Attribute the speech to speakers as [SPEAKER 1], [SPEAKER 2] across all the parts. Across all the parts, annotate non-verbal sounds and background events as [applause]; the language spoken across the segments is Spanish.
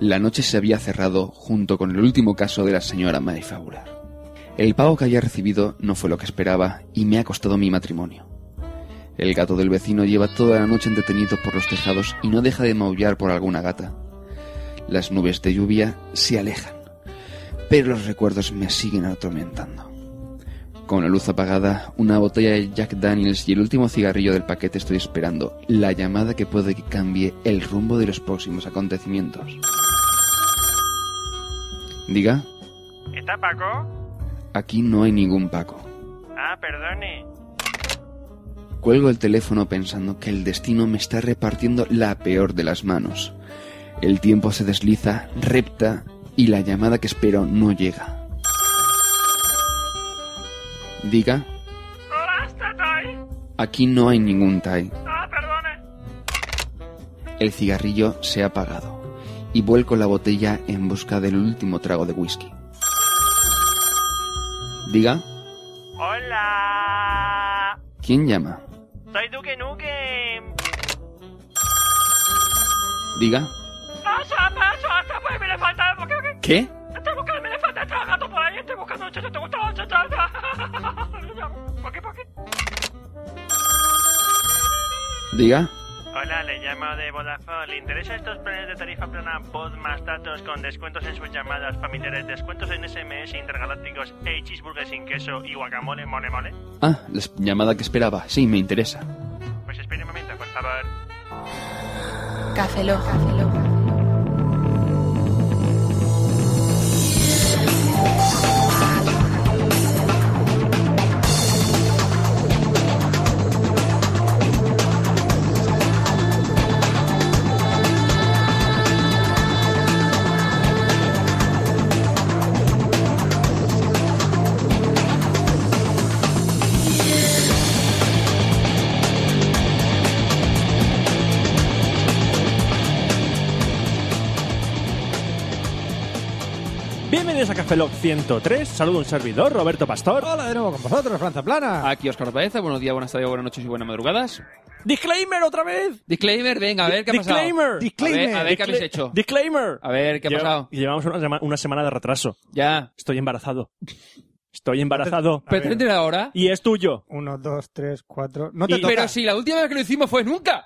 [SPEAKER 1] la noche se había cerrado junto con el último caso de la señora May Fowler. El pago que había recibido no fue lo que esperaba y me ha costado mi matrimonio. El gato del vecino lleva toda la noche entretenido por los tejados y no deja de maullar por alguna gata. Las nubes de lluvia se alejan, pero los recuerdos me siguen atormentando. Con la luz apagada, una botella de Jack Daniels y el último cigarrillo del paquete estoy esperando la llamada que puede que cambie el rumbo de los próximos acontecimientos. Diga,
[SPEAKER 2] ¿Está Paco?
[SPEAKER 1] aquí no hay ningún Paco.
[SPEAKER 2] Ah, perdone.
[SPEAKER 1] Cuelgo el teléfono pensando que el destino me está repartiendo la peor de las manos. El tiempo se desliza, repta, y la llamada que espero no llega. Diga,
[SPEAKER 2] Hola, ¿está Tai?
[SPEAKER 1] aquí no hay ningún Tai.
[SPEAKER 2] Ah, perdone.
[SPEAKER 1] El cigarrillo se ha apagado y vuelco la botella en busca del último trago de whisky. Diga,
[SPEAKER 2] Hola.
[SPEAKER 1] ¿quién llama?
[SPEAKER 2] Soy Duque Nuque.
[SPEAKER 1] Diga,
[SPEAKER 2] Pasa, pasa, hasta pues me le falta. Porque, porque
[SPEAKER 1] ¿qué?
[SPEAKER 2] estoy buscando, me le falta este gato por ahí. Estoy buscando un chacho, te gusta un chacho. [laughs] ¿Por qué, por qué?
[SPEAKER 1] Diga,
[SPEAKER 2] Hola, le llamo de Vodafone. ¿Le interesan estos planes de tarifa plana voz más datos con descuentos en sus llamadas familiares, descuentos en SMS intergalácticos e cheeseburger sin queso y guacamole mole mole?
[SPEAKER 1] Ah, la es- llamada que esperaba. Sí, me interesa.
[SPEAKER 2] Pues espere un momento, por favor.
[SPEAKER 3] Café Lock.
[SPEAKER 4] Bienvenidos a Café Lock 103. Saludo a un servidor, Roberto Pastor.
[SPEAKER 5] Hola de nuevo con vosotros, Franza Plana.
[SPEAKER 6] Aquí Oscar Baeza, buenos días, buenas tardes, buenas noches y buenas madrugadas.
[SPEAKER 4] ¡Disclaimer otra vez!
[SPEAKER 6] Disclaimer, venga, a ver qué ha pasado.
[SPEAKER 4] Disclaimer.
[SPEAKER 6] A ver-
[SPEAKER 5] Disclaimer.
[SPEAKER 6] A ver qué
[SPEAKER 4] Discla-
[SPEAKER 6] habéis hecho.
[SPEAKER 4] ¡Disclaimer!
[SPEAKER 6] A ver qué ha
[SPEAKER 4] Lleva-
[SPEAKER 6] pasado.
[SPEAKER 4] Llevamos una, sema- una semana de retraso.
[SPEAKER 6] Ya.
[SPEAKER 4] Estoy embarazado. Estoy embarazado.
[SPEAKER 5] A ver.
[SPEAKER 6] Pretende ahora.
[SPEAKER 4] Y es tuyo.
[SPEAKER 5] Uno, dos, tres, cuatro. No te
[SPEAKER 6] Y-
[SPEAKER 5] toca.
[SPEAKER 6] Pero si la última vez que lo hicimos fue nunca.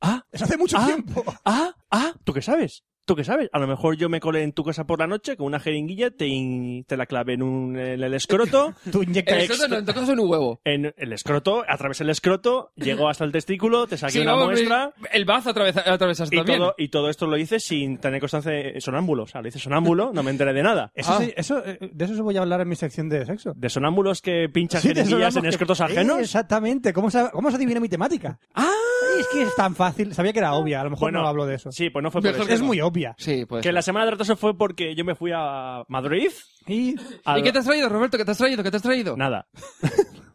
[SPEAKER 4] ¡Ah!
[SPEAKER 5] Eso hace mucho
[SPEAKER 4] Ah.
[SPEAKER 5] tiempo.
[SPEAKER 4] ¡Ah! ¡Ah! ¿Tú qué sabes? ¿Tú qué sabes? A lo mejor yo me colé en tu casa por la noche con una jeringuilla, te, in- te la clavé en, un- en el [laughs] escroto.
[SPEAKER 5] Tú inyectas.
[SPEAKER 6] Eso no, en todo caso en un huevo.
[SPEAKER 4] En el escroto, atravesé el escroto, llegó hasta el testículo, te saqué
[SPEAKER 6] Sí,
[SPEAKER 4] una
[SPEAKER 6] vamos,
[SPEAKER 4] muestra.
[SPEAKER 6] El bazo atravesa- atravesaste
[SPEAKER 4] Y
[SPEAKER 6] también.
[SPEAKER 4] todo, y todo esto lo hice sin tener constancia de sonámbulo. O sea, lo hice sonámbulo, no me enteré de nada.
[SPEAKER 5] Eso,
[SPEAKER 6] Ah.
[SPEAKER 5] sí- eso, eh, de eso os voy a hablar en mi sección de sexo.
[SPEAKER 4] ¿De sonámbulos que pinchan
[SPEAKER 5] Sí, de
[SPEAKER 4] jeringuillas
[SPEAKER 5] eso
[SPEAKER 4] en
[SPEAKER 5] hablamos que-
[SPEAKER 4] escrotos
[SPEAKER 5] Eh,
[SPEAKER 4] ajenos?
[SPEAKER 5] exactamente. ¿Cómo se, ¿Cómo se adivina mi temática? ¡Ah! Es que es tan fácil. Sabía que era obvia. A lo mejor
[SPEAKER 4] Bueno,
[SPEAKER 5] no hablo de eso.
[SPEAKER 4] Sí, pues no fue por
[SPEAKER 6] Mejor
[SPEAKER 4] eso.
[SPEAKER 5] es muy obvia.
[SPEAKER 6] Sí, pues.
[SPEAKER 4] Que la semana de retraso fue porque yo me fui a Madrid.
[SPEAKER 5] Y
[SPEAKER 4] al-
[SPEAKER 6] ¿Y qué te has traído, Roberto? ¿Qué te has traído? ¿Qué te has traído?
[SPEAKER 4] Nada. [laughs]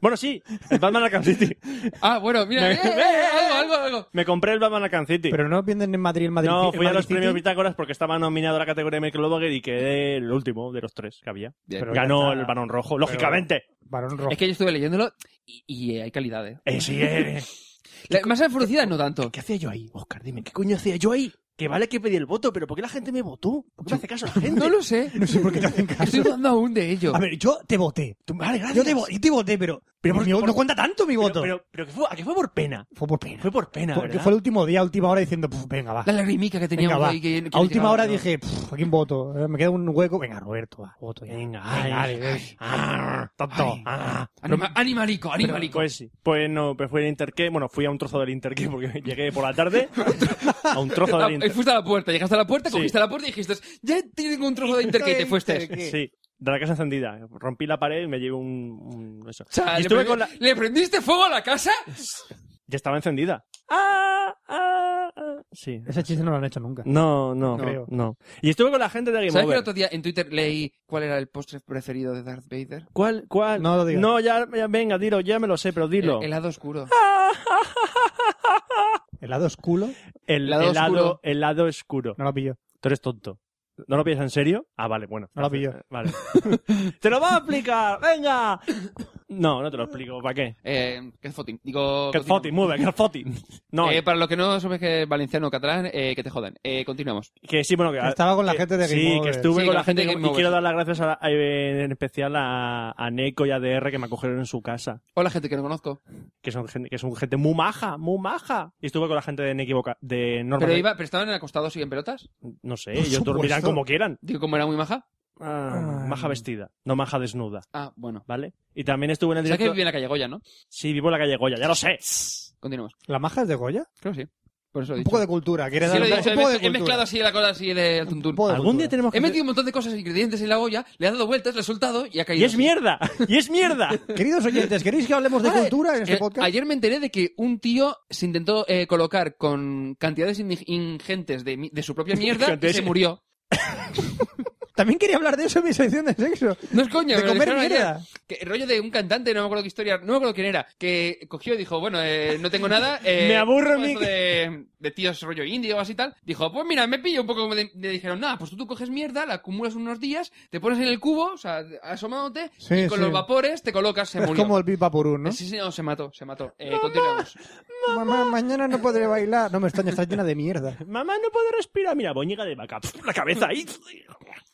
[SPEAKER 4] bueno, sí, el Batman Arkham City.
[SPEAKER 6] Ah, bueno, mira. eh, eh, eh, algo, algo, algo.
[SPEAKER 4] Me compré el Batman Arkham City.
[SPEAKER 5] Pero no venden en Madrid el Madrid.
[SPEAKER 4] no,
[SPEAKER 5] el
[SPEAKER 4] fui a
[SPEAKER 5] Madrid
[SPEAKER 4] los
[SPEAKER 5] City.
[SPEAKER 4] premios Bitácoras porque estaba nominado a la categoría de Microblogger y quedé el último de los tres que había.
[SPEAKER 6] Bien.
[SPEAKER 5] Pero ya
[SPEAKER 4] Ganó
[SPEAKER 5] está.
[SPEAKER 4] el Barón Rojo,
[SPEAKER 5] Pero-
[SPEAKER 4] lógicamente.
[SPEAKER 5] Barón rojo.
[SPEAKER 6] Es que yo estuve leyéndolo y, y, eh, hay calidad, ¿eh?
[SPEAKER 4] Eh, sí, eh. [laughs]
[SPEAKER 6] La- más enfurecida no tanto.
[SPEAKER 4] ¿Qué hacía yo ahí, Oscar? Dime, ¿qué coño hacía yo ahí? Que vale que pedí el voto, pero ¿por qué la gente me votó? ¿Por qué me hace caso la gente?
[SPEAKER 6] No lo sé.
[SPEAKER 5] No sé por qué te hacen caso.
[SPEAKER 6] Estoy dudando aún de ello.
[SPEAKER 5] A ver, yo te voté.
[SPEAKER 4] Vale, gracias.
[SPEAKER 5] Yo te, vo- yo te voté, pero. Pero mi voto- no cuenta tanto mi
[SPEAKER 4] Pero-
[SPEAKER 5] voto.
[SPEAKER 4] Pero, pero, que fue, ¿a qué fue por pena?
[SPEAKER 5] fue por pena.
[SPEAKER 4] Fue por pena,
[SPEAKER 5] Porque
[SPEAKER 4] ¿verdad?
[SPEAKER 5] fue el último día, última hora diciendo, "Puf, venga, va.
[SPEAKER 6] La lagrimica que teníamos
[SPEAKER 5] Venga, va.
[SPEAKER 6] ahí. que- que
[SPEAKER 5] a
[SPEAKER 6] no
[SPEAKER 5] última
[SPEAKER 6] llegaba,
[SPEAKER 5] hora
[SPEAKER 6] ¿no?
[SPEAKER 5] dije, "Puf, ¿a quién voto? Eh, Me queda un hueco. Venga, Roberto, va, voto ya.
[SPEAKER 4] Venga, ay,
[SPEAKER 5] dale, ven.
[SPEAKER 4] Ah, tonto.
[SPEAKER 5] Ay.
[SPEAKER 4] Ah.
[SPEAKER 6] Anima- animalico,
[SPEAKER 4] Pero,
[SPEAKER 6] animalico.
[SPEAKER 4] pues sí. Pues no, pues fui al Interqué. Bueno, fui a un trozo del Interqué porque [laughs] llegué por la tarde. a un trozo
[SPEAKER 6] Ah, [laughs]
[SPEAKER 4] del Interqué.
[SPEAKER 6] fuiste a la puerta, llegaste a la puerta,
[SPEAKER 4] Sí.
[SPEAKER 6] cogiste la puerta y dijiste, ya tengo
[SPEAKER 5] [laughs]
[SPEAKER 6] un trozo de interque y te fuiste.
[SPEAKER 4] Sí, de la casa encendida. Rompí la pared y me llevé un. un- eso.
[SPEAKER 6] O sea,
[SPEAKER 4] y
[SPEAKER 6] ¿le,
[SPEAKER 4] estuve
[SPEAKER 6] prendi-
[SPEAKER 4] con la.
[SPEAKER 6] ¿le prendiste fuego a la casa?
[SPEAKER 4] Ya estaba encendida. ¡Ah! ah, ah. Sí.
[SPEAKER 5] Ese chiste no lo han hecho nunca.
[SPEAKER 4] No, no,
[SPEAKER 5] No.
[SPEAKER 4] creo. No. Y estuve con la gente de Game
[SPEAKER 6] ¿Sabes que el
[SPEAKER 4] Over.
[SPEAKER 6] otro día en Twitter leí cuál era el postre preferido de Darth Vader?
[SPEAKER 4] ¿Cuál, cuál?
[SPEAKER 5] No lo digas.
[SPEAKER 4] No, ya, ya, venga, dilo, ya me lo sé, pero dilo.
[SPEAKER 6] Eh, El helado oscuro.
[SPEAKER 5] El lado oscuro
[SPEAKER 4] El
[SPEAKER 6] Lado
[SPEAKER 4] helado,
[SPEAKER 6] oscuro.
[SPEAKER 4] el lado oscuro.
[SPEAKER 5] no lo pillo.
[SPEAKER 4] Tú eres tonto. ¿No lo piensas en serio? Ah, vale, bueno.
[SPEAKER 5] No lo pillo. [laughs]
[SPEAKER 4] Vale. ¡Te lo va a explicar! ¡Venga! No, no te lo explico. ¿Para qué?
[SPEAKER 6] Eh, catfooting. Digo.
[SPEAKER 4] Que el foti,
[SPEAKER 6] continuamos.
[SPEAKER 4] mueve, que el foti. No,
[SPEAKER 6] Eh, para los que no sabes que es valenciano o catalán, eh, que te jodan. Eh, continuamos.
[SPEAKER 4] que sí, bueno, que...
[SPEAKER 5] Estaba con la
[SPEAKER 4] que-
[SPEAKER 5] gente de
[SPEAKER 4] Ah,
[SPEAKER 5] Game
[SPEAKER 4] eh, Sí, que
[SPEAKER 5] Over.
[SPEAKER 4] estuve
[SPEAKER 6] Sí,
[SPEAKER 4] con la gente de
[SPEAKER 6] Game
[SPEAKER 4] Game- y
[SPEAKER 6] Over.
[SPEAKER 4] quiero dar las gracias a la- a- en especial a, a Neko y a DR que me acogieron en su casa.
[SPEAKER 6] Hola, gente que no conozco.
[SPEAKER 4] Que son gente, que son gente muy maja, muy maja. Y estuve con la gente de Nequivoca, de Norma.
[SPEAKER 6] Pero, iba, pero estaban acostados y en pelotas.
[SPEAKER 4] No sé,
[SPEAKER 5] Por
[SPEAKER 4] ellos dormirán
[SPEAKER 5] supuesto.
[SPEAKER 4] como quieran.
[SPEAKER 6] Digo, como era muy maja.
[SPEAKER 4] Ah,
[SPEAKER 5] Ah.
[SPEAKER 4] maja vestida, no maja desnuda,
[SPEAKER 6] Ah, bueno.
[SPEAKER 4] ¿vale? Y también estuve en el
[SPEAKER 6] O sea
[SPEAKER 4] directo...
[SPEAKER 6] que vive en la calle Goya, ¿no?
[SPEAKER 4] Sí, vivo en la calle Goya, ya lo sé.
[SPEAKER 6] Continuamos.
[SPEAKER 5] ¿La maja es de Goya?
[SPEAKER 6] Creo que sí. Por eso lo
[SPEAKER 5] Un
[SPEAKER 6] he dicho.
[SPEAKER 5] poco de cultura. ¿Quieres
[SPEAKER 6] Sí,
[SPEAKER 5] dar
[SPEAKER 6] lo
[SPEAKER 5] un,
[SPEAKER 6] he, dicho, he
[SPEAKER 5] poco
[SPEAKER 6] mez-
[SPEAKER 5] de
[SPEAKER 6] he mezclado
[SPEAKER 5] cultura?
[SPEAKER 6] así la cosa así del tuntún.
[SPEAKER 5] Un poco de
[SPEAKER 4] Algún
[SPEAKER 5] cultura.
[SPEAKER 4] día tenemos que...
[SPEAKER 6] He metido un montón de cosas e ingredientes en la olla, le he dado vueltas, resultado y ha caído.
[SPEAKER 4] Y es
[SPEAKER 6] así.
[SPEAKER 4] mierda, y es mierda.
[SPEAKER 5] [laughs] Queridos oyentes, ¿queréis que hablemos de
[SPEAKER 6] Ah,
[SPEAKER 5] cultura en este
[SPEAKER 6] eh,
[SPEAKER 5] podcast?
[SPEAKER 6] Ayer me enteré de que un tío se intentó eh, colocar con cantidades ing- ingentes de, mi- de su propia mierda y
[SPEAKER 4] Cantidades-
[SPEAKER 6] se murió.
[SPEAKER 5] También quería hablar de eso en mi sección de sexo.
[SPEAKER 6] No es coña,
[SPEAKER 5] De
[SPEAKER 6] me lo
[SPEAKER 5] comer
[SPEAKER 6] dijeron ayer.
[SPEAKER 5] mierda.
[SPEAKER 6] Que, el rollo de un cantante, no me acuerdo qué historia, no me acuerdo quién era, que cogió y dijo, bueno, eh, no
[SPEAKER 4] [laughs]
[SPEAKER 6] tengo nada. eh,
[SPEAKER 4] Me aburro,
[SPEAKER 6] esto
[SPEAKER 4] Mick.
[SPEAKER 6] de, de tíos rollo indio o así tal. Dijo, pues mira, me pillo un poco. como de- Le dijeron, nada, pues tú, tú coges mierda, la acumulas unos días, te pones en el cubo, o sea, asomándote,
[SPEAKER 5] Sí,
[SPEAKER 6] y con
[SPEAKER 5] sí.
[SPEAKER 6] los vapores te colocas, se
[SPEAKER 5] Es
[SPEAKER 6] murió.
[SPEAKER 5] como el Pipa Purún, ¿no?
[SPEAKER 6] Sí, sí, no, se mató, se mató. Eh, continuamos.
[SPEAKER 5] Mamá, mañana no podré bailar. No me extraña, estás llena de
[SPEAKER 6] [laughs]
[SPEAKER 5] mierda.
[SPEAKER 4] Mamá no puedo respirar, mira, boñiga de vaca, pf, la cabeza ahí.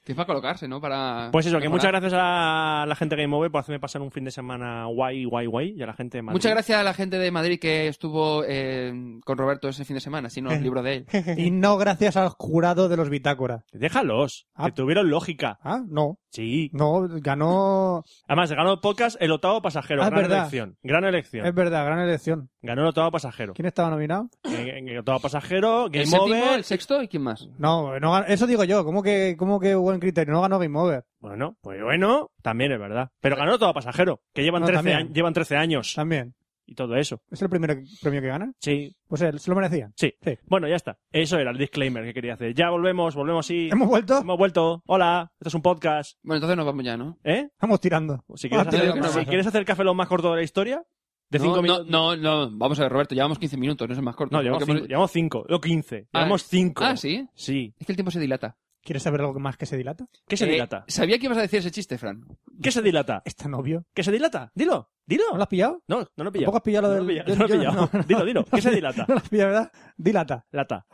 [SPEAKER 6] Que es para colocarse, ¿no? Para.
[SPEAKER 4] Pues eso, que
[SPEAKER 6] mejorar.
[SPEAKER 4] muchas gracias a la gente de Game Over por hacerme pasar un fin de semana guay, guay, guay, y a la gente de Madrid.
[SPEAKER 6] Muchas gracias a la gente de Madrid que estuvo eh, con Roberto ese fin de semana, si no,
[SPEAKER 4] [laughs]
[SPEAKER 6] el libro de él.
[SPEAKER 5] Y no gracias al jurado de los Bitácora.
[SPEAKER 4] Déjalos,
[SPEAKER 5] Ah.
[SPEAKER 4] que tuvieron lógica.
[SPEAKER 5] Ah, no.
[SPEAKER 4] Sí.
[SPEAKER 5] No, ganó.
[SPEAKER 4] Además, ganó el podcast el octavo pasajero.
[SPEAKER 5] Ah, es
[SPEAKER 4] gran
[SPEAKER 5] verdad. Eh,
[SPEAKER 4] elección. Gran elección.
[SPEAKER 5] Es verdad, gran elección.
[SPEAKER 4] Ganó el octavo pasajero.
[SPEAKER 5] ¿Quién estaba nominado?
[SPEAKER 4] Eh, El octavo pasajero, Game
[SPEAKER 6] el séptimo,
[SPEAKER 4] Over.
[SPEAKER 6] el sexto y quién más.
[SPEAKER 5] No, no gan- eso digo yo. ¿Cómo que, cómo que buen criterio? No ganó Game Over.
[SPEAKER 4] Bueno, pues bueno, también es verdad. Pero ganó el octavo pasajero, que llevan,
[SPEAKER 5] No,
[SPEAKER 4] 13,
[SPEAKER 5] también.
[SPEAKER 4] a- llevan 13 años
[SPEAKER 5] También.
[SPEAKER 4] y todo eso.
[SPEAKER 5] ¿Es el primer premio que gana?
[SPEAKER 4] Sí.
[SPEAKER 5] Pues él, se lo merecían.
[SPEAKER 4] Sí.
[SPEAKER 5] Sí.
[SPEAKER 4] Bueno, ya está. Eso era el disclaimer que quería hacer. Ya volvemos, volvemos y.
[SPEAKER 5] ¿Hemos vuelto?
[SPEAKER 4] Hemos vuelto. Hola, esto es un podcast.
[SPEAKER 6] Bueno, entonces nos vamos ya, ¿no?
[SPEAKER 4] ¿Eh?
[SPEAKER 5] Estamos tirando.
[SPEAKER 4] Si quieres,
[SPEAKER 5] Ah,
[SPEAKER 6] tío,
[SPEAKER 4] hacer,
[SPEAKER 6] ¿qué pasa?
[SPEAKER 4] si quieres hacer el café lo más corto de la historia, de
[SPEAKER 6] no,
[SPEAKER 4] 5
[SPEAKER 6] no,
[SPEAKER 4] minutos.
[SPEAKER 6] No, no, vamos a ver, Roberto, llevamos 15 minutos, no es el más corto.
[SPEAKER 4] No, llevamos
[SPEAKER 6] Porque hemos-
[SPEAKER 4] 5, llevamos cinco, no 15.
[SPEAKER 6] Ah,
[SPEAKER 4] Llevamos 5.
[SPEAKER 6] Ah, sí.
[SPEAKER 4] Sí.
[SPEAKER 6] Es que el tiempo se dilata.
[SPEAKER 5] ¿Quieres saber algo más que se dilata?
[SPEAKER 4] ¿Qué se
[SPEAKER 6] Eh,
[SPEAKER 4] dilata?
[SPEAKER 6] Sabía que ibas a decir ese chiste, Fran.
[SPEAKER 4] ¿Qué se dilata?
[SPEAKER 5] Es tan obvio.
[SPEAKER 4] ¿Qué se dilata? Dilo, dilo.
[SPEAKER 5] ¿No lo has pillado?
[SPEAKER 4] No, no lo he
[SPEAKER 5] ¿Tampoco
[SPEAKER 4] pillado.
[SPEAKER 5] has pillado
[SPEAKER 4] No
[SPEAKER 5] lo
[SPEAKER 4] lo
[SPEAKER 5] del.?
[SPEAKER 4] he pillado,
[SPEAKER 5] del-
[SPEAKER 4] no lo he
[SPEAKER 5] yo-
[SPEAKER 4] pillado. Dilo, dilo. ¿Qué se dilata?
[SPEAKER 5] [laughs] No lo has pillado, ¿verdad?
[SPEAKER 4] [laughs]
[SPEAKER 5] Dilata.
[SPEAKER 4] Lata.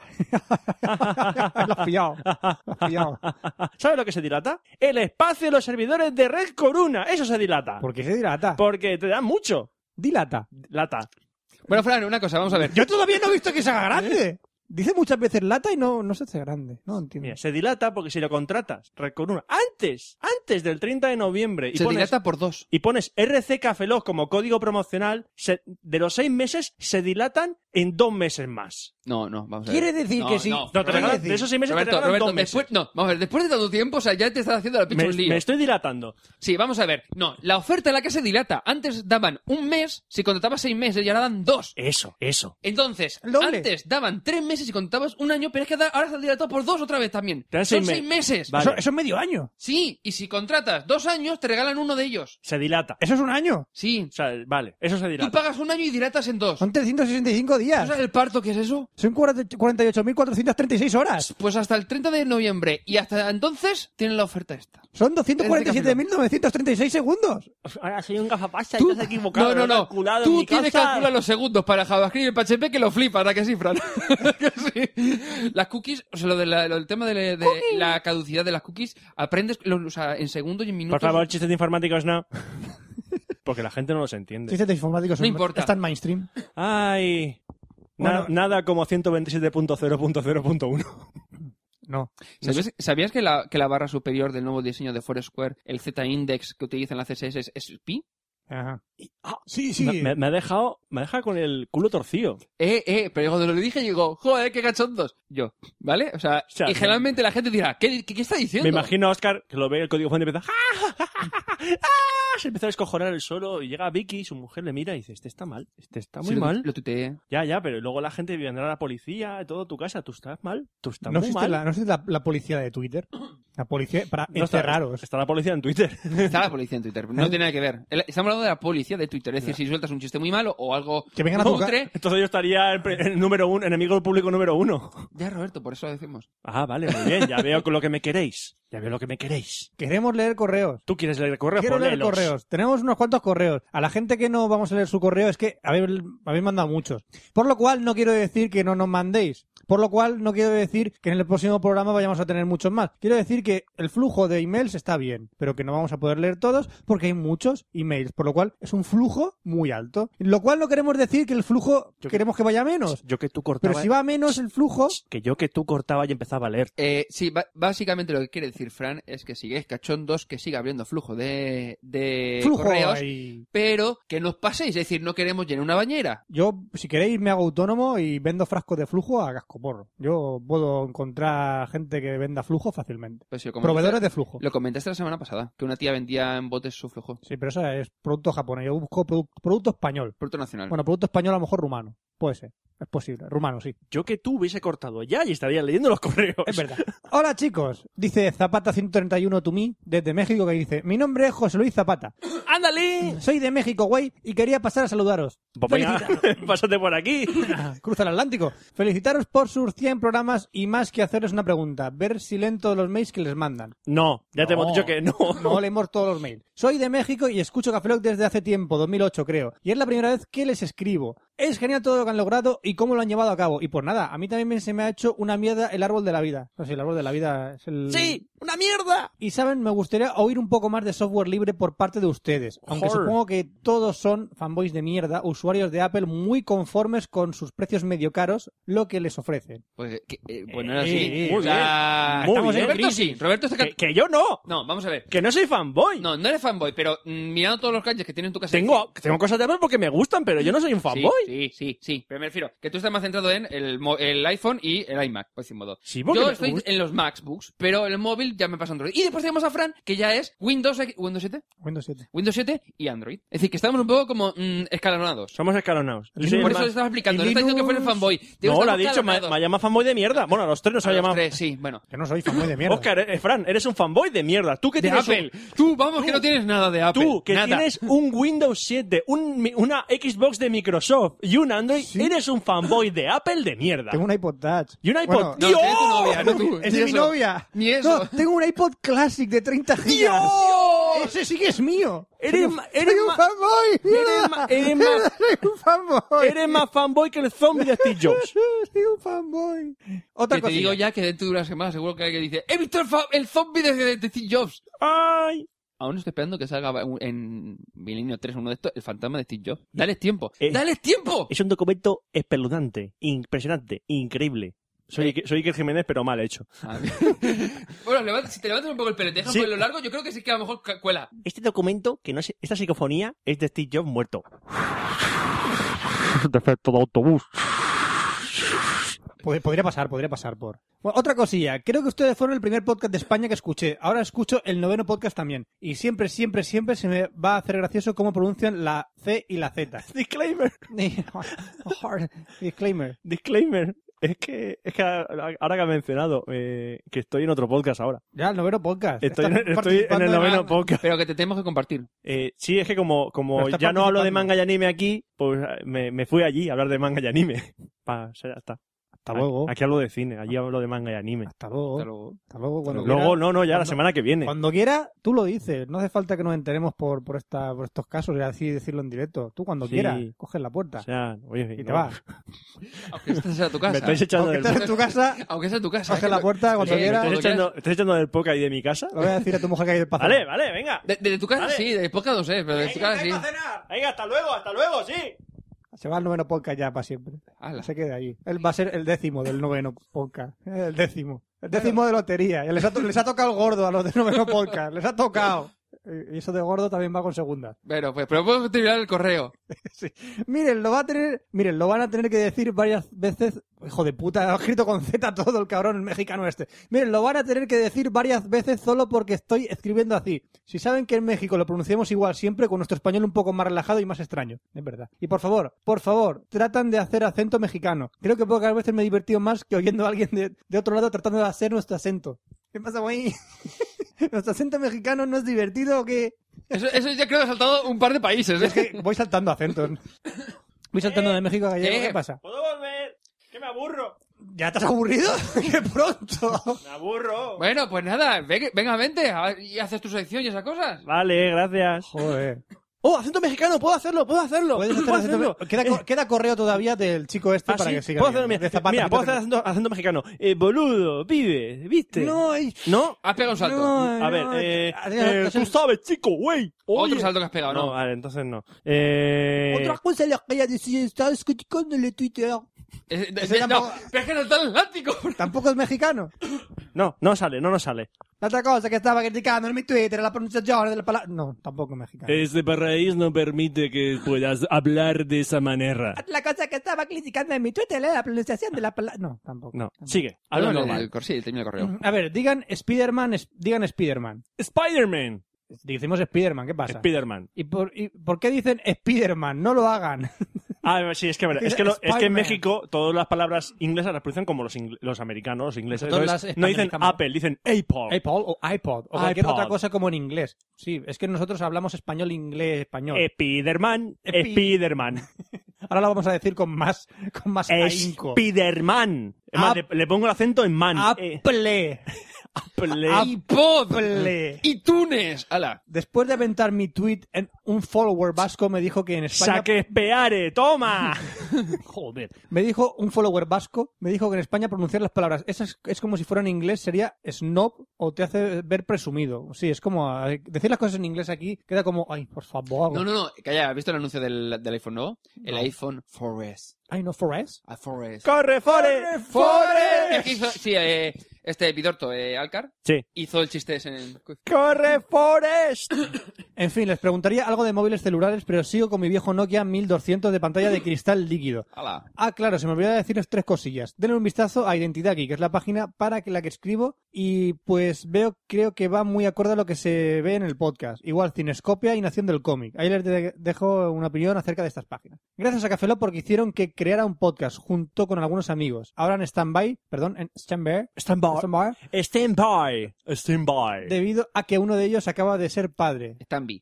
[SPEAKER 5] lo has pillado. Lo has pillado.
[SPEAKER 4] ¿Sabes lo que se dilata? El espacio de los servidores de Red Corona. Eso se dilata.
[SPEAKER 5] ¿Por qué se dilata?
[SPEAKER 4] Porque te dan mucho.
[SPEAKER 5] Dilata.
[SPEAKER 4] Lata.
[SPEAKER 6] Bueno, Fran, una cosa, vamos a ver.
[SPEAKER 5] Yo todavía no he visto que se haga grande. Dice muchas veces lata y no, no se hace grande. No entiendo.
[SPEAKER 4] Mira, se dilata porque si lo contratas, Red Corona, antes, antes del 30 de noviembre. Y
[SPEAKER 6] se
[SPEAKER 4] pones-
[SPEAKER 6] dilata por dos.
[SPEAKER 4] y pones RC Cafelog como código promocional, se- de los seis meses se dilatan en dos meses más.
[SPEAKER 6] No, no, vamos a ver.
[SPEAKER 5] Quiere decir
[SPEAKER 6] No,
[SPEAKER 5] que sí.
[SPEAKER 6] no,
[SPEAKER 4] No, te
[SPEAKER 6] Roberto,
[SPEAKER 4] regalan- de esos seis meses te
[SPEAKER 6] Roberto,
[SPEAKER 4] regalan
[SPEAKER 6] Roberto,
[SPEAKER 4] dos meses.
[SPEAKER 6] después, no, vamos a ver, después de tanto tiempo, o sea, ya te estás haciendo la pinche
[SPEAKER 4] me,
[SPEAKER 6] un lío.
[SPEAKER 4] me estoy dilatando.
[SPEAKER 6] Sí, vamos a ver. No, la oferta en la que se dilata. Antes daban un mes si contratabas seis meses y ahora dan dos.
[SPEAKER 4] Eso, eso.
[SPEAKER 6] Entonces,
[SPEAKER 5] El doble.
[SPEAKER 6] antes daban tres meses y contabas un año, pero es que da- ahora se ha dilatado por dos otra vez también.
[SPEAKER 4] Te dan
[SPEAKER 6] Son
[SPEAKER 4] seis
[SPEAKER 6] seis
[SPEAKER 4] me-
[SPEAKER 6] meses.
[SPEAKER 4] Vale.
[SPEAKER 5] Eso, eso es medio año.
[SPEAKER 6] Sí, y si contratas dos años, te regalan uno de ellos.
[SPEAKER 4] Se dilata.
[SPEAKER 5] Eso es un año.
[SPEAKER 6] Sí.
[SPEAKER 4] O sea, vale, eso se
[SPEAKER 6] Tú
[SPEAKER 4] dilata.
[SPEAKER 6] pagas un año y dilatas en dos.
[SPEAKER 5] Son 365 días.
[SPEAKER 6] ¿Tú sabes el parto que es eso?
[SPEAKER 5] Son 40 48.436 horas.
[SPEAKER 6] Pues hasta el 30 de noviembre y hasta entonces tienen la oferta esta.
[SPEAKER 5] Son 247.936 segundos.
[SPEAKER 4] Ahora soy un gafapacha
[SPEAKER 6] Tú-
[SPEAKER 4] estás
[SPEAKER 6] No, no, no. Tú tienes que calcular los segundos para JavaScript y PHP que lo flipas, ¿verdad que sí, Fran? [laughs] Que sí. Las cookies, o sea, lo, de la- lo del tema de, la- de la caducidad de las cookies, aprendes lo- o sea, en segundos y en
[SPEAKER 4] Por
[SPEAKER 6] minutos.
[SPEAKER 4] favor, chistes de informáticos no. [laughs] Porque la gente no los entiende.
[SPEAKER 5] Chistes de informáticos
[SPEAKER 6] No
[SPEAKER 5] son-
[SPEAKER 6] importa.
[SPEAKER 5] están mainstream.
[SPEAKER 4] Ay. na-
[SPEAKER 5] Bueno.
[SPEAKER 4] nada como 127.0.0.1.
[SPEAKER 5] No.
[SPEAKER 6] ¿Sabías, sabías que, la, que la barra superior del nuevo diseño de Foursquare, el Z-index que utilizan las CSS, es pi?
[SPEAKER 5] Ajá. ah, sí, sí.
[SPEAKER 4] Me, me ha dejado, me ha dejado con el culo torcido.
[SPEAKER 6] Eh, eh, pero cuando lo dije, digo, joder, qué cachondos. Yo, ¿vale? O sea,
[SPEAKER 4] sea,
[SPEAKER 6] y generalmente la gente dirá, ¿qué, qué, qué está diciendo?
[SPEAKER 4] Me imagino a Oscar que lo ve el código fuente y empieza. ¡Ah! Se empieza a descojonar el solo y llega Vicky, su mujer le mira y dice: Este está mal, este está
[SPEAKER 6] Sí,
[SPEAKER 4] muy
[SPEAKER 6] lo-
[SPEAKER 4] mal.
[SPEAKER 6] Lo tuiteé.
[SPEAKER 4] Ya, ya, pero luego la gente vendrá a la policía, todo tu casa, tú estás mal, tú estás
[SPEAKER 5] No
[SPEAKER 4] muy
[SPEAKER 5] existe,
[SPEAKER 4] mal.
[SPEAKER 5] la, no existe la, la policía de Twitter. La policía para
[SPEAKER 4] No está-
[SPEAKER 5] encerraros.
[SPEAKER 4] Está la policía en Twitter.
[SPEAKER 6] Está la policía en Twitter. No tiene nada que ver. El- Estamos hablando lado de la policía de Twitter. Es decir, si sueltas un chiste muy malo o algo
[SPEAKER 5] Que vengan a tu ca-
[SPEAKER 6] cutre-
[SPEAKER 4] Entonces yo estaría en, pre- en número uno, enemigo público número uno.
[SPEAKER 6] Ya, Roberto, por eso lo decimos.
[SPEAKER 4] Ah, vale, muy bien. Ya veo con lo que me queréis. Ya veo lo que me queréis.
[SPEAKER 5] Queremos leer correos.
[SPEAKER 4] Tú quieres leer correos, pues
[SPEAKER 5] Quiero leer
[SPEAKER 4] ponelos.
[SPEAKER 5] correos. Tenemos unos cuantos correos. A la gente que no vamos a leer su correo es que habéis, habéis mandado muchos. Por lo cual no quiero decir que no nos mandéis. Por lo cual no quiero decir que en el próximo programa vayamos a tener muchos más. Quiero decir que el flujo de emails está bien, pero que no vamos a poder leer todos porque hay muchos emails. Por lo cual es un flujo muy alto. Lo cual no queremos decir que el flujo
[SPEAKER 4] Yo-
[SPEAKER 5] queremos que vaya a menos.
[SPEAKER 4] Yo que tú
[SPEAKER 5] Pero
[SPEAKER 4] cortaba.
[SPEAKER 5] si va a menos el flujo,
[SPEAKER 4] Que yo que tú cortaba y empezaba a leer.
[SPEAKER 6] Eh, sí, ba- básicamente lo que quiere decir Fran es que sigáis cachondos, que siga abriendo flujo de, de
[SPEAKER 5] flujo.
[SPEAKER 6] correos,
[SPEAKER 5] ahí.
[SPEAKER 6] pero que nos paséis. Es decir, no queremos llenar una bañera.
[SPEAKER 5] Yo, si queréis, me hago autónomo y vendo frascos de flujo a cascoporro. Yo puedo encontrar gente que venda flujo fácilmente.
[SPEAKER 6] Pues sí, como
[SPEAKER 5] Proveedores de flujo.
[SPEAKER 6] Lo comentaste la semana pasada, que una tía vendía en botes su flujo.
[SPEAKER 5] Sí, pero eso es producto japonés. Yo busco produ- producto español.
[SPEAKER 6] Producto nacional.
[SPEAKER 5] Bueno, producto español a lo mejor rumano. Puede ser. Es posible. Rumano, sí.
[SPEAKER 4] Yo que tú hubiese cortado ya y estaría leyendo los correos.
[SPEAKER 5] Es verdad. Hola chicos, dice Zapata131 to me desde México que dice, mi nombre es José Luis Zapata.
[SPEAKER 4] ¡Ándale!
[SPEAKER 5] Soy de México, güey, y quería pasar a saludaros.
[SPEAKER 4] Pues venga, [laughs] pásate por aquí.
[SPEAKER 5] [clears throat] Cruza el Atlántico. Felicitaros por sus 100 programas y más que hacerles una pregunta. Ver si leen todos los mails que les mandan.
[SPEAKER 4] No, ya te
[SPEAKER 5] No.
[SPEAKER 4] hemos dicho que no.
[SPEAKER 5] No leemos todos los mails. Soy de México y escucho Café Lock desde hace tiempo, 2008 creo. Y es la primera vez que les escribo. Es genial todo lo que han logrado y cómo lo han llevado a cabo. Y por nada, a mí también me- se me ha hecho una mierda el árbol de la vida. No sé, el árbol de la vida es el...
[SPEAKER 4] ¡Sí! ¡Una mierda!
[SPEAKER 5] Y saben, me gustaría oír un poco más de software libre por parte de ustedes. Aunque
[SPEAKER 4] Joder.
[SPEAKER 5] supongo que todos son fanboys de mierda, usuarios de Apple muy conformes con sus precios medio caros, lo que les ofrecen.
[SPEAKER 6] Pues, que- eh, bueno, ahora
[SPEAKER 4] Eh,
[SPEAKER 6] sí.
[SPEAKER 4] eh, muy
[SPEAKER 6] O sea,
[SPEAKER 4] bien. Muy
[SPEAKER 6] estamos-
[SPEAKER 4] bien.
[SPEAKER 6] Roberto sí. Roberto está... ca-
[SPEAKER 4] Que, que yo no.
[SPEAKER 6] No, vamos a ver.
[SPEAKER 4] Que no soy fanboy.
[SPEAKER 6] No, no eres fanboy, pero mm, mirando todos los gadgets que tiene en tu casa...
[SPEAKER 4] Tengo, tengo cosas de Apple porque me gustan, pero yo no soy un
[SPEAKER 6] Sí,
[SPEAKER 4] fanboy.
[SPEAKER 6] Sí, sí, sí. Pero me refiero que tú estás más centrado en el, mo- el iPhone y el iMac, por decir modo.
[SPEAKER 4] Sí, porque
[SPEAKER 6] Yo
[SPEAKER 4] me
[SPEAKER 6] estoy
[SPEAKER 4] gusta.
[SPEAKER 6] en los MacBooks, pero el móvil ya me pasa Android. Y después tenemos a Fran, que ya es Windows, X- Windows 7,
[SPEAKER 5] Windows 7.
[SPEAKER 6] Windows 7 y Android. Es decir, que estamos un poco como mm, escalonados.
[SPEAKER 4] Somos escalonados. Yo
[SPEAKER 5] Y
[SPEAKER 4] soy el
[SPEAKER 6] Por eso
[SPEAKER 4] más-
[SPEAKER 6] te estaba explicando.
[SPEAKER 5] y
[SPEAKER 6] No estás diciendo que
[SPEAKER 5] Linux-
[SPEAKER 6] fueres fanboy. Te
[SPEAKER 4] No,
[SPEAKER 6] gustan
[SPEAKER 4] lo ha
[SPEAKER 6] los
[SPEAKER 4] dicho, me,
[SPEAKER 6] escalonados.
[SPEAKER 4] me ha llamado fanboy de mierda. Bueno, a los tres nos
[SPEAKER 6] A
[SPEAKER 4] ha
[SPEAKER 6] los
[SPEAKER 4] llamado.
[SPEAKER 6] tres, sí, bueno.
[SPEAKER 5] Que no soy fanboy de mierda.
[SPEAKER 4] Oscar, eh, Fran, eres un fanboy de mierda. Tú que
[SPEAKER 6] De
[SPEAKER 4] tienes un-
[SPEAKER 6] Apple. Tú, vamos, que no tienes nada de Apple.
[SPEAKER 4] Tú, que
[SPEAKER 6] nada.
[SPEAKER 4] tienes un Windows 7, un mi- una Xbox de Microsoft y un Android, eres un fanboy de Apple de mierda.
[SPEAKER 5] Tengo un iPod Touch.
[SPEAKER 4] Y un iPod.
[SPEAKER 5] Bueno,
[SPEAKER 6] No,
[SPEAKER 4] ¡Dios!
[SPEAKER 6] tienes tu novia, no tú.
[SPEAKER 5] Es
[SPEAKER 6] Ni
[SPEAKER 5] de mi
[SPEAKER 6] eso.
[SPEAKER 5] novia.
[SPEAKER 6] Ni eso.
[SPEAKER 5] No, tengo un iPod Classic de 30 gigas. Ese sí que es mío.
[SPEAKER 4] Eres
[SPEAKER 5] Soy un-
[SPEAKER 4] ma- eres
[SPEAKER 5] soy un
[SPEAKER 4] ma-
[SPEAKER 5] fanboy.
[SPEAKER 4] eres ma- eres ma-
[SPEAKER 5] [laughs] Soy un fanboy.
[SPEAKER 4] Eres más fanboy que el zombie de Steve Jobs.
[SPEAKER 5] [laughs] Soy un fanboy. Otra
[SPEAKER 6] Que te
[SPEAKER 5] cosa.
[SPEAKER 6] digo ya que dentro de una semana seguro que alguien dice ¡He visto el, fa- el zombie de, de- de Steve Jobs!
[SPEAKER 4] Ay.
[SPEAKER 6] Aún estoy esperando que salga un- en Milenio 3 uno de estos, el fantasma de Steve Jobs. ¡Dales tiempo!
[SPEAKER 4] Eh.
[SPEAKER 6] ¡Dales tiempo!
[SPEAKER 4] Es un documento espeluznante, impresionante, increíble. Soy, Iker- soy Iker Jiménez, pero mal hecho.
[SPEAKER 6] A ver. bueno, levanta- si te levantas un poco el pelo y te dejas
[SPEAKER 4] Sí.
[SPEAKER 6] por lo largo, yo creo que sí que a lo mejor ca- cuela.
[SPEAKER 4] Este documento, que no es, esta psicofonía, es de Steve Jobs muerto.
[SPEAKER 5] Pod- Pues Podría pasar, podría pasar por. Bueno, otra cosilla. Creo que ustedes fueron el primer podcast de España que escuché. Ahora escucho el noveno podcast también. Y siempre, siempre, siempre se me va a hacer gracioso cómo pronuncian la C y
[SPEAKER 4] [laughs]
[SPEAKER 5] la Z. [laughs]
[SPEAKER 4] Disclaimer,
[SPEAKER 5] Disclaimer.
[SPEAKER 4] disclaimer. Es que, es que ahora que ha mencionado eh, que estoy en otro podcast ahora.
[SPEAKER 5] Ya, el noveno podcast.
[SPEAKER 4] Estoy,
[SPEAKER 5] Estás
[SPEAKER 4] en- estoy en
[SPEAKER 5] participando
[SPEAKER 4] el
[SPEAKER 5] en-
[SPEAKER 4] noveno podcast.
[SPEAKER 6] Pero que te tenemos que compartir.
[SPEAKER 4] Eh, sí, es que como,
[SPEAKER 5] Pero
[SPEAKER 4] como
[SPEAKER 5] estás
[SPEAKER 4] ya no hablo de
[SPEAKER 5] participando.
[SPEAKER 4] manga y anime aquí, pues eh, me, me fui allí a hablar de manga y anime. [laughs] Pa, o sea, ya está.
[SPEAKER 5] Hasta luego.
[SPEAKER 4] Aquí hablo de cine, allí hablo de manga y anime.
[SPEAKER 5] Hasta luego.
[SPEAKER 6] Hasta luego.
[SPEAKER 5] Hasta luego. Cuando
[SPEAKER 4] Luego,
[SPEAKER 5] quiera,
[SPEAKER 4] no, no, ya la
[SPEAKER 5] cuando-
[SPEAKER 4] semana que viene.
[SPEAKER 5] Cuando quiera, tú lo dices. No hace falta que nos enteremos por, por, esta, por estos casos y así decirlo en directo. Tú cuando
[SPEAKER 4] Sí.
[SPEAKER 5] quieras, coges la puerta
[SPEAKER 4] O sea, oye,
[SPEAKER 5] y
[SPEAKER 4] no. [laughs]
[SPEAKER 5] te vas.
[SPEAKER 6] Aunque esta sea tu
[SPEAKER 4] Me
[SPEAKER 6] casa.
[SPEAKER 4] estáis echando
[SPEAKER 5] Aunque
[SPEAKER 4] del
[SPEAKER 5] estés en tu
[SPEAKER 4] [laughs]
[SPEAKER 5] casa,
[SPEAKER 6] Aunque sea tu casa.
[SPEAKER 5] coges
[SPEAKER 6] ¿eh?
[SPEAKER 5] la puerta cuando
[SPEAKER 6] Sí,
[SPEAKER 5] quieras.
[SPEAKER 4] ¿Me
[SPEAKER 6] todo.
[SPEAKER 4] estáis echando, me estáis echando del podcast y de mi casa?
[SPEAKER 5] Lo voy a decir a tu mujer que hay el pasado.
[SPEAKER 4] Vale, vale, venga.
[SPEAKER 6] De, de tu casa
[SPEAKER 4] Vale.
[SPEAKER 6] sí, de poca no sé, pero de tu casa sí.
[SPEAKER 4] cenar. Venga, hasta luego, hasta luego, sí.
[SPEAKER 5] Se va al noveno podcast ya para siempre.
[SPEAKER 6] Ala.
[SPEAKER 5] Se queda allí. Él va a ser el décimo del noveno podcast. El décimo. El décimo de lotería. Les ha, to- les ha tocado el gordo a los del noveno podcast. Les ha tocado. Y eso de gordo también va con segunda.
[SPEAKER 6] Bueno, pues, pero podemos terminar el correo.
[SPEAKER 5] Miren, lo va a tener, miren, lo van a tener que decir varias veces. Hijo de puta, ha escrito con Z todo el cabrón el mexicano este. Miren, lo van a tener que decir varias veces solo porque estoy escribiendo así. Si saben que en México lo pronunciamos igual siempre con nuestro español un poco más relajado y más extraño, es verdad. Y por favor, por favor, tratan de hacer acento mexicano. Creo que pocas veces me he divertido más que oyendo a alguien de, de otro lado tratando de hacer nuestro acento. ¿Qué pasa, güey? [laughs] ¿Nuestro acento mexicano no es divertido o qué?
[SPEAKER 6] Eso, eso ya creo que ha saltado un par de países. ¿eh?
[SPEAKER 5] Es que voy saltando acentos. Voy saltando de México a Gallego.
[SPEAKER 6] Eh.
[SPEAKER 5] ¿Qué pasa?
[SPEAKER 4] ¿Puedo volver? ¡Que me aburro!
[SPEAKER 5] ¿Ya te has aburrido? [laughs] ¡Qué
[SPEAKER 4] [laughs]
[SPEAKER 5] pronto!
[SPEAKER 4] ¡Me aburro!
[SPEAKER 6] Bueno, pues nada, ve- venga, vente a- y haces tu sección y esas cosas.
[SPEAKER 4] Vale, gracias.
[SPEAKER 5] Joder.
[SPEAKER 4] ¡Oh, acento mexicano! ¡Puedo hacerlo! ¡Puedo hacerlo!
[SPEAKER 5] Puedes hacer
[SPEAKER 4] ¡Puedo
[SPEAKER 5] acento-
[SPEAKER 4] hacerlo!
[SPEAKER 5] Queda, co-
[SPEAKER 4] Eh,
[SPEAKER 5] queda correo todavía del chico este
[SPEAKER 4] ah,
[SPEAKER 5] para
[SPEAKER 4] sí,
[SPEAKER 5] que siga.
[SPEAKER 4] puedo
[SPEAKER 5] bien.
[SPEAKER 4] hacer, mira,
[SPEAKER 5] De Zapata,
[SPEAKER 4] mira,
[SPEAKER 5] que
[SPEAKER 4] puedo
[SPEAKER 5] te-
[SPEAKER 4] hacer acento, acento mexicano. Eh, boludo, vive, ¿viste?
[SPEAKER 5] No, ay,
[SPEAKER 4] ¿No?
[SPEAKER 6] Has pegado un salto.
[SPEAKER 5] no,
[SPEAKER 4] A ver,
[SPEAKER 5] no,
[SPEAKER 4] eh,
[SPEAKER 5] has-
[SPEAKER 4] eh,
[SPEAKER 5] has-
[SPEAKER 4] tú sabes, chico, güey.
[SPEAKER 6] Otro
[SPEAKER 4] Oye.
[SPEAKER 6] salto que has pegado,
[SPEAKER 4] No,
[SPEAKER 6] ¿no?
[SPEAKER 4] vale, entonces no. Eh,
[SPEAKER 5] Otra cosa es la que ella decía, estás criticándole Twitter.
[SPEAKER 6] Es- de-
[SPEAKER 5] Ese
[SPEAKER 6] de-
[SPEAKER 5] tampoco-
[SPEAKER 6] eh, no, pero es que no está el Atlántico.
[SPEAKER 5] Tampoco es mexicano.
[SPEAKER 4] No, no sale, no nos sale.
[SPEAKER 5] La otra cosa que estaba criticando en mi Twitter, la pronunciación de la palabra. No, tampoco es mexicano.
[SPEAKER 4] Este país no permite que puedas hablar de esa manera.
[SPEAKER 5] La cosa que estaba criticando en mi Twitter era la pronunciación de la palabra. No, tampoco.
[SPEAKER 4] Ah, No, sigue, habla
[SPEAKER 6] Bueno,
[SPEAKER 4] normal.
[SPEAKER 6] el cor- sí, termina el correo.
[SPEAKER 5] A ver, digan Spiderman, es- digan Spiderman.
[SPEAKER 4] Spider-Man.
[SPEAKER 5] Decimos Spiderman, ¿qué pasa?
[SPEAKER 4] Spider-Man.
[SPEAKER 5] ¿Y, por, y por qué dicen Spiderman? No lo hagan.
[SPEAKER 4] [laughs] Ah, sí, es que, verdad, es, que lo- es que en
[SPEAKER 5] Spider-Man.
[SPEAKER 4] México todas las palabras inglesas las pronuncian como los, ingl- los americanos, los ingleses.
[SPEAKER 5] Nosotros
[SPEAKER 4] Entonces,
[SPEAKER 5] las
[SPEAKER 4] no dicen
[SPEAKER 5] españolizamos.
[SPEAKER 4] Apple, dicen Apple.
[SPEAKER 5] [laughs] iPod o iPod o cualquier
[SPEAKER 4] iPod.
[SPEAKER 5] otra cosa como en inglés. Sí, es que nosotros hablamos español, inglés, español.
[SPEAKER 6] Eh.
[SPEAKER 4] Spiderman,
[SPEAKER 5] Epi- [laughs]
[SPEAKER 4] Spiderman,
[SPEAKER 5] Ahora lo vamos a decir con más, con más ahínco.
[SPEAKER 6] Eh.
[SPEAKER 4] Spiderman. Es más,
[SPEAKER 5] Ap-
[SPEAKER 4] le, le pongo el acento en man. Eh,
[SPEAKER 5] Apple.
[SPEAKER 4] Apple.
[SPEAKER 5] Ah,
[SPEAKER 6] iPod.
[SPEAKER 5] Apple.
[SPEAKER 6] iTunes. Ala.
[SPEAKER 5] Después de aventar mi tweet, en- un follower vasco me dijo que en España
[SPEAKER 4] Saquespeare, toma.
[SPEAKER 5] [laughs]
[SPEAKER 4] Joder.
[SPEAKER 5] Me dijo un follower vasco, me dijo que en España pronunciar las palabras, esas es, como si fuera en inglés, sería snob o te hace ver presumido. Sí, es como a- decir las cosas en inglés aquí queda como, ay, por favor.
[SPEAKER 6] No, no, no. Calla, ¿has visto el anuncio del, del iPhone nuevo? El iPhone 4S.
[SPEAKER 5] Ay, no for us.
[SPEAKER 6] A 4S.
[SPEAKER 4] Corre, Fore.
[SPEAKER 6] Es que hizo- sí, eh, este Vidorto, eh, Alcar,
[SPEAKER 4] Sí.
[SPEAKER 6] hizo el chiste ese en el...
[SPEAKER 4] Corre, Forest.
[SPEAKER 5] [coughs] En fin, les preguntaría algo de móviles celulares, pero sigo con mi viejo Nokia 1200 de pantalla de cristal líquido.
[SPEAKER 6] Ala.
[SPEAKER 5] Ah, claro, se me olvidó decirles tres cosillas. Denle un vistazo a Identidad aquí, que es la página para que- la que escribo y pues veo, creo que va muy acorde a lo que se ve en el podcast. Igual, Cinescopia y Nación del Cómic. Ahí les de- dejo una opinión acerca de estas páginas. Gracias a Cafeló porque hicieron que creara un podcast junto con algunos amigos. Ahora en stand-by, perdón, en stand-by,
[SPEAKER 4] Stand
[SPEAKER 5] stand-by,
[SPEAKER 4] Stand by. Stand by.
[SPEAKER 5] debido a que uno de ellos acaba de ser padre.
[SPEAKER 6] Está en B.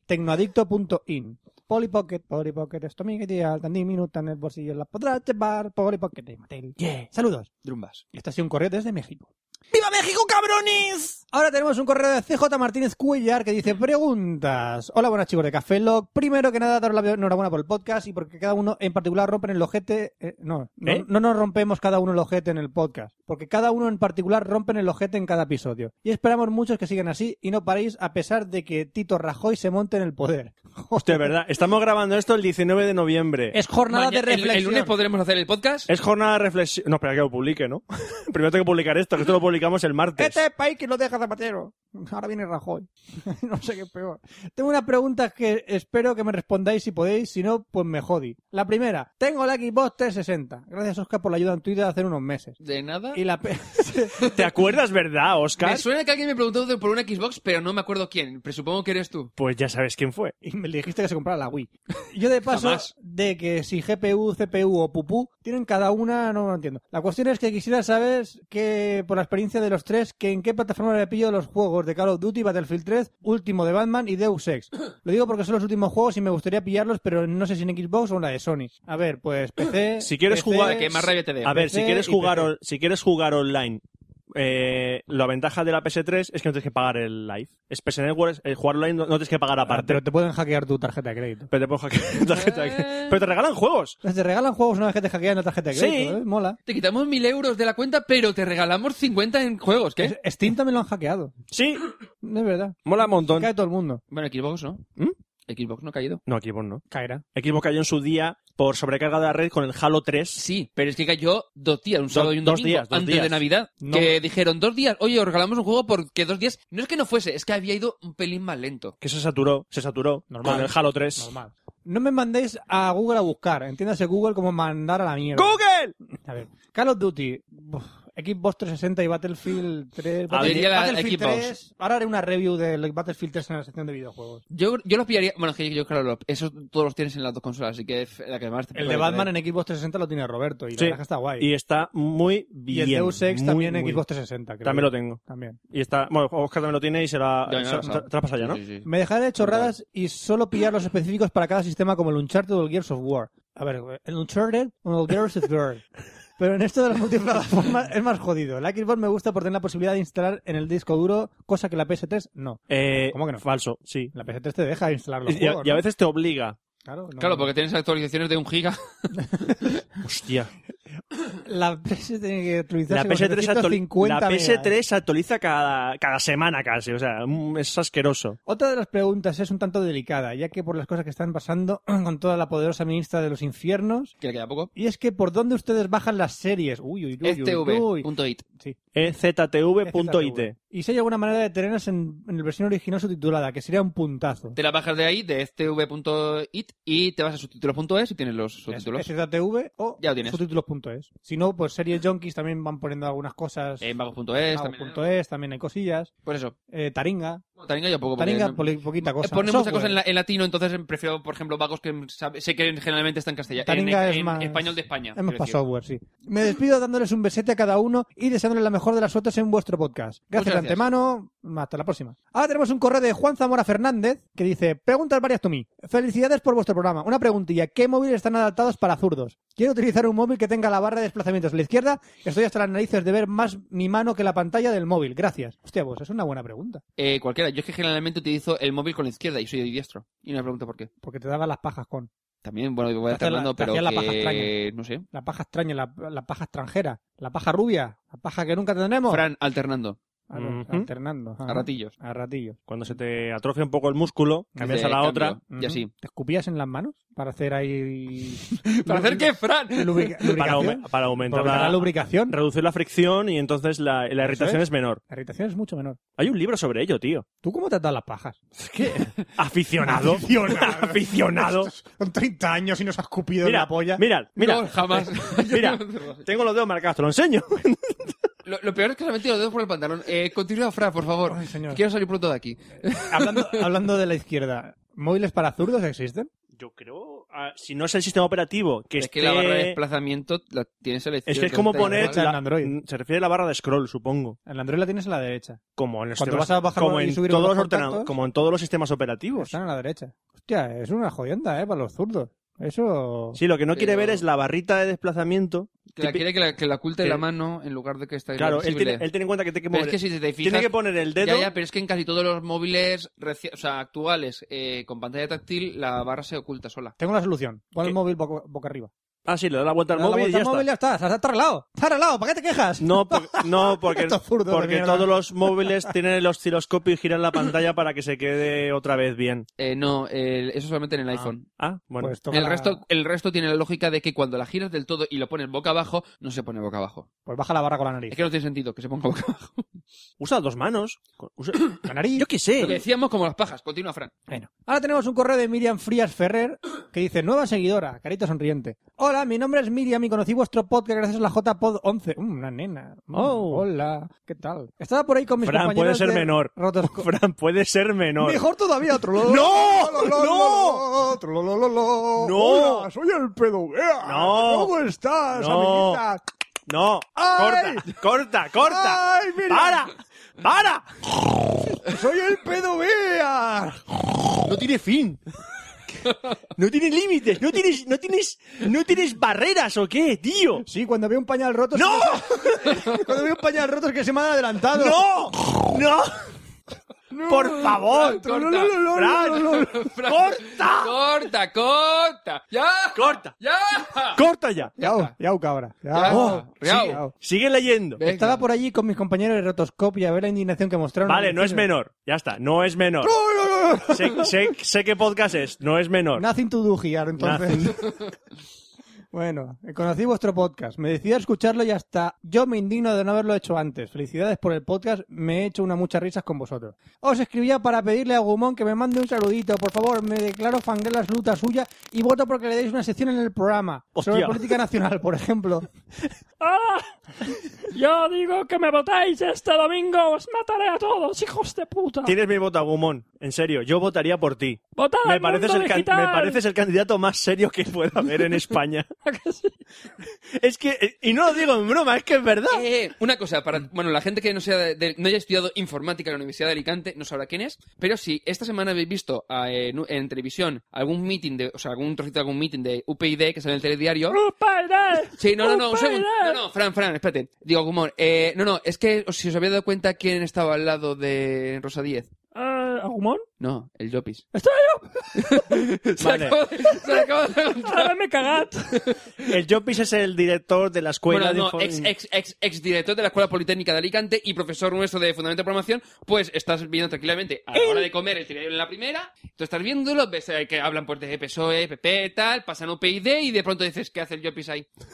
[SPEAKER 5] Tecnoadicto.in Polipocket, Polipocket, esto mi que te alta diminuta en el bolsillo, la podrás llevar, Polipocket de Mattel. Yeah. Saludos.
[SPEAKER 6] Drumbas.
[SPEAKER 5] Este ha sido un correo desde México. ¡Viva México, cabrones! Ahora tenemos un correo de CJ Martínez Cuellar que dice preguntas. Hola, buenas chicos de Café Lock. Primero que nada, daros la enhorabuena por el podcast y porque cada uno en particular rompen el ojete... eh, no, no,
[SPEAKER 4] ¿Eh?
[SPEAKER 5] no nos rompemos cada uno el ojete en el podcast. Porque cada uno en particular rompen el ojete en cada episodio. Y esperamos muchos que sigan así y no paréis a pesar de que Tito Rajoy se monte en el poder.
[SPEAKER 4] Hostia, verdad. Estamos grabando esto el 19 de noviembre.
[SPEAKER 5] [laughs] Es jornada de
[SPEAKER 6] Maña- el,
[SPEAKER 5] reflexión.
[SPEAKER 6] el lunes podremos hacer el podcast.
[SPEAKER 4] Es jornada de reflexión. No, espera que lo publique, ¿no? [laughs] Primero tengo que publicar esto, que esto lo publicamos el martes.
[SPEAKER 5] Este es el país que no deja Zapatero. [laughs] Ahora viene Rajoy. [laughs] no sé qué es peor. Tengo unas preguntas que espero que me respondáis si podéis. Si no, pues me jodí. La primera. Tengo la Xbox 360. Gracias, Oscar, por la ayuda en Twitter hace unos meses.
[SPEAKER 6] De nada.
[SPEAKER 5] Y la... pe- [laughs]
[SPEAKER 4] ¿Te acuerdas, verdad, Oscar?
[SPEAKER 6] Me suena que alguien me preguntó de- por una Xbox, pero no me acuerdo quién. Presupongo que eres tú.
[SPEAKER 4] Pues ya sabes quién fue.
[SPEAKER 5] y me dijiste que se comprara la Wii. Yo
[SPEAKER 4] [laughs]
[SPEAKER 5] de paso
[SPEAKER 6] Jamás.
[SPEAKER 5] de que si GPU, CPU o Pupú tienen cada una, no lo entiendo. La cuestión es que quisiera saber que por la experiencia de los tres, que en qué plataforma me pillo los juegos de Call of Duty, Battlefield 3, último de Batman y
[SPEAKER 4] [clears throat]
[SPEAKER 5] Deus Ex. Lo digo porque son los últimos juegos y me gustaría pillarlos, pero no sé si en Xbox o en la de Sony. A ver,
[SPEAKER 4] [clears throat]
[SPEAKER 5] pues PC.
[SPEAKER 4] Si quieres
[SPEAKER 5] PC,
[SPEAKER 4] jugar-
[SPEAKER 6] Para que más rabia te dé.
[SPEAKER 4] A ver, si
[SPEAKER 5] PC
[SPEAKER 4] quieres
[SPEAKER 5] y
[SPEAKER 4] jugar,
[SPEAKER 5] PC.
[SPEAKER 4] on- si quieres jugar online, eh, la ventaja de la PS3 es que no tienes que pagar el live. Es PS Network, el jugar online no, no tienes que pagar
[SPEAKER 5] Ah,
[SPEAKER 4] aparte.
[SPEAKER 5] Pero te pueden hackear tu tarjeta de crédito. Pues,
[SPEAKER 4] Pero te puedo hackear la [laughs] tarjeta de- Pero te regalan juegos.
[SPEAKER 5] Te regalan juegos una vez que te hackean la tarjeta de
[SPEAKER 4] Sí.
[SPEAKER 5] crédito. ¿eh? Mola.
[SPEAKER 6] Te quitamos mil euros de la cuenta, pero te regalamos 50 en juegos. ¿Qué?
[SPEAKER 5] Steam también lo han hackeado.
[SPEAKER 4] Sí,
[SPEAKER 5] Es verdad.
[SPEAKER 4] mola un montón.
[SPEAKER 5] Cae todo el mundo.
[SPEAKER 6] Bueno, Xbox no.
[SPEAKER 4] ¿Mm?
[SPEAKER 6] Xbox no ha caído.
[SPEAKER 4] No, Xbox no.
[SPEAKER 5] Caerá.
[SPEAKER 4] Xbox cayó en su día por sobrecarga de la red con el Halo 3.
[SPEAKER 6] Sí, pero es que cayó dos días, un sábado y un
[SPEAKER 4] dos
[SPEAKER 6] domingo,
[SPEAKER 4] días, dos
[SPEAKER 6] antes de
[SPEAKER 4] días.
[SPEAKER 6] Navidad,
[SPEAKER 5] No.
[SPEAKER 6] que dijeron dos días, oye, os regalamos un juego porque dos días, no es que no fuese, es que había ido un pelín más lento.
[SPEAKER 4] Que se saturó, se saturó
[SPEAKER 5] Normal.
[SPEAKER 4] con el Halo 3.
[SPEAKER 5] Normal. No me mandéis a Google a buscar. Entiéndase Google como mandar a la mierda.
[SPEAKER 4] ¡Google!
[SPEAKER 5] A ver, Call of Duty. Buf, Xbox 360 y Battlefield 3.
[SPEAKER 6] A ver,
[SPEAKER 5] Battlefield,
[SPEAKER 6] ya la
[SPEAKER 5] Battlefield
[SPEAKER 6] Xbox.
[SPEAKER 5] 3. Ahora haré una review del Battlefield 3 en la sección de videojuegos.
[SPEAKER 6] Yo, yo los pillaría. Bueno, es que yo, claro, los- esos todos los tienes en las dos consolas, así que es la que más te
[SPEAKER 5] El de Batman en Xbox 360 lo tiene Roberto y la
[SPEAKER 4] Sí.
[SPEAKER 5] verdad que está guay.
[SPEAKER 4] Y está muy
[SPEAKER 5] Y
[SPEAKER 4] bien.
[SPEAKER 5] el Deus Ex
[SPEAKER 4] muy,
[SPEAKER 5] también en
[SPEAKER 4] muy
[SPEAKER 5] Xbox 360. creo.
[SPEAKER 4] También lo tengo.
[SPEAKER 5] También.
[SPEAKER 4] Y está, bueno, Oscar también lo tiene y será,
[SPEAKER 6] Ya, ya lo he
[SPEAKER 4] será-
[SPEAKER 6] pasado.
[SPEAKER 4] te te lo has pasado ya, ¿no?
[SPEAKER 6] Sí, sí, sí.
[SPEAKER 5] Me dejaré de chorradas y solo pillar los específicos para cada sistema como el Uncharted o el Gears of War. A ver, el Uncharted o el Gears of War. Pero en esto de las multiplataformas es más jodido. La Xbox me gusta por tener la posibilidad de instalar en el disco duro, cosa que la PS3 no.
[SPEAKER 4] Eh,
[SPEAKER 5] ¿Cómo que no?
[SPEAKER 4] Falso, sí.
[SPEAKER 5] La PS3 te deja instalar los
[SPEAKER 4] Y a,
[SPEAKER 5] juegos.
[SPEAKER 4] y a
[SPEAKER 5] ¿no?
[SPEAKER 4] veces te obliga.
[SPEAKER 5] Claro, no-
[SPEAKER 6] Claro, porque tienes actualizaciones de un giga. [laughs]
[SPEAKER 4] Hostia.
[SPEAKER 5] La PS3 tiene que actualizarse
[SPEAKER 4] La
[SPEAKER 5] con
[SPEAKER 4] PS3, actu-
[SPEAKER 5] 750
[SPEAKER 4] la
[SPEAKER 5] megas.
[SPEAKER 4] PS3 se actualiza cada, cada semana casi. O sea, mm, es asqueroso.
[SPEAKER 5] Otra de las preguntas es un tanto delicada, ya que por las cosas que están pasando [clears throat] con toda la poderosa ministra de los infiernos,
[SPEAKER 6] Que le queda poco. Este
[SPEAKER 5] y es que por dónde ustedes bajan las series. Uy, uy, uy, uy, uy.
[SPEAKER 6] STV.it.
[SPEAKER 4] E EZTV.it.
[SPEAKER 5] Y si hay alguna manera de tenerlas en, en la versión original subtitulada, que sería un puntazo.
[SPEAKER 6] Te la bajas de ahí, de stv.it, y te vas a subtítulos.es y tienes los subtítulos.
[SPEAKER 5] SZTV o
[SPEAKER 6] Ya lo tienes.
[SPEAKER 5] subtítulos.es. Si no, pues series junkies también van poniendo algunas cosas.
[SPEAKER 6] En vagos.es
[SPEAKER 5] Mago.es,
[SPEAKER 6] también.
[SPEAKER 5] también, hay cosillas.
[SPEAKER 6] Por eso.
[SPEAKER 5] Eh, taringa.
[SPEAKER 6] Bueno, Taringa yo poco. porque
[SPEAKER 5] Taringa,
[SPEAKER 6] no-
[SPEAKER 5] poli- poquita cosa.
[SPEAKER 6] Pone muchas
[SPEAKER 5] Software.
[SPEAKER 6] cosas en, la- en latino, entonces prefiero, por ejemplo, vagos que sabe- sé que generalmente está en castellano.
[SPEAKER 5] Taringa
[SPEAKER 6] en,
[SPEAKER 5] es
[SPEAKER 6] en
[SPEAKER 5] más-
[SPEAKER 6] español de España.
[SPEAKER 5] Es más
[SPEAKER 6] quiero
[SPEAKER 5] para
[SPEAKER 6] decir.
[SPEAKER 5] software, sí. Me despido dándoles un besete a cada uno y deseándoles la mejor de las suertes en vuestro podcast. Gracias,
[SPEAKER 6] Muchas
[SPEAKER 5] de
[SPEAKER 6] gracias.
[SPEAKER 5] antemano. Hasta la próxima. Ahora tenemos un correo de Juan Zamora Fernández que dice: Preguntas varias to mí. Felicidades por vuestro programa. Una preguntilla: ¿Qué móviles están adaptados para zurdos? Quiero utilizar un móvil que tenga la barra de desplazamientos a la izquierda. Estoy hasta las narices de ver más mi mano que la pantalla del móvil. Gracias. Hostia, vos, es una buena pregunta.
[SPEAKER 6] Eh, cualquiera. Yo es que generalmente utilizo el móvil con la izquierda y soy diestro. Y no me pregunto por qué.
[SPEAKER 5] Porque te daba las pajas con.
[SPEAKER 6] También, bueno,
[SPEAKER 5] Te
[SPEAKER 6] voy a
[SPEAKER 5] hacía
[SPEAKER 6] estar
[SPEAKER 5] la-
[SPEAKER 6] hablando,
[SPEAKER 5] te
[SPEAKER 6] pero
[SPEAKER 5] hacía la paja
[SPEAKER 6] que...
[SPEAKER 5] extraña. [laughs]
[SPEAKER 6] No sé.
[SPEAKER 5] La paja extraña, la, la paja extranjera, la paja rubia, la paja que nunca tendremos.
[SPEAKER 6] Fran alternando.
[SPEAKER 5] A ver,
[SPEAKER 4] Ujú.
[SPEAKER 5] Alternando.
[SPEAKER 6] A
[SPEAKER 5] ajá.
[SPEAKER 6] ratillos.
[SPEAKER 5] A ratillos.
[SPEAKER 4] Cuando se te atrofia un poco el músculo, cambias
[SPEAKER 6] De
[SPEAKER 4] a la
[SPEAKER 6] cambio.
[SPEAKER 4] otra.
[SPEAKER 6] Y así.
[SPEAKER 5] ¿Te escupías en las manos? Para hacer [laughs] ahí.
[SPEAKER 6] ¿Para hacer qué, Fran?
[SPEAKER 5] [laughs] Lubrica-
[SPEAKER 4] Para,
[SPEAKER 5] lubricación.
[SPEAKER 4] aume- para
[SPEAKER 5] Para
[SPEAKER 4] aumentar
[SPEAKER 5] aumentar la
[SPEAKER 4] la,
[SPEAKER 5] lubricación. La
[SPEAKER 4] reducir la fricción y entonces la, la irritación
[SPEAKER 5] es.
[SPEAKER 4] es menor.
[SPEAKER 5] irritación es mucho menor.
[SPEAKER 4] Hay un libro sobre ello, tío.
[SPEAKER 5] ¿Tú cómo te has dado las pajas? [laughs]
[SPEAKER 4] Aficionado.
[SPEAKER 5] Aficionado.
[SPEAKER 4] [laughs] Aficionado.
[SPEAKER 5] Son 30 años y nos has escupido
[SPEAKER 4] Mira, mira, mira.
[SPEAKER 5] [laughs]
[SPEAKER 6] No, jamás.
[SPEAKER 4] Mira. Tengo los dedos marcados, te lo enseño.
[SPEAKER 6] [laughs] Lo, lo peor es que se ha metido los dedos por el pantalón. Eh, continúa, Fran, por favor.
[SPEAKER 5] Ay, señor.
[SPEAKER 6] Quiero salir pronto de aquí.
[SPEAKER 5] Hablando, hablando de la izquierda, ¿móviles para zurdos existen?
[SPEAKER 4] Yo creo, ah, si no es el sistema operativo, que
[SPEAKER 6] Es
[SPEAKER 4] esté-
[SPEAKER 6] que la barra de desplazamiento la tienes a la
[SPEAKER 4] Es
[SPEAKER 6] izquierda.
[SPEAKER 4] que es como
[SPEAKER 6] Está igual.
[SPEAKER 4] poner...
[SPEAKER 5] derecha en Android.
[SPEAKER 4] mm, Se refiere a la barra de scroll, supongo.
[SPEAKER 5] En la Android la tienes a la derecha.
[SPEAKER 4] Como en, los
[SPEAKER 5] Cuando
[SPEAKER 4] sistemas-
[SPEAKER 5] vas a bajar
[SPEAKER 4] como
[SPEAKER 5] y
[SPEAKER 4] en
[SPEAKER 5] subir
[SPEAKER 4] todos
[SPEAKER 5] los
[SPEAKER 4] los ordenadores-
[SPEAKER 5] contactos.
[SPEAKER 4] como en todos los sistemas operativos.
[SPEAKER 5] Están a la derecha. Hostia, es una jodienda, ¿eh? Para los zurdos. Eso.
[SPEAKER 4] Sí, lo que no quiere
[SPEAKER 6] Pero-
[SPEAKER 4] ver es la barrita de desplazamiento.
[SPEAKER 6] Que la quiere que la, que la oculte
[SPEAKER 4] que-
[SPEAKER 6] la mano en lugar de que está
[SPEAKER 4] Claro, él
[SPEAKER 6] visible.
[SPEAKER 4] tiene, él tiene en cuenta que tiene que
[SPEAKER 6] Pero es
[SPEAKER 4] mover,
[SPEAKER 6] que si te fijas...
[SPEAKER 4] tiene que poner el dedo.
[SPEAKER 6] Ya, ya, pero es que en casi todos los móviles reci- o sea, actuales eh, con pantalla táctil la barra se oculta sola.
[SPEAKER 5] Tengo la solución. Pon el
[SPEAKER 4] ¿Qué?
[SPEAKER 5] móvil boca, boca arriba.
[SPEAKER 4] Ah, sí, le da la vuelta al
[SPEAKER 5] Le das la
[SPEAKER 4] móvil
[SPEAKER 5] vuelta
[SPEAKER 4] y ya
[SPEAKER 5] al
[SPEAKER 4] está.
[SPEAKER 5] móvil, ya está. Está arreglado. Está arreglado. ¿Para qué te quejas?
[SPEAKER 4] No, por- no
[SPEAKER 5] [laughs]
[SPEAKER 4] porque,
[SPEAKER 5] Estos zurdos de
[SPEAKER 4] porque
[SPEAKER 5] mierda.
[SPEAKER 4] todos los móviles tienen el osciloscopio y giran la pantalla para que se quede otra vez bien.
[SPEAKER 6] Eh, no, el- eso solamente en el iPhone.
[SPEAKER 4] Ah, bueno.
[SPEAKER 5] Pues toca
[SPEAKER 6] el,
[SPEAKER 5] la-
[SPEAKER 6] resto, el resto tiene la lógica de que cuando la giras del todo y lo pones boca abajo, no se pone boca abajo.
[SPEAKER 5] Pues baja la barra con la nariz.
[SPEAKER 6] Es que no tiene sentido que se ponga boca abajo.
[SPEAKER 4] Usa dos manos. Co-
[SPEAKER 5] [coughs]
[SPEAKER 4] usa-
[SPEAKER 5] La nariz.
[SPEAKER 4] Yo qué
[SPEAKER 6] Lo que
[SPEAKER 4] sé.
[SPEAKER 6] decíamos como las pajas. Continúa, Fran.
[SPEAKER 5] Bueno, [laughs] ahora tenemos un correo de Miriam Frías Ferrer que dice, nueva seguidora, carita sonriente. Hola, mi nombre es Miriam y conocí vuestro podcast gracias a la JPod 11. Mm, una nena. Mm,
[SPEAKER 4] Oh.
[SPEAKER 5] Hola, ¿qué tal? Estaba por ahí con mis
[SPEAKER 4] Fran, puede
[SPEAKER 5] compañeros
[SPEAKER 4] ser
[SPEAKER 5] de
[SPEAKER 4] menor. [laughs]
[SPEAKER 5] Rotosco-
[SPEAKER 4] Fran, puede ser menor.
[SPEAKER 5] Mejor todavía,
[SPEAKER 4] [laughs]
[SPEAKER 5] otro
[SPEAKER 4] ¡No!
[SPEAKER 5] ¡No!
[SPEAKER 4] ¡No!
[SPEAKER 5] ¡Hola, soy el pedoguea!
[SPEAKER 4] ¡No!
[SPEAKER 5] ¿Cómo estás,
[SPEAKER 4] ¡No!
[SPEAKER 5] amiguita?
[SPEAKER 4] No,
[SPEAKER 5] ¡Ay!
[SPEAKER 4] corta, corta, corta.
[SPEAKER 5] ¡Ay, mira!
[SPEAKER 4] ¡Para! ¡Para!
[SPEAKER 5] ¡Soy el E pedoguea!
[SPEAKER 4] No tiene fin. No tiene límites, no tienes, no tienes, no tienes barreras o qué, tío.
[SPEAKER 5] Sí, cuando veo un pañal roto...
[SPEAKER 4] ¡No!
[SPEAKER 5] [laughs] Cuando veo un pañal roto es que se me han adelantado.
[SPEAKER 4] ¡No! ¡No! ¡Por favor!
[SPEAKER 6] Fran, corta.
[SPEAKER 4] ¡Fran!
[SPEAKER 6] Fran,
[SPEAKER 4] ¡Corta!
[SPEAKER 6] [laughs] ¡Corta, corta! ¡Ya!
[SPEAKER 4] ¡Corta!
[SPEAKER 6] ¡Ya!
[SPEAKER 4] ¡Corta ya!
[SPEAKER 5] Yau, yau, cabra. Yau.
[SPEAKER 6] Ya,
[SPEAKER 5] Oh,
[SPEAKER 6] riau.
[SPEAKER 5] yau.
[SPEAKER 4] Sigue leyendo.
[SPEAKER 6] Venga.
[SPEAKER 5] Estaba por allí con mis compañeros de Rotoscopia a ver la indignación que mostraron.
[SPEAKER 4] Vale, no es menor. Ya está, no es menor. Sé, sé, sé qué podcast es, no es menor.
[SPEAKER 5] Nothing to do here, entonces. [laughs] Bueno, conocí vuestro podcast, me decidí a escucharlo y hasta yo me indigno de no haberlo hecho antes. Felicidades por el podcast, me he hecho unas muchas risas con vosotros. Os escribía para pedirle a Gumón que me mande un saludito, por favor, me declaro fanguelas luta suya y voto porque le deis una sección en el programa sobre
[SPEAKER 4] Hostia.
[SPEAKER 5] política nacional,
[SPEAKER 4] [laughs]
[SPEAKER 5] por ejemplo.
[SPEAKER 7] Yo digo que me votáis este domingo, os mataré a todos, hijos de puta.
[SPEAKER 4] Tienes mi voto, Agumon. En serio, yo votaría por ti.
[SPEAKER 7] Votad
[SPEAKER 4] Me
[SPEAKER 7] al
[SPEAKER 4] pareces,
[SPEAKER 7] mundo
[SPEAKER 4] el can-
[SPEAKER 7] Ah, digital.
[SPEAKER 4] me pareces el candidato más serio que pueda haber en España.
[SPEAKER 7] Que sí.
[SPEAKER 4] es que, eh, y no lo digo en broma, es que es verdad.
[SPEAKER 6] Eh, una cosa, para bueno, la gente que no, sea de- de- no haya estudiado informática en la Universidad de Alicante no sabrá quién es, pero si esta semana habéis visto ah, en, en televisión algún meeting, de, o sea, algún trocito de algún meeting de UPyD que sale en el telediario.
[SPEAKER 7] ¡Upairé!
[SPEAKER 6] Sí, no, no, no, un
[SPEAKER 7] ¡Upairé!
[SPEAKER 6] segundo. No, no, Fran, Fran, espérate. Digo, Gumón, eh, no, no, es que si os habéis dado cuenta quién estaba al lado de Rosa Díez.
[SPEAKER 7] Eh, ¿Agumón?
[SPEAKER 6] No, el Jopis.
[SPEAKER 7] ¿Estoy
[SPEAKER 6] [laughs]
[SPEAKER 7] yo?
[SPEAKER 6] Se
[SPEAKER 4] Vale.
[SPEAKER 6] acaba de- se acaba de contar.
[SPEAKER 7] Ahora me cagad.
[SPEAKER 4] El Jopis es el director de la escuela
[SPEAKER 6] Bueno, no,
[SPEAKER 4] de
[SPEAKER 6] ex,
[SPEAKER 4] info-
[SPEAKER 6] ex, ex, ex director de la Escuela Politécnica de Alicante y profesor nuestro de Fundamento de Programación, pues estás viendo tranquilamente a la hora de comer el telediario en la primera, tú estás viéndolo, ves eh, que hablan por de PSOE, PP, E, tal, pasan UPyD y de pronto dices, ¿qué hace el Jopis ahí? [laughs]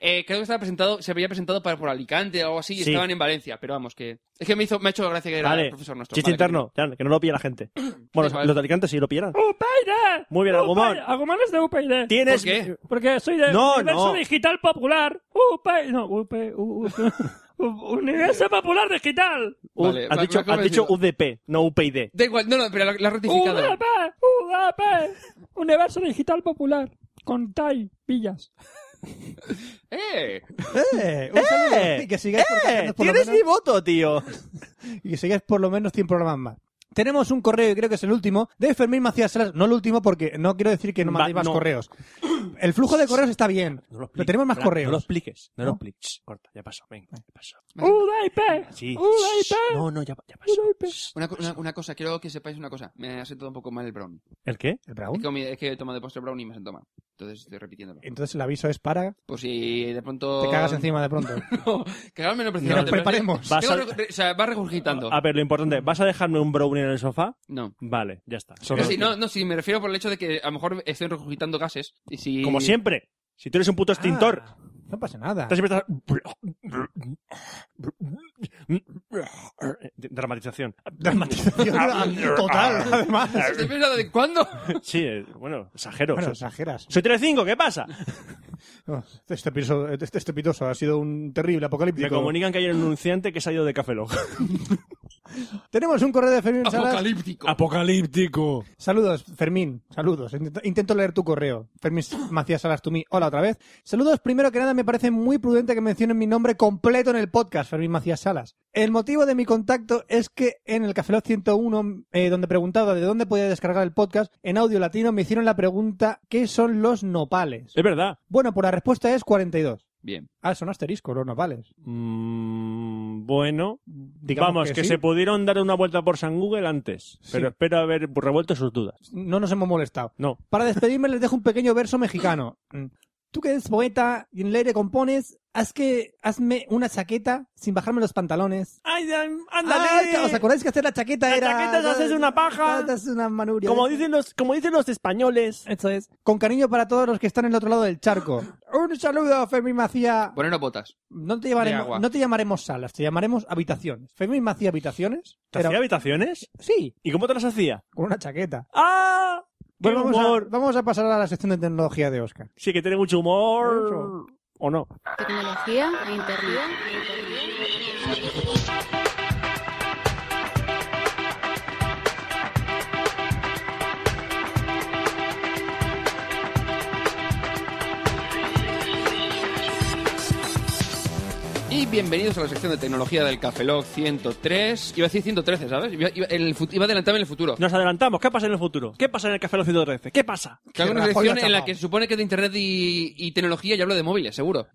[SPEAKER 6] Eh, creo que estaba presentado, se había presentado para, por Alicante o algo así y
[SPEAKER 4] Sí.
[SPEAKER 6] estaban en Valencia, pero vamos, que es que me, hizo, me ha hecho gracia que era
[SPEAKER 4] Vale,
[SPEAKER 6] profesor nuestro.
[SPEAKER 4] chiste
[SPEAKER 6] Vale,
[SPEAKER 4] interno, ya, que no lo pilla la
[SPEAKER 6] [clears throat]
[SPEAKER 4] gente. Bueno,
[SPEAKER 6] igual.
[SPEAKER 4] los de Alicante sí lo pillan.
[SPEAKER 6] Oh,
[SPEAKER 7] ¡Upairé!
[SPEAKER 4] Muy bien, Agumón.
[SPEAKER 7] Upairé. Agumón es de Upairé.
[SPEAKER 4] Tienes...
[SPEAKER 6] ¿Por qué?
[SPEAKER 7] Porque soy de
[SPEAKER 4] No,
[SPEAKER 7] Universo
[SPEAKER 4] no.
[SPEAKER 7] Digital Popular. Upairé. No, Upairé. Universo Popular Digital.
[SPEAKER 4] U-
[SPEAKER 6] Vale,
[SPEAKER 4] has
[SPEAKER 6] va-
[SPEAKER 4] dicho,
[SPEAKER 6] me acabo
[SPEAKER 4] has
[SPEAKER 6] de
[SPEAKER 4] dicho
[SPEAKER 6] decirlo.
[SPEAKER 4] UDP, no UPyD.
[SPEAKER 6] Da igual, no, no, pero la, la has rectificado.
[SPEAKER 7] UDP, UDP, Universo Digital Popular, con Tai Villas.
[SPEAKER 6] ¡Eh!
[SPEAKER 5] ¡Eh! ¡Un saludo!
[SPEAKER 4] ¡Eh!
[SPEAKER 5] Y que sigáis
[SPEAKER 4] ¡Eh!
[SPEAKER 5] por, por lo
[SPEAKER 4] ¡Tienes
[SPEAKER 5] menos-
[SPEAKER 4] mi voto, tío!
[SPEAKER 5] y que sigáis por lo menos 100 programas más. Tenemos un correo, y creo que es el último, de Fermín Macías Salas. No el último, porque no quiero decir que no
[SPEAKER 4] Va,
[SPEAKER 5] mandéis más
[SPEAKER 4] no.
[SPEAKER 5] correos. El flujo de correos está bien.
[SPEAKER 4] No lo
[SPEAKER 5] Pero
[SPEAKER 4] expliques,
[SPEAKER 5] tenemos más
[SPEAKER 4] Fran,
[SPEAKER 5] correos.
[SPEAKER 4] No lo expliques, no, lo
[SPEAKER 5] ¿No?
[SPEAKER 4] expliques. Shh, Corta, ya pasó, venga, ya pasó.
[SPEAKER 7] UDIP,
[SPEAKER 4] Sí.
[SPEAKER 7] UDIP,
[SPEAKER 4] Shh, No, no, ya, ya pasó.
[SPEAKER 7] UDIP.
[SPEAKER 4] Shh.
[SPEAKER 6] Una, co- una, una cosa, quiero que sepáis una cosa. Me ha sentado un poco mal el brownie.
[SPEAKER 4] ¿El qué?
[SPEAKER 5] ¿El
[SPEAKER 6] Es
[SPEAKER 5] Brown?
[SPEAKER 6] que, he comido- es que he tomado de postre brownie y me siento mal. Entonces estoy repitiéndolo.
[SPEAKER 5] Entonces el aviso es para...
[SPEAKER 6] Pues si de pronto.
[SPEAKER 5] Te cagas encima de pronto.
[SPEAKER 6] No, cagarme no
[SPEAKER 5] Que nos
[SPEAKER 6] precisamente.
[SPEAKER 5] preparemos.
[SPEAKER 4] Vas
[SPEAKER 6] Tengo
[SPEAKER 4] al-
[SPEAKER 6] re- o sea, va regurgitando.
[SPEAKER 4] A ver, lo importante, ¿vas a dejarme un brownie en el sofá?
[SPEAKER 6] No.
[SPEAKER 4] Vale, ya está.
[SPEAKER 6] No,
[SPEAKER 4] Solo-
[SPEAKER 6] sí, no, no, sí, me refiero por el hecho de que a lo mejor estoy regurgitando gases. Y si...
[SPEAKER 4] Como siempre. Si tú eres un puto extintor,
[SPEAKER 5] Ah, no pasa nada.
[SPEAKER 4] estás siempre estás- Dramatización. [laughs] Ah,
[SPEAKER 5] Dramatización [laughs] total, además.
[SPEAKER 6] Estoy pensando de cuándo.
[SPEAKER 4] Sí, eh, bueno, exagero.
[SPEAKER 5] Bueno,
[SPEAKER 4] Soy-
[SPEAKER 5] exageras.
[SPEAKER 4] Soy 3-5, ¿qué pasa?
[SPEAKER 5] No, Este episodio, este este episodio ha sido un terrible
[SPEAKER 4] Me
[SPEAKER 5] apocalíptico.
[SPEAKER 4] comunican que hay un anunciante que se ha ido de Café Lock.
[SPEAKER 5] Tenemos un correo de Fermín Salas.
[SPEAKER 6] Apocalíptico.
[SPEAKER 4] Apocalíptico.
[SPEAKER 5] Saludos, Fermín. Saludos. Intento, intento leer tu correo. Fermín Macías Salas Tumí. Hola otra vez. Saludos. Primero que nada, me parece muy prudente que mencionen mi nombre completo en el podcast, Fermín Macías Salas. El motivo de mi contacto es que en el Café Lock 101, eh, donde preguntaba de dónde podía descargar el podcast, en audio latino me hicieron la pregunta ¿qué son los nopales?
[SPEAKER 4] Es verdad.
[SPEAKER 5] Bueno, pues la respuesta es 42.
[SPEAKER 6] Bien.
[SPEAKER 5] Ah, son asteriscos los nopales.
[SPEAKER 4] Mm, bueno,
[SPEAKER 5] Digamos
[SPEAKER 4] vamos, que,
[SPEAKER 5] sí.
[SPEAKER 4] se pudieron dar una vuelta por San Google antes.
[SPEAKER 5] Sí.
[SPEAKER 4] Pero espero haber revuelto sus dudas.
[SPEAKER 5] No nos hemos molestado.
[SPEAKER 4] No.
[SPEAKER 5] Para despedirme les dejo un pequeño verso mexicano. Mm. Tú que eres poeta y en ley compones, haz que, hazme una chaqueta sin bajarme los pantalones.
[SPEAKER 4] ¡Ay,
[SPEAKER 5] Ah, ¿Os acordáis que hacer la chaqueta
[SPEAKER 4] La
[SPEAKER 5] era...? Ah,
[SPEAKER 4] chaqueta te haces una paja.
[SPEAKER 5] Te haces una manuria. ¿eh?
[SPEAKER 4] dicen los, como dicen los españoles.
[SPEAKER 5] Eso es. Con cariño para todos los que están en el otro lado
[SPEAKER 4] [gasps]
[SPEAKER 5] del charco. Un saludo, Fermín Macía.
[SPEAKER 6] Poneros botas.
[SPEAKER 5] No te,
[SPEAKER 6] de agua.
[SPEAKER 5] llamaremos, no te llamaremos salas, te llamaremos habitaciones. Fermín Macía Habitaciones.
[SPEAKER 4] ¿Te
[SPEAKER 5] Era-
[SPEAKER 4] hacía habitaciones?
[SPEAKER 5] Sí,
[SPEAKER 4] ¿Y cómo te las hacía?
[SPEAKER 5] con una chaqueta.
[SPEAKER 4] ¡Ah!
[SPEAKER 5] Bueno, vamos a, vamos a pasar a la sección de tecnología de Oscar.
[SPEAKER 4] Sí, que tiene mucho humor. ¿O no?
[SPEAKER 3] Tecnología e internet.
[SPEAKER 6] Y bienvenidos a la sección de tecnología del Café Lock 103. Iba a decir 113, ¿sabes? Iba, iba- en el fut- iba a adelantarme en el futuro.
[SPEAKER 4] Nos adelantamos. ¿Qué pasa en el futuro? ¿Qué pasa en el Café Los 113? ¿Qué [laughs] pasa?
[SPEAKER 6] Que hago
[SPEAKER 5] Que
[SPEAKER 6] una
[SPEAKER 5] Rajoy
[SPEAKER 6] sección
[SPEAKER 5] la ha
[SPEAKER 6] en la
[SPEAKER 5] chapado.
[SPEAKER 6] que se supone que es de internet y, y tecnología y hablo de móviles, seguro.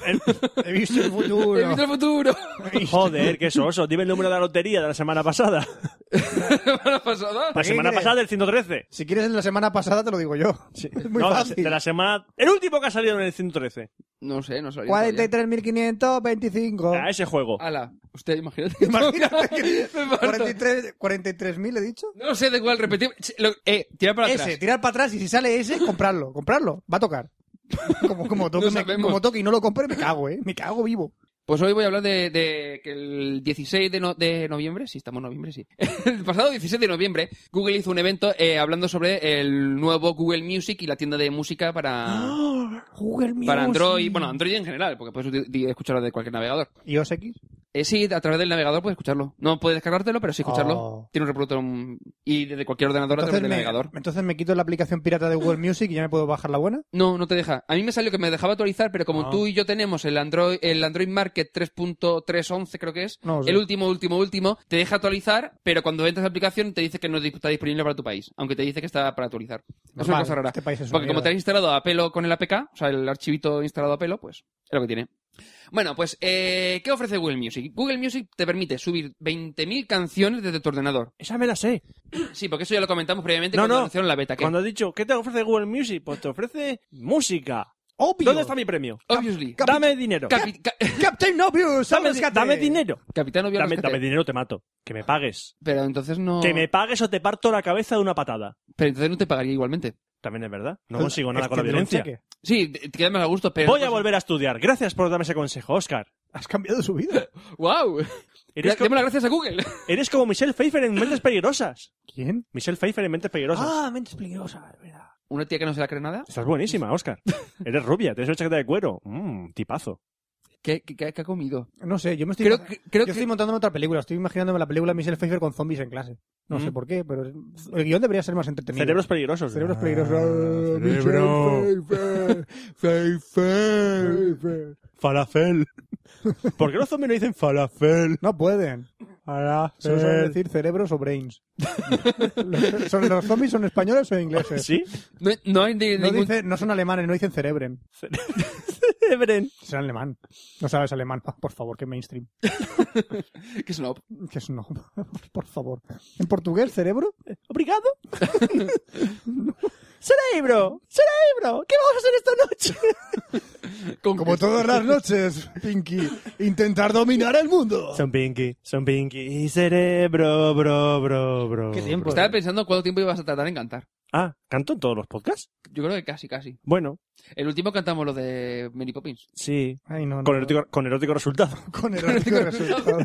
[SPEAKER 5] [laughs] He visto el
[SPEAKER 6] ¡He
[SPEAKER 5] futuro.
[SPEAKER 6] visto el futuro! [laughs]
[SPEAKER 4] Joder, qué soso. Dime el número de la lotería de la semana pasada.
[SPEAKER 6] ¿Semana pasada?
[SPEAKER 4] La
[SPEAKER 5] qué
[SPEAKER 4] semana
[SPEAKER 5] crees?
[SPEAKER 4] pasada del 113.
[SPEAKER 5] Si quieres el de la semana pasada, te lo digo yo. [laughs] Es muy
[SPEAKER 4] No,
[SPEAKER 5] fácil.
[SPEAKER 4] de la semana... El último que ha salido en el 113.
[SPEAKER 6] No sé, no sabía.
[SPEAKER 5] 43.525.
[SPEAKER 4] A
[SPEAKER 5] [laughs]
[SPEAKER 4] ese juego.
[SPEAKER 5] Ah.
[SPEAKER 6] Ala, usted imagínate.
[SPEAKER 5] Imagínate que
[SPEAKER 6] [laughs] Me parto.
[SPEAKER 5] 43 43.000 he dicho.
[SPEAKER 6] No sé de cuál repetir. Ch- lo- Eh, tirar para
[SPEAKER 5] Ese,
[SPEAKER 6] atrás. [laughs]
[SPEAKER 5] tirar para atrás y si sale ese, comprarlo, comprarlo. Va a tocar. Como, como, toque,
[SPEAKER 6] No
[SPEAKER 5] me-
[SPEAKER 6] sabemos.
[SPEAKER 5] como toque y no lo compre, me cago, ¿eh? Me cago vivo.
[SPEAKER 6] Pues hoy voy a hablar de, de que el 16 de, no- de noviembre, sí, estamos en noviembre, sí. [laughs] El pasado 16 de noviembre, Google hizo un evento eh, hablando sobre el nuevo Google Music y la tienda de música para,
[SPEAKER 5] ¡Ah! Google Music.
[SPEAKER 6] Ah. para Android, bueno, Android en general, porque puedes uti- di- escucharlo de cualquier navegador.
[SPEAKER 5] ¿IOS X?
[SPEAKER 6] Eh, sí, a través del navegador puedes escucharlo. No puedes descargártelo, pero sí escucharlo.
[SPEAKER 5] Oh.
[SPEAKER 6] Tiene un reproductor mm, y desde cualquier ordenador a
[SPEAKER 5] Entonces
[SPEAKER 6] través del
[SPEAKER 5] me,
[SPEAKER 6] navegador.
[SPEAKER 5] entonces me quito la aplicación pirata de Google Music y ya me puedo bajar la buena.
[SPEAKER 6] No, no te deja. A mí me salió que me dejaba actualizar, pero como
[SPEAKER 5] Ah.
[SPEAKER 6] tú y yo tenemos el Android, el Android Market 3.311 creo que es,
[SPEAKER 5] No lo sé.
[SPEAKER 6] el último, último, último, te deja actualizar, pero cuando entras a la aplicación te dice que no está disponible para tu país, aunque te dice que está para actualizar. Es una
[SPEAKER 5] Normal,
[SPEAKER 6] cosa rara.
[SPEAKER 5] este país es una
[SPEAKER 6] Porque como
[SPEAKER 5] mierda.
[SPEAKER 6] te has instalado a pelo con el APK, o sea, el archivito instalado a pelo, pues es lo que tiene. Bueno, pues, eh, ¿qué ofrece Google Music? Google Music te permite subir 20.000 canciones desde tu ordenador.
[SPEAKER 8] Esa me la sé.
[SPEAKER 6] Sí, porque eso ya lo comentamos previamente
[SPEAKER 8] No,
[SPEAKER 6] cuando
[SPEAKER 8] no.
[SPEAKER 6] anunciaron la beta. que-
[SPEAKER 8] Cuando has dicho, ¿qué te ofrece Google Music? Pues te ofrece música.
[SPEAKER 5] ¡Obvio!
[SPEAKER 8] ¿Dónde está mi premio?
[SPEAKER 6] Obviously.
[SPEAKER 5] Cap-
[SPEAKER 8] Dame dinero.
[SPEAKER 6] Capi- ca- [laughs]
[SPEAKER 5] ¡Captain Obvious!
[SPEAKER 8] Dame,
[SPEAKER 5] ¡Rescate!
[SPEAKER 8] dame dinero.
[SPEAKER 6] Capitán Obvio
[SPEAKER 8] Dame,
[SPEAKER 6] Rescate.
[SPEAKER 8] dame dinero, te mato. Que me pagues.
[SPEAKER 6] Pero entonces no.
[SPEAKER 8] Que me pagues o te parto la cabeza de una patada.
[SPEAKER 6] Pero entonces no te pagaría igualmente.
[SPEAKER 8] También es verdad. No
[SPEAKER 5] Entonces,
[SPEAKER 8] consigo nada con la
[SPEAKER 5] extiende un
[SPEAKER 8] violencia.
[SPEAKER 5] cheque.
[SPEAKER 6] Sí, te te queda más a gusto, pero. pues,
[SPEAKER 8] Voy a volver a estudiar. Gracias por darme ese consejo, Oscar.
[SPEAKER 5] Has cambiado su vida.
[SPEAKER 6] ¡Wow!
[SPEAKER 8] Eres, co-
[SPEAKER 6] Demos las gracias a Google. [laughs]
[SPEAKER 8] eres como Michelle Pfeiffer en Mentes Peligrosas.
[SPEAKER 5] ¿Quién?
[SPEAKER 8] Michelle Pfeiffer en Mentes Peligrosas.
[SPEAKER 5] Ah, mentes peligrosas, verdad.
[SPEAKER 6] Una tía que no se la cree nada.
[SPEAKER 8] Estás buenísima, Oscar. Eres rubia, tienes una chaqueta de cuero. Mmm, tipazo.
[SPEAKER 6] ¿Qué, qué- qué- qué ha comido?
[SPEAKER 5] No sé, yo me estoy,
[SPEAKER 6] Creo, que- creo
[SPEAKER 5] yo
[SPEAKER 6] que.
[SPEAKER 5] estoy montándome otra película. Estoy imaginándome la película de Michelle Pfeiffer con zombies en clase. No
[SPEAKER 8] Mm.
[SPEAKER 5] sé por qué, pero el guión debería ser más entretenido.
[SPEAKER 8] Cerebros peligrosos.
[SPEAKER 5] Cerebros
[SPEAKER 8] Ah,
[SPEAKER 5] peligrosos.
[SPEAKER 8] cerebro.
[SPEAKER 5] Michelle Pfeiffer. Pfeiffer. Pfeiffer.
[SPEAKER 8] Falafel. ¿Por qué los zombies no dicen falafel?
[SPEAKER 5] No pueden. Solo saben decir cerebros o brains. [laughs] Los- son, los zombies son españoles o ingleses.
[SPEAKER 8] ¿Sí?
[SPEAKER 6] No, no hay de-
[SPEAKER 5] No,
[SPEAKER 6] ningún.
[SPEAKER 5] dice- no son alemanes, no dicen cerebren.
[SPEAKER 8] [laughs] Cerebren.
[SPEAKER 5] Será alemán. No sabes alemán. [laughs] Ah, Por favor, que mainstream.
[SPEAKER 6] Que snob.
[SPEAKER 5] Que es no. [laughs] Por favor. ¿En portugués, cerebro? [laughs]
[SPEAKER 8] ¿Obrigado? ¡Cerebro! ¡Cerebro! ¿Qué vamos a hacer esta noche?
[SPEAKER 6] Con-
[SPEAKER 5] Como todas las noches, Pinky. Intentar dominar el mundo.
[SPEAKER 8] Son Pinky, son Pinky y cerebro, bro, bro, bro.
[SPEAKER 5] Qué tiempo.
[SPEAKER 6] Estaba pensando cuánto tiempo ibas a tratar en cantar.
[SPEAKER 8] Ah, ¿canto en todos los podcasts?
[SPEAKER 6] Yo creo que casi, casi.
[SPEAKER 8] Bueno,
[SPEAKER 6] El último cantamos lo de Mary Poppins.
[SPEAKER 8] sí.
[SPEAKER 6] ¿eh?
[SPEAKER 5] Ay, no, no.
[SPEAKER 8] Con erótico, con erótico
[SPEAKER 4] [laughs]
[SPEAKER 8] resultado.
[SPEAKER 5] Con erótico resultado.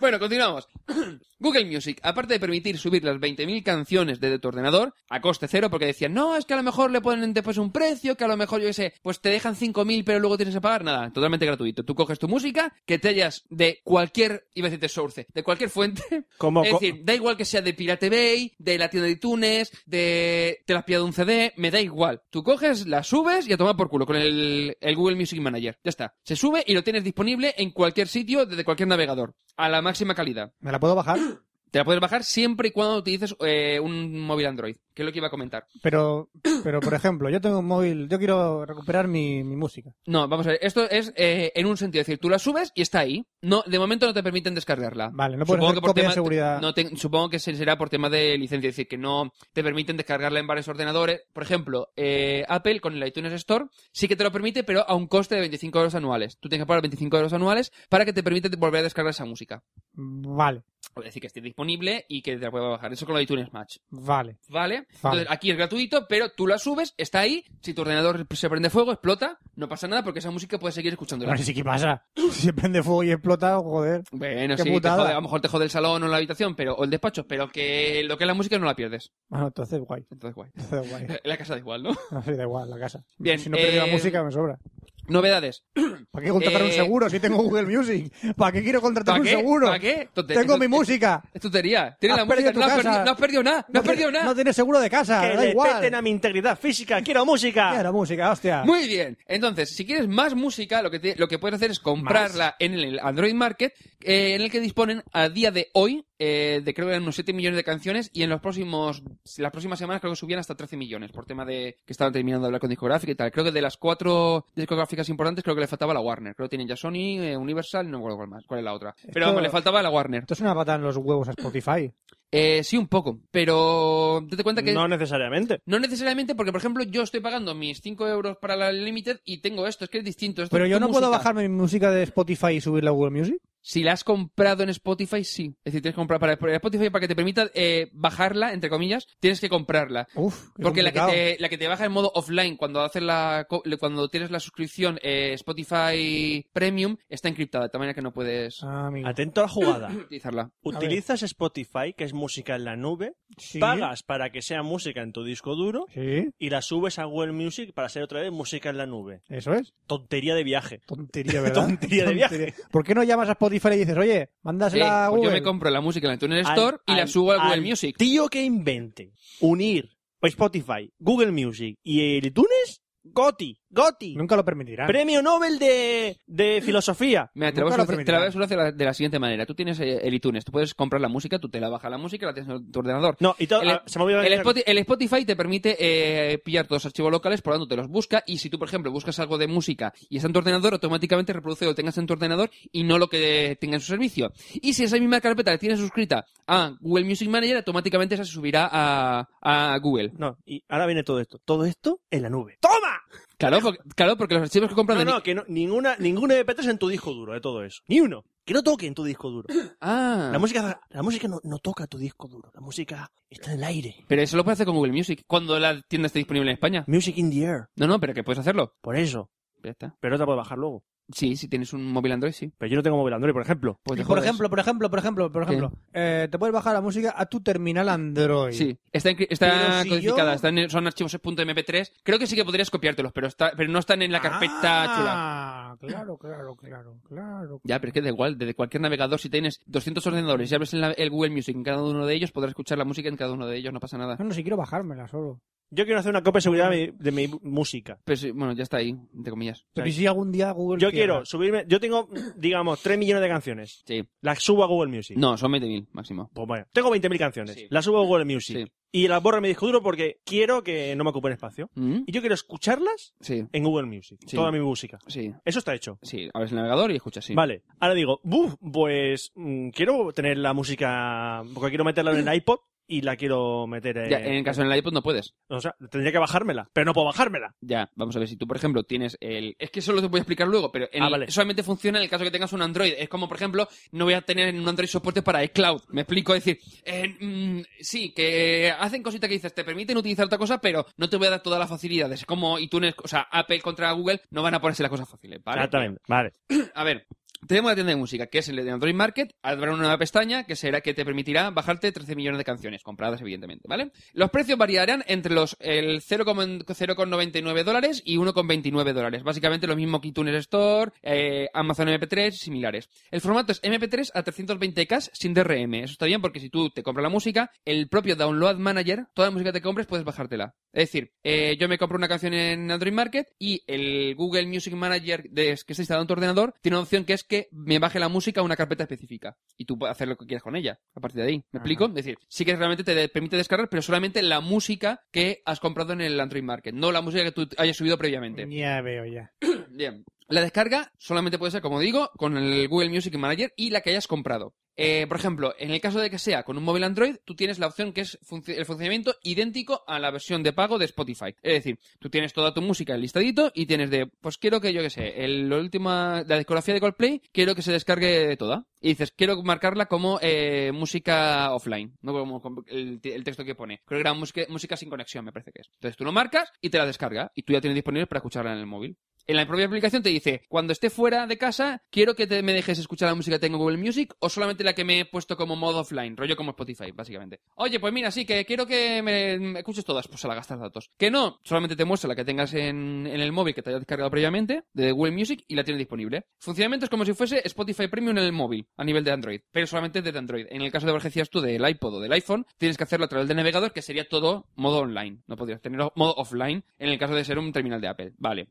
[SPEAKER 6] Bueno, continuamos. [clears throat] Google Music, aparte de permitir subir las 20.000 canciones desde tu ordenador a coste cero, porque decían, no, es que a lo mejor le ponen después un precio, que a lo mejor, yo qué sé, pues te dejan 5.000, pero luego tienes que pagar nada, totalmente gratuito. Tú coges tu música, que te hayas de cualquier, iba a decirte source, de cualquier fuente.
[SPEAKER 8] Como,
[SPEAKER 6] es
[SPEAKER 8] co-
[SPEAKER 6] decir, da igual que sea de Pirate Bay, de la tienda de iTunes, de te las pillado de un CD, me da igual. Tú coges, la subes y a tomar por culo con el, el Google Music Manager. Ya está. Se sube y lo tienes disponible en cualquier sitio, desde cualquier navegador, a la máxima calidad.
[SPEAKER 5] ¿Me la puedo bajar?
[SPEAKER 6] Te la puedes bajar siempre y cuando utilices eh, un móvil Android, que es lo que iba a comentar.
[SPEAKER 5] Pero, pero, por ejemplo, yo tengo un móvil. Yo quiero recuperar mi, mi música.
[SPEAKER 6] No, vamos a ver, esto es eh, en un sentido, es decir, tú la subes y está ahí. No, de momento no te permiten descargarla.
[SPEAKER 5] Vale, no puedes
[SPEAKER 6] Supongo
[SPEAKER 5] hacer
[SPEAKER 6] que por
[SPEAKER 5] copia de
[SPEAKER 6] tema-
[SPEAKER 5] seguridad.
[SPEAKER 6] no te- supongo que se- será por tema de licencia, es decir, que no te permiten descargarla en varios ordenadores. Por ejemplo, eh, Apple con el iTunes Store sí que te lo permite, pero a un coste de 25 euros anuales. Tú tienes que pagar 25 euros anuales para que te permite volver a descargar esa música.
[SPEAKER 5] Vale,
[SPEAKER 6] Es decir, que esté disponible y que te la pueda bajar. Eso con el iTunes Match.
[SPEAKER 5] vale.
[SPEAKER 6] ¿Vale?
[SPEAKER 5] Vale.
[SPEAKER 6] Entonces, aquí es gratuito, pero tú la subes, está ahí. Si tu ordenador se prende fuego, explota, no pasa nada porque esa música puedes seguir escuchándola.
[SPEAKER 5] Bueno, sí que pasa. [laughs] Si se prende fuego y explota, joder.
[SPEAKER 6] Bueno,
[SPEAKER 5] Qué
[SPEAKER 6] sí, te
[SPEAKER 5] putada.
[SPEAKER 6] jode- a lo mejor te jode el salón o la habitación, pero, o el despacho, pero que lo que es la música no la pierdes.
[SPEAKER 5] Bueno, entonces guay. [laughs]
[SPEAKER 6] Entonces, guay.
[SPEAKER 5] Entonces guay.
[SPEAKER 6] La casa da igual, ¿no?
[SPEAKER 5] No sé, da igual, la casa.
[SPEAKER 6] Bien,
[SPEAKER 5] si no pierdo la
[SPEAKER 6] eh,
[SPEAKER 5] música, me sobra.
[SPEAKER 6] [laughs] Novedades.
[SPEAKER 5] ¿Para qué contratar un
[SPEAKER 6] eh,
[SPEAKER 5] seguro si tengo Google Music? ¿Para qué quiero contratar
[SPEAKER 6] ¿Para
[SPEAKER 5] un
[SPEAKER 6] qué?
[SPEAKER 5] seguro?
[SPEAKER 6] ¿Para qué? Tonte-
[SPEAKER 5] Tengo mi
[SPEAKER 6] tonte-
[SPEAKER 5] música.
[SPEAKER 6] Es tontería. Tienes
[SPEAKER 5] Has
[SPEAKER 6] la música,
[SPEAKER 5] perdido tu
[SPEAKER 6] no has,
[SPEAKER 5] casa.
[SPEAKER 6] perdi- no has perdido nada, no, has
[SPEAKER 5] tiene-
[SPEAKER 6] perdido nada.
[SPEAKER 5] No tienes seguro de
[SPEAKER 4] Ah,
[SPEAKER 5] casa,
[SPEAKER 8] que
[SPEAKER 5] da
[SPEAKER 8] le
[SPEAKER 5] igual.
[SPEAKER 8] peten a mi integridad física. ¡Quiero música!
[SPEAKER 5] Quiero música, hostia.
[SPEAKER 6] Muy bien. Entonces, si quieres más música, lo que, te- lo que puedes hacer es comprarla en el Android Market, eh, en el que disponen a día de hoy eh, de creo que eran unos 7 millones de canciones y en los próximos las próximas semanas creo que subían hasta 13 millones por tema de que estaban terminando de hablar con discográfica y tal. Creo que de las cuatro discográficas importantes creo que le faltaba la Warner. Creo que tienen ya Sony, eh, Universal, no me acuerdo cuál más, cuál es la otra. Pero vamos, le faltaba la Warner.
[SPEAKER 5] Esto es una patada en los huevos a Spotify.
[SPEAKER 6] Eh, sí, un poco, pero date cuenta que
[SPEAKER 8] No necesariamente.
[SPEAKER 6] no necesariamente porque, por ejemplo, yo estoy pagando mis 5 euros para la Limited y tengo esto, es que es distinto. esto
[SPEAKER 5] Pero
[SPEAKER 6] es
[SPEAKER 5] yo
[SPEAKER 6] tu
[SPEAKER 5] no puedo
[SPEAKER 6] música.
[SPEAKER 5] bajarme mi música de Spotify y subirla a Google Music.
[SPEAKER 6] Si la has comprado en Spotify, sí. Es decir, tienes que comprar para para Spotify para que te permita eh, bajarla, entre comillas, tienes que comprarla.
[SPEAKER 5] Uf, qué
[SPEAKER 6] Porque la que,
[SPEAKER 5] complicado.
[SPEAKER 6] te, la que te baja en modo offline cuando haces la co- cuando tienes la suscripción eh, Spotify Premium está encriptada, de tal manera que no puedes
[SPEAKER 5] Ah, amigo.
[SPEAKER 4] Atento a
[SPEAKER 8] [clears throat]
[SPEAKER 4] la jugada.
[SPEAKER 6] utilizarla.
[SPEAKER 4] Utilizas Spotify, que es música en la nube,
[SPEAKER 5] Sí.
[SPEAKER 4] pagas para que sea música en tu disco duro
[SPEAKER 5] Sí,
[SPEAKER 4] y la subes a Google Music para ser otra vez música en la nube.
[SPEAKER 5] eso es.
[SPEAKER 4] Tontería de viaje. [laughs]
[SPEAKER 6] [laughs]
[SPEAKER 5] Tontería, ¿verdad?
[SPEAKER 4] Tontería de viaje.
[SPEAKER 5] ¿Por qué no llamas a Spotify y dices, oye, mándasela
[SPEAKER 6] Eh,
[SPEAKER 5] a
[SPEAKER 6] pues yo
[SPEAKER 5] Google?
[SPEAKER 6] me compro la música en la iTunes
[SPEAKER 4] Al-
[SPEAKER 6] Store y la
[SPEAKER 4] al-
[SPEAKER 6] subo a Google
[SPEAKER 4] al
[SPEAKER 6] Music.
[SPEAKER 4] Tío que invente unir Spotify, Google Music y el iTunes, Goti, Goti.
[SPEAKER 5] Nunca lo permitirán.
[SPEAKER 4] Premio Nobel de,
[SPEAKER 5] [laughs]
[SPEAKER 4] de filosofía.
[SPEAKER 6] Mira, te
[SPEAKER 5] Nunca
[SPEAKER 6] la voy a
[SPEAKER 5] lo
[SPEAKER 6] solucionar- te la voy a solucionar de la- de la siguiente manera. Tú tienes eh, el iTunes, tú puedes comprar la música, tú te la bajas la música, la tienes en tu ordenador.
[SPEAKER 4] No, y todo,
[SPEAKER 6] El-
[SPEAKER 4] ah, se me ha olvidado
[SPEAKER 6] El,
[SPEAKER 4] decir-
[SPEAKER 6] Spoti- el Spotify te permite eh, pillar todos los archivos locales, por lo tanto te los busca y si tú, por ejemplo, buscas algo de música y está en tu ordenador, automáticamente reproduce lo que tengas en tu ordenador y no lo que tenga en su servicio. Y si esa misma carpeta la tienes suscrita a Google Music Manager, automáticamente esa se subirá a, a Google.
[SPEAKER 4] No, y ahora viene todo esto. Todo esto en la nube. ¡Toma!
[SPEAKER 6] Claro, porque, claro, porque los archivos que compras
[SPEAKER 4] No,
[SPEAKER 6] de
[SPEAKER 4] no, que no, ninguna, E ningún MP3 en tu disco duro de todo eso. Ni uno. Que no toque en tu disco duro.
[SPEAKER 6] Ah,
[SPEAKER 4] La música, la música no, no toca tu disco duro. La música está en el aire.
[SPEAKER 6] pero eso lo puedes hacer con Google Music cuando la tienda esté disponible en España.
[SPEAKER 4] Music in the air.
[SPEAKER 6] No, no, pero que puedes hacerlo.
[SPEAKER 4] Por eso.
[SPEAKER 6] Ya está.
[SPEAKER 4] Pero no te la puedo bajar luego.
[SPEAKER 6] Sí, si tienes un móvil Android, sí.
[SPEAKER 4] Pero yo no tengo móvil Android, por ejemplo.
[SPEAKER 6] Pues
[SPEAKER 5] Y
[SPEAKER 6] te
[SPEAKER 5] por
[SPEAKER 6] jodes.
[SPEAKER 5] ejemplo, por ejemplo, por ejemplo, por
[SPEAKER 6] ¿Qué?
[SPEAKER 5] ejemplo, eh, te puedes bajar la música a tu terminal Android.
[SPEAKER 6] Sí, está, encri- está
[SPEAKER 5] Pero si
[SPEAKER 6] codificada,
[SPEAKER 5] yo-
[SPEAKER 6] están en- son archivos .mp3. Creo que sí que podrías copiártelos, pero, está, pero no están en la carpeta chula.
[SPEAKER 5] Ah, claro, claro, claro, claro.
[SPEAKER 6] Ya, pero es que da igual, desde cualquier navegador, si tienes 200 ordenadores y abres en la- el Google Music en cada uno de ellos, podrás escuchar la música en cada uno de ellos, no pasa nada.
[SPEAKER 5] No, no, si quiero bajármela solo.
[SPEAKER 4] Yo quiero hacer una copia de seguridad de mi, de mi música.
[SPEAKER 6] Pero sí, bueno, ya está ahí, entre comillas.
[SPEAKER 5] Pero ¿y si algún día Google.
[SPEAKER 4] Yo
[SPEAKER 5] cierra?
[SPEAKER 4] quiero subirme. Yo tengo, [clears throat] digamos, 3 millones de canciones.
[SPEAKER 6] Sí.
[SPEAKER 4] Las subo a Google Music.
[SPEAKER 6] No, son 20.000 máximo.
[SPEAKER 4] Pues bueno, tengo 20.000 canciones.
[SPEAKER 6] Sí.
[SPEAKER 4] Las subo a Google Music.
[SPEAKER 6] Sí.
[SPEAKER 4] Y las borro en mi disco duro porque quiero que no me ocupen espacio.
[SPEAKER 6] ¿Mm?
[SPEAKER 4] Y yo quiero escucharlas
[SPEAKER 6] Sí,
[SPEAKER 4] en Google Music.
[SPEAKER 6] Sí.
[SPEAKER 4] Toda mi música.
[SPEAKER 6] sí,
[SPEAKER 4] Eso está hecho.
[SPEAKER 6] sí. Abres el navegador y escuchas, sí.
[SPEAKER 4] Vale. Ahora digo, "Buf, pues mm, quiero tener la música, porque quiero meterla en el iPod y la quiero meter en...
[SPEAKER 6] Ya, eh. en el caso del iPod no puedes.
[SPEAKER 4] O sea, tendría que bajármela, pero no puedo bajármela.
[SPEAKER 6] Ya, vamos a ver, si tú, por ejemplo, tienes el... Es que eso lo te voy a explicar luego, pero en
[SPEAKER 4] Ah,
[SPEAKER 6] el-
[SPEAKER 4] vale.
[SPEAKER 6] solamente funciona en el caso que tengas un Android. Es como, por ejemplo, no voy a tener en un Android soporte para iCloud. Me explico, es decir, eh, mm, sí, que hacen cositas que dices, te permiten utilizar otra cosa, pero no te voy a dar todas las facilidades. Es como iTunes, o sea, Apple contra Google, no van a ponerse las cosas fáciles, ¿vale?
[SPEAKER 4] Exactamente. Vale.
[SPEAKER 6] [clears throat] A ver, tenemos la tienda de música, que es el de Android Market. Habrá una nueva pestaña que será que te permitirá bajarte 13 millones de canciones compradas, evidentemente, ¿vale? Los precios variarán entre los el 0,99 dólares y 1,29 dólares. Básicamente lo mismo que iTunes Store, eh, Amazon MP3, similares. El formato es MP3 a 320K sin DRM. Eso está bien porque si tú te compras la música, el propio Download Manager, toda la música que te compres puedes bajártela. Es decir, eh, yo me compro una canción en Android Market y el Google Music Manager de- que está instalado en tu ordenador tiene una opción que es que me baje la música a una carpeta específica y tú puedes hacer lo que quieras con ella a partir de ahí. ¿Me explico? Es decir, sí que realmente te de- permite descargar, pero solamente la música que has comprado en el Android Market, no la música que tú hayas subido previamente.
[SPEAKER 5] Ya veo, ya.
[SPEAKER 6] [clears throat] Bien. La descarga solamente puede ser, como digo, con el Google Music Manager y la que hayas comprado. Eh, por ejemplo, en el caso de que sea con un móvil Android, tú tienes la opción que es func- el funcionamiento idéntico a la versión de pago de Spotify. Es decir, tú tienes toda tu música en listadito y tienes de, pues quiero que yo que sé, el, la última, la discografía de Coldplay, quiero que se descargue toda. Y dices, quiero marcarla como eh, música offline, no como, como el, el texto que pone. Creo que era música, música sin conexión, me parece que es. Entonces tú lo marcas y te la descarga y tú ya tienes disponible para escucharla en el móvil. En la propia aplicación te dice, cuando esté fuera de casa, quiero que te- me dejes escuchar la música que tengo en Google Music o solamente la que me he puesto como modo offline, rollo como Spotify, básicamente. Oye, pues mira, sí, que quiero que me, me escuches todas, pues a la gastas datos. Que no, solamente te muestra la que tengas en, en el móvil que te hayas descargado previamente de Google Music y la tienes disponible. Funcionamiento es como si fuese Spotify Premium en el móvil, a nivel de Android, pero solamente desde Android. En el caso de decías tú del iPod o del iPhone, tienes que hacerlo a través del navegador, que sería todo modo online. No podrías tener modo offline en el caso de ser un terminal de Apple. Vale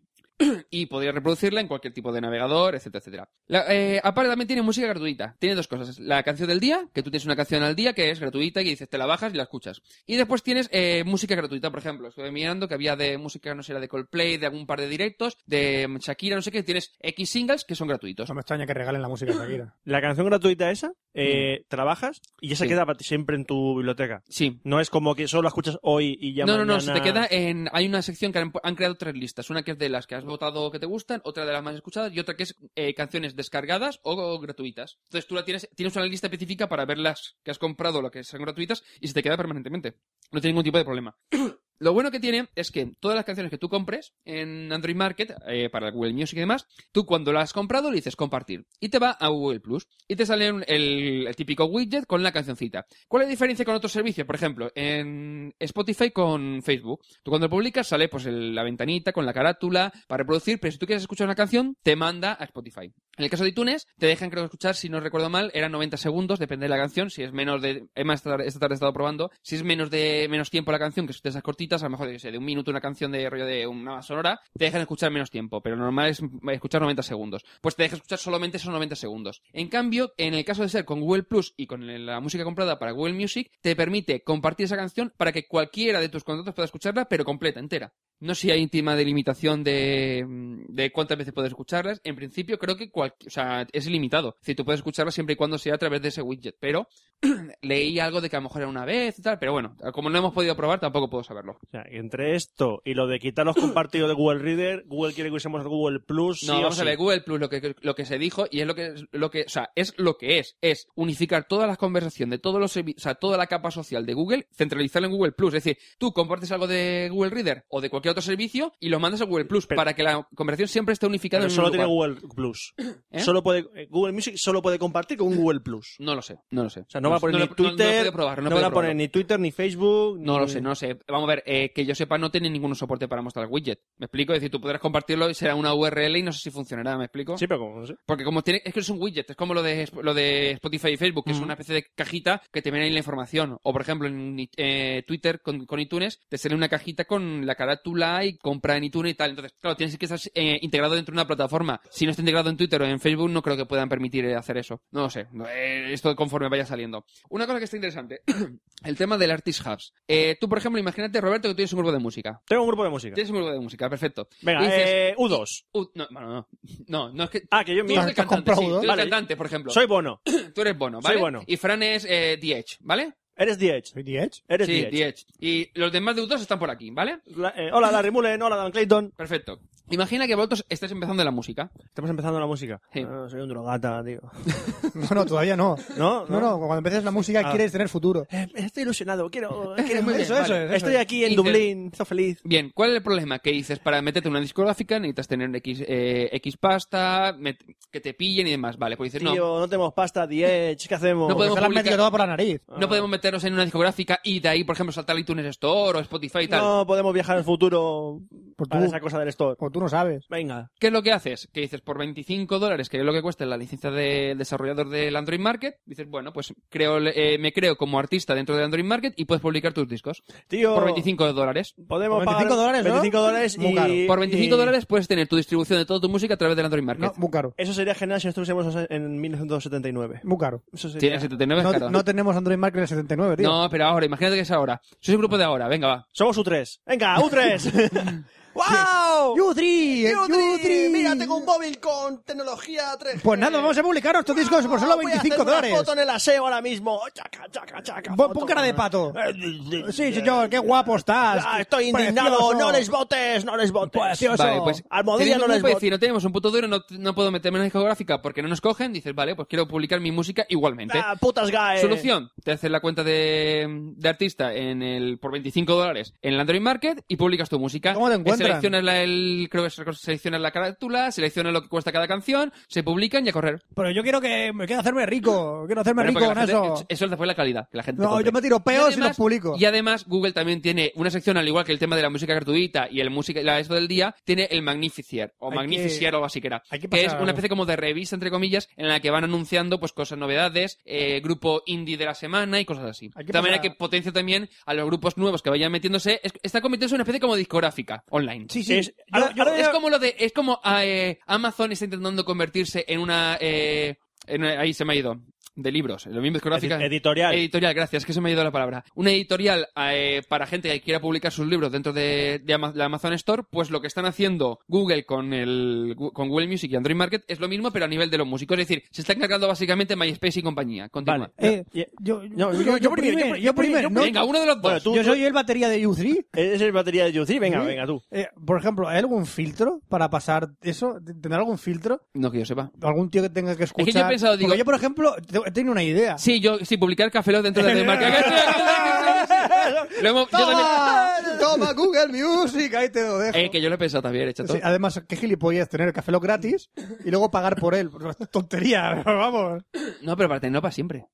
[SPEAKER 6] y podría reproducirla en cualquier tipo de navegador, etcétera, etcétera. La- eh, aparte también tiene música gratuita. Tiene dos cosas. La canción del día, que tú tienes una canción al día que es gratuita y que dices, te la bajas y la escuchas. Y después tienes eh, música gratuita, por ejemplo. Estuve mirando que había de música, no sé, era de Coldplay, de algún par de directos, de Shakira, no sé qué. Tienes X singles que son gratuitos.
[SPEAKER 5] No me extraña que regalen la música a Shakira.
[SPEAKER 4] [clears throat] La canción gratuita esa, eh, trabajas y ya se
[SPEAKER 6] Mm. Sí.
[SPEAKER 4] queda para ti siempre en tu biblioteca.
[SPEAKER 6] Sí.
[SPEAKER 4] No es como que solo la escuchas hoy y ya
[SPEAKER 6] No, no, no,
[SPEAKER 4] mañana-
[SPEAKER 6] se te queda en... Hay una sección que han, han creado tres listas. Una que es de las que has votado que te gustan, otra de las más escuchadas y otra que es eh, canciones descargadas o, o gratuitas. Entonces tú la tienes, tienes una lista específica para ver las que has comprado, las que son gratuitas y se te queda permanentemente. No tiene ningún tipo de problema. [clears throat] Lo bueno que tiene es que todas las canciones que tú compres en Android Market, eh, para Google Music y demás, tú cuando las has comprado le dices compartir y te va a Google Plus y te sale un- el, el típico widget con la cancioncita. ¿Cuál es la diferencia con otros servicios? Por ejemplo, en Spotify con Facebook. Tú cuando publicas sale pues el- la ventanita con la carátula para reproducir, pero si tú quieres escuchar una canción, te manda a Spotify. En el caso de iTunes, te dejan creo escuchar, si no recuerdo mal, eran 90 segundos, depende de la canción, si es menos de... Emma esta tarde, esta tarde he estado probando, si es menos de menos tiempo la canción, que son de esas cortitas, a lo mejor yo qué sé, de un minuto una canción de rollo de una sonora, te dejan escuchar menos tiempo, pero lo normal es eh, escuchar 90 segundos. Pues te dejan escuchar solamente esos 90 segundos. En cambio, en el caso de ser con Google Plus y con la música comprada para Google Music, te permite compartir esa canción para que cualquiera de tus contactos pueda escucharla, pero completa, entera. No sé si hay íntima delimitación de, de cuántas veces puedes escucharlas. En principio, creo que cual- o sea, es ilimitado. Si tú puedes escucharlas siempre y cuando sea a través de ese widget. Pero [clears throat] leí algo de que a lo mejor era una vez y tal. Pero bueno, como no hemos podido probar, tampoco puedo saberlo.
[SPEAKER 4] O sea, entre esto y lo de quitar los compartidos de Google Reader, Google quiere que usemos Google Plus.
[SPEAKER 6] no,
[SPEAKER 4] sí o
[SPEAKER 6] vamos a
[SPEAKER 4] sí.
[SPEAKER 6] ver, Google Plus, lo que, lo que se dijo, y es lo que, lo que, o sea, es lo que es, es unificar todas las conversaciones de todos los servi- o sea, toda la capa social de Google, centralizarla en Google Plus. Es decir, tú compartes algo de Google Reader o de cualquier otro servicio y lo mandas a Google Plus
[SPEAKER 4] Eh, Pero-
[SPEAKER 6] para que la conversación siempre esté unificada
[SPEAKER 4] Pero
[SPEAKER 6] en un
[SPEAKER 4] solo tiene
[SPEAKER 6] lugar.
[SPEAKER 4] Google Plus.
[SPEAKER 6] ¿Eh?
[SPEAKER 4] Solo puede, eh, Google Music solo puede compartir con Google Plus.
[SPEAKER 6] No lo sé, no lo sé.
[SPEAKER 4] O sea, no va a poner ni Twitter,
[SPEAKER 6] No, probar,
[SPEAKER 4] no van a poner ni Twitter, ni Facebook.
[SPEAKER 6] No
[SPEAKER 4] ni-
[SPEAKER 6] lo sé, no lo sé. Vamos a ver, eh, que yo sepa, no tiene ningún soporte para mostrar widget. ¿Me explico? Es decir, tú podrás compartirlo y será una URL y no sé si funcionará, ¿me explico?
[SPEAKER 4] Sí, pero como no sé.
[SPEAKER 6] Porque como tiene, es que es un widget, es como lo de, lo de Spotify y Facebook, que es una especie de cajita que te viene ahí la información. O por ejemplo, en eh, Twitter con, con iTunes te sale una cajita con la carátula y compra en iTunes y tal. Entonces, claro, tienes que estar eh, integrado dentro de una plataforma. Si no está integrado en Twitter o en Facebook, no creo que puedan permitir eh, hacer eso. No lo sé. No, eh, esto conforme vaya saliendo. Una cosa que está interesante, [clears throat] el tema del Artist Hubs. Eh, tú, por ejemplo, imagínate, Roberto, que tú tienes un grupo de música.
[SPEAKER 4] Tengo un grupo de música.
[SPEAKER 6] Tienes un grupo de música, perfecto.
[SPEAKER 4] Venga,
[SPEAKER 6] Y dices,
[SPEAKER 4] eh, U2.
[SPEAKER 6] "Uh, no, bueno, no. No, no es que...
[SPEAKER 4] Ah, que yo
[SPEAKER 6] Tú
[SPEAKER 4] mismo.
[SPEAKER 6] eres el cantante, sí, tú eres el
[SPEAKER 4] Vale.
[SPEAKER 6] cantante, por ejemplo.
[SPEAKER 4] Soy Bono.
[SPEAKER 6] Tú eres Bono,
[SPEAKER 4] Soy
[SPEAKER 6] ¿vale?
[SPEAKER 4] Bono.
[SPEAKER 6] Y Fran es eh, DH, ¿vale?
[SPEAKER 4] Eres The Edge.
[SPEAKER 5] ¿Soy The Edge?
[SPEAKER 4] Eres
[SPEAKER 6] sí,
[SPEAKER 4] The Edge.
[SPEAKER 6] DH. Y los demás de U2 están por aquí, ¿vale?
[SPEAKER 4] La- eh, hola Larry Mullen, hola Dan Clayton.
[SPEAKER 6] Perfecto. Imagina que vosotros estáis empezando en la música.
[SPEAKER 4] Estamos empezando la música.
[SPEAKER 6] Sí.
[SPEAKER 4] Ah, soy un drogata, tío.
[SPEAKER 5] [laughs] No, no, todavía no.
[SPEAKER 4] ¿No?
[SPEAKER 5] No, no, cuando empieces la música
[SPEAKER 4] Ah.
[SPEAKER 5] quieres tener futuro.
[SPEAKER 4] Eh, estoy ilusionado,
[SPEAKER 5] [laughs]
[SPEAKER 4] quiero...
[SPEAKER 6] Muy
[SPEAKER 4] quiero-
[SPEAKER 6] bien,
[SPEAKER 5] eso, eso,
[SPEAKER 6] vale.
[SPEAKER 5] eso.
[SPEAKER 4] Estoy aquí en
[SPEAKER 6] Y te-
[SPEAKER 4] Dublín, estoy feliz.
[SPEAKER 6] Bien, ¿cuál es el problema? Que dices, para meterte en una discográfica necesitas tener X, eh, X pasta, met- que te pillen y demás. Vale, pues dices,
[SPEAKER 4] Tío,
[SPEAKER 6] no,
[SPEAKER 4] no tenemos pasta, The Edge, ¿qué hacemos?
[SPEAKER 6] No podemos-
[SPEAKER 5] Se la han
[SPEAKER 6] publicar-
[SPEAKER 5] metido toda por la nariz.
[SPEAKER 4] ah.
[SPEAKER 6] no podemos meternos en una discográfica y de ahí, por ejemplo, saltar a iTunes Store o Spotify y tal.
[SPEAKER 4] No podemos viajar al futuro
[SPEAKER 5] Por
[SPEAKER 4] para
[SPEAKER 5] tú.
[SPEAKER 4] esa cosa del store.
[SPEAKER 5] O tú no sabes.
[SPEAKER 4] Venga.
[SPEAKER 6] ¿Qué es lo que haces? Que dices, por 25 dólares, que es lo que cuesta la licencia de desarrollador del Android Market, dices, bueno, pues creo, eh, me creo como artista dentro del Android Market y puedes publicar tus discos.
[SPEAKER 4] Tío,
[SPEAKER 6] Por 25 dólares.
[SPEAKER 4] podemos
[SPEAKER 5] Por
[SPEAKER 4] pagar
[SPEAKER 5] 25 dólares, ¿no?
[SPEAKER 4] 25 dólares
[SPEAKER 5] Muy
[SPEAKER 4] y-
[SPEAKER 5] caro.
[SPEAKER 6] Por 25
[SPEAKER 4] y-
[SPEAKER 6] dólares puedes tener tu distribución de toda tu música a través del Android Market.
[SPEAKER 5] No, muy caro.
[SPEAKER 4] Eso sería genial si estuviésemos en 1979.
[SPEAKER 5] Muy caro.
[SPEAKER 4] Eso sería...
[SPEAKER 6] Tienes 79
[SPEAKER 5] No,
[SPEAKER 6] es caro.
[SPEAKER 5] no tenemos Android Market en el 79, tío.
[SPEAKER 6] No, pero ahora, imagínate que es ahora. Soy un grupo de ahora, venga, va.
[SPEAKER 4] Somos U3. Venga,
[SPEAKER 6] [laughs]
[SPEAKER 4] [laughs] U3.
[SPEAKER 5] [laughs]
[SPEAKER 4] ¡Wow!
[SPEAKER 5] ¡Yutri! ¡Yutri!
[SPEAKER 4] Mira, tengo un móvil con tecnología 3G.
[SPEAKER 5] Pues nada, vamos a publicar nuestros discos por solo
[SPEAKER 4] Voy a
[SPEAKER 5] 25
[SPEAKER 4] hacer una
[SPEAKER 5] dólares.
[SPEAKER 4] foto en el aseo ahora mismo. Chaca, chaca, chaca.
[SPEAKER 5] Pon-
[SPEAKER 4] foto.
[SPEAKER 5] Pon cara de pato.
[SPEAKER 4] Eh, eh, eh,
[SPEAKER 5] Sí, señor, qué guapo estás.
[SPEAKER 4] Ah, estoy indignado.
[SPEAKER 5] Precioso.
[SPEAKER 4] No les votes, no les votes.
[SPEAKER 5] Precioso.
[SPEAKER 6] Vale, pues
[SPEAKER 4] Almohadilla
[SPEAKER 6] tenéis
[SPEAKER 4] no
[SPEAKER 6] un
[SPEAKER 4] les
[SPEAKER 6] grupo y
[SPEAKER 4] votes.
[SPEAKER 6] decir, no tenemos un puto duro, no, no puedo meterme en una discográfica porque no nos cogen. Dices, vale, pues quiero publicar mi música igualmente.
[SPEAKER 4] Ah, putas gays.
[SPEAKER 6] Solución, te haces la cuenta de, de artista en el por 25 dólares en el Android Market y publicas tu música.
[SPEAKER 5] ¿Cómo te
[SPEAKER 6] Eh,
[SPEAKER 5] encuentran?
[SPEAKER 6] Seleccionas la, el, creo que es- seleccionas la carátula, seleccionas lo que cuesta cada canción, se publican y a correr.
[SPEAKER 5] Pero yo quiero que me quiero hacerme rico. Quiero hacerme
[SPEAKER 6] Bueno,
[SPEAKER 5] rico
[SPEAKER 6] porque
[SPEAKER 5] con
[SPEAKER 6] la gente-
[SPEAKER 5] eso.
[SPEAKER 6] es después la calidad, que la gente te
[SPEAKER 5] No,
[SPEAKER 6] compre.
[SPEAKER 5] yo me tiro
[SPEAKER 6] Y
[SPEAKER 5] peos y
[SPEAKER 6] además-
[SPEAKER 5] los publico.
[SPEAKER 6] Y además, Google también tiene una sección, al igual que el tema de la música gratuita y el música, la esto del día, tiene el Magnificiar, o
[SPEAKER 5] Hay
[SPEAKER 6] Magnificiar o algo así que era.
[SPEAKER 5] hay que
[SPEAKER 6] es
[SPEAKER 5] pasar-
[SPEAKER 6] una especie como de revista, entre comillas, en la que van anunciando pues cosas, novedades, eh, grupo indie de la semana y cosas así.
[SPEAKER 5] Hay que
[SPEAKER 6] también hay
[SPEAKER 5] pasar-
[SPEAKER 6] que potenciar también a los grupos nuevos que vayan metiéndose. Es- está convirtiéndose en una especie como discográfica online.
[SPEAKER 5] Sí, sí.
[SPEAKER 4] Es-
[SPEAKER 5] Yo-
[SPEAKER 4] ahora-
[SPEAKER 5] yo-
[SPEAKER 4] ahora-
[SPEAKER 6] Es como lo de, es como ah, eh, Amazon está intentando convertirse en una, eh, en- ahí se me ha ido. de libros, lo mismo discográfica.
[SPEAKER 4] Edi- editorial.
[SPEAKER 6] Editorial, gracias, que se me ha ido la palabra. Una editorial eh, para gente que quiera publicar sus libros dentro de, de Ama- la Amazon Store, pues lo que están haciendo Google con, el, con Google Music y Android Market es lo mismo, pero a nivel de los músicos. Es decir, se está encargando básicamente MySpace y compañía. Continúa.
[SPEAKER 4] Vale.
[SPEAKER 5] Eh,
[SPEAKER 4] Ya-
[SPEAKER 5] yo,
[SPEAKER 4] No, yo- yo primero, yo primero, yo primero.
[SPEAKER 5] ¿no?
[SPEAKER 6] Venga, uno de los dos.
[SPEAKER 4] Bueno, tú-
[SPEAKER 5] yo soy el batería de U3.
[SPEAKER 4] Ese es batería de Juicy. Venga,
[SPEAKER 5] Sí.
[SPEAKER 4] venga, tú.
[SPEAKER 5] Eh, por ejemplo, ¿hay algún filtro para pasar eso? ¿Tendrá algún filtro?
[SPEAKER 6] No que yo sepa.
[SPEAKER 5] ¿Algún tío que tenga que
[SPEAKER 6] yo he
[SPEAKER 5] escuchar?
[SPEAKER 6] pensado, digo-
[SPEAKER 5] Porque yo, por ejemplo, te- he tenido una idea.
[SPEAKER 6] Sí, yo, sí, publicar Café Lock dentro de
[SPEAKER 4] [laughs]
[SPEAKER 6] Android Market. [laughs] Lo hemos- yo también-
[SPEAKER 5] ¡Toma! [laughs] ¡Toma, Google Music! Ahí te lo dejo.
[SPEAKER 6] Eh, que yo lo he pensado también, eh, chato.
[SPEAKER 5] Sí, ah. además, qué gilipollas tener el café lo gratis y luego pagar por él. Tontería, [laughs] pero vamos.
[SPEAKER 6] No, pero para tenerlo para siempre.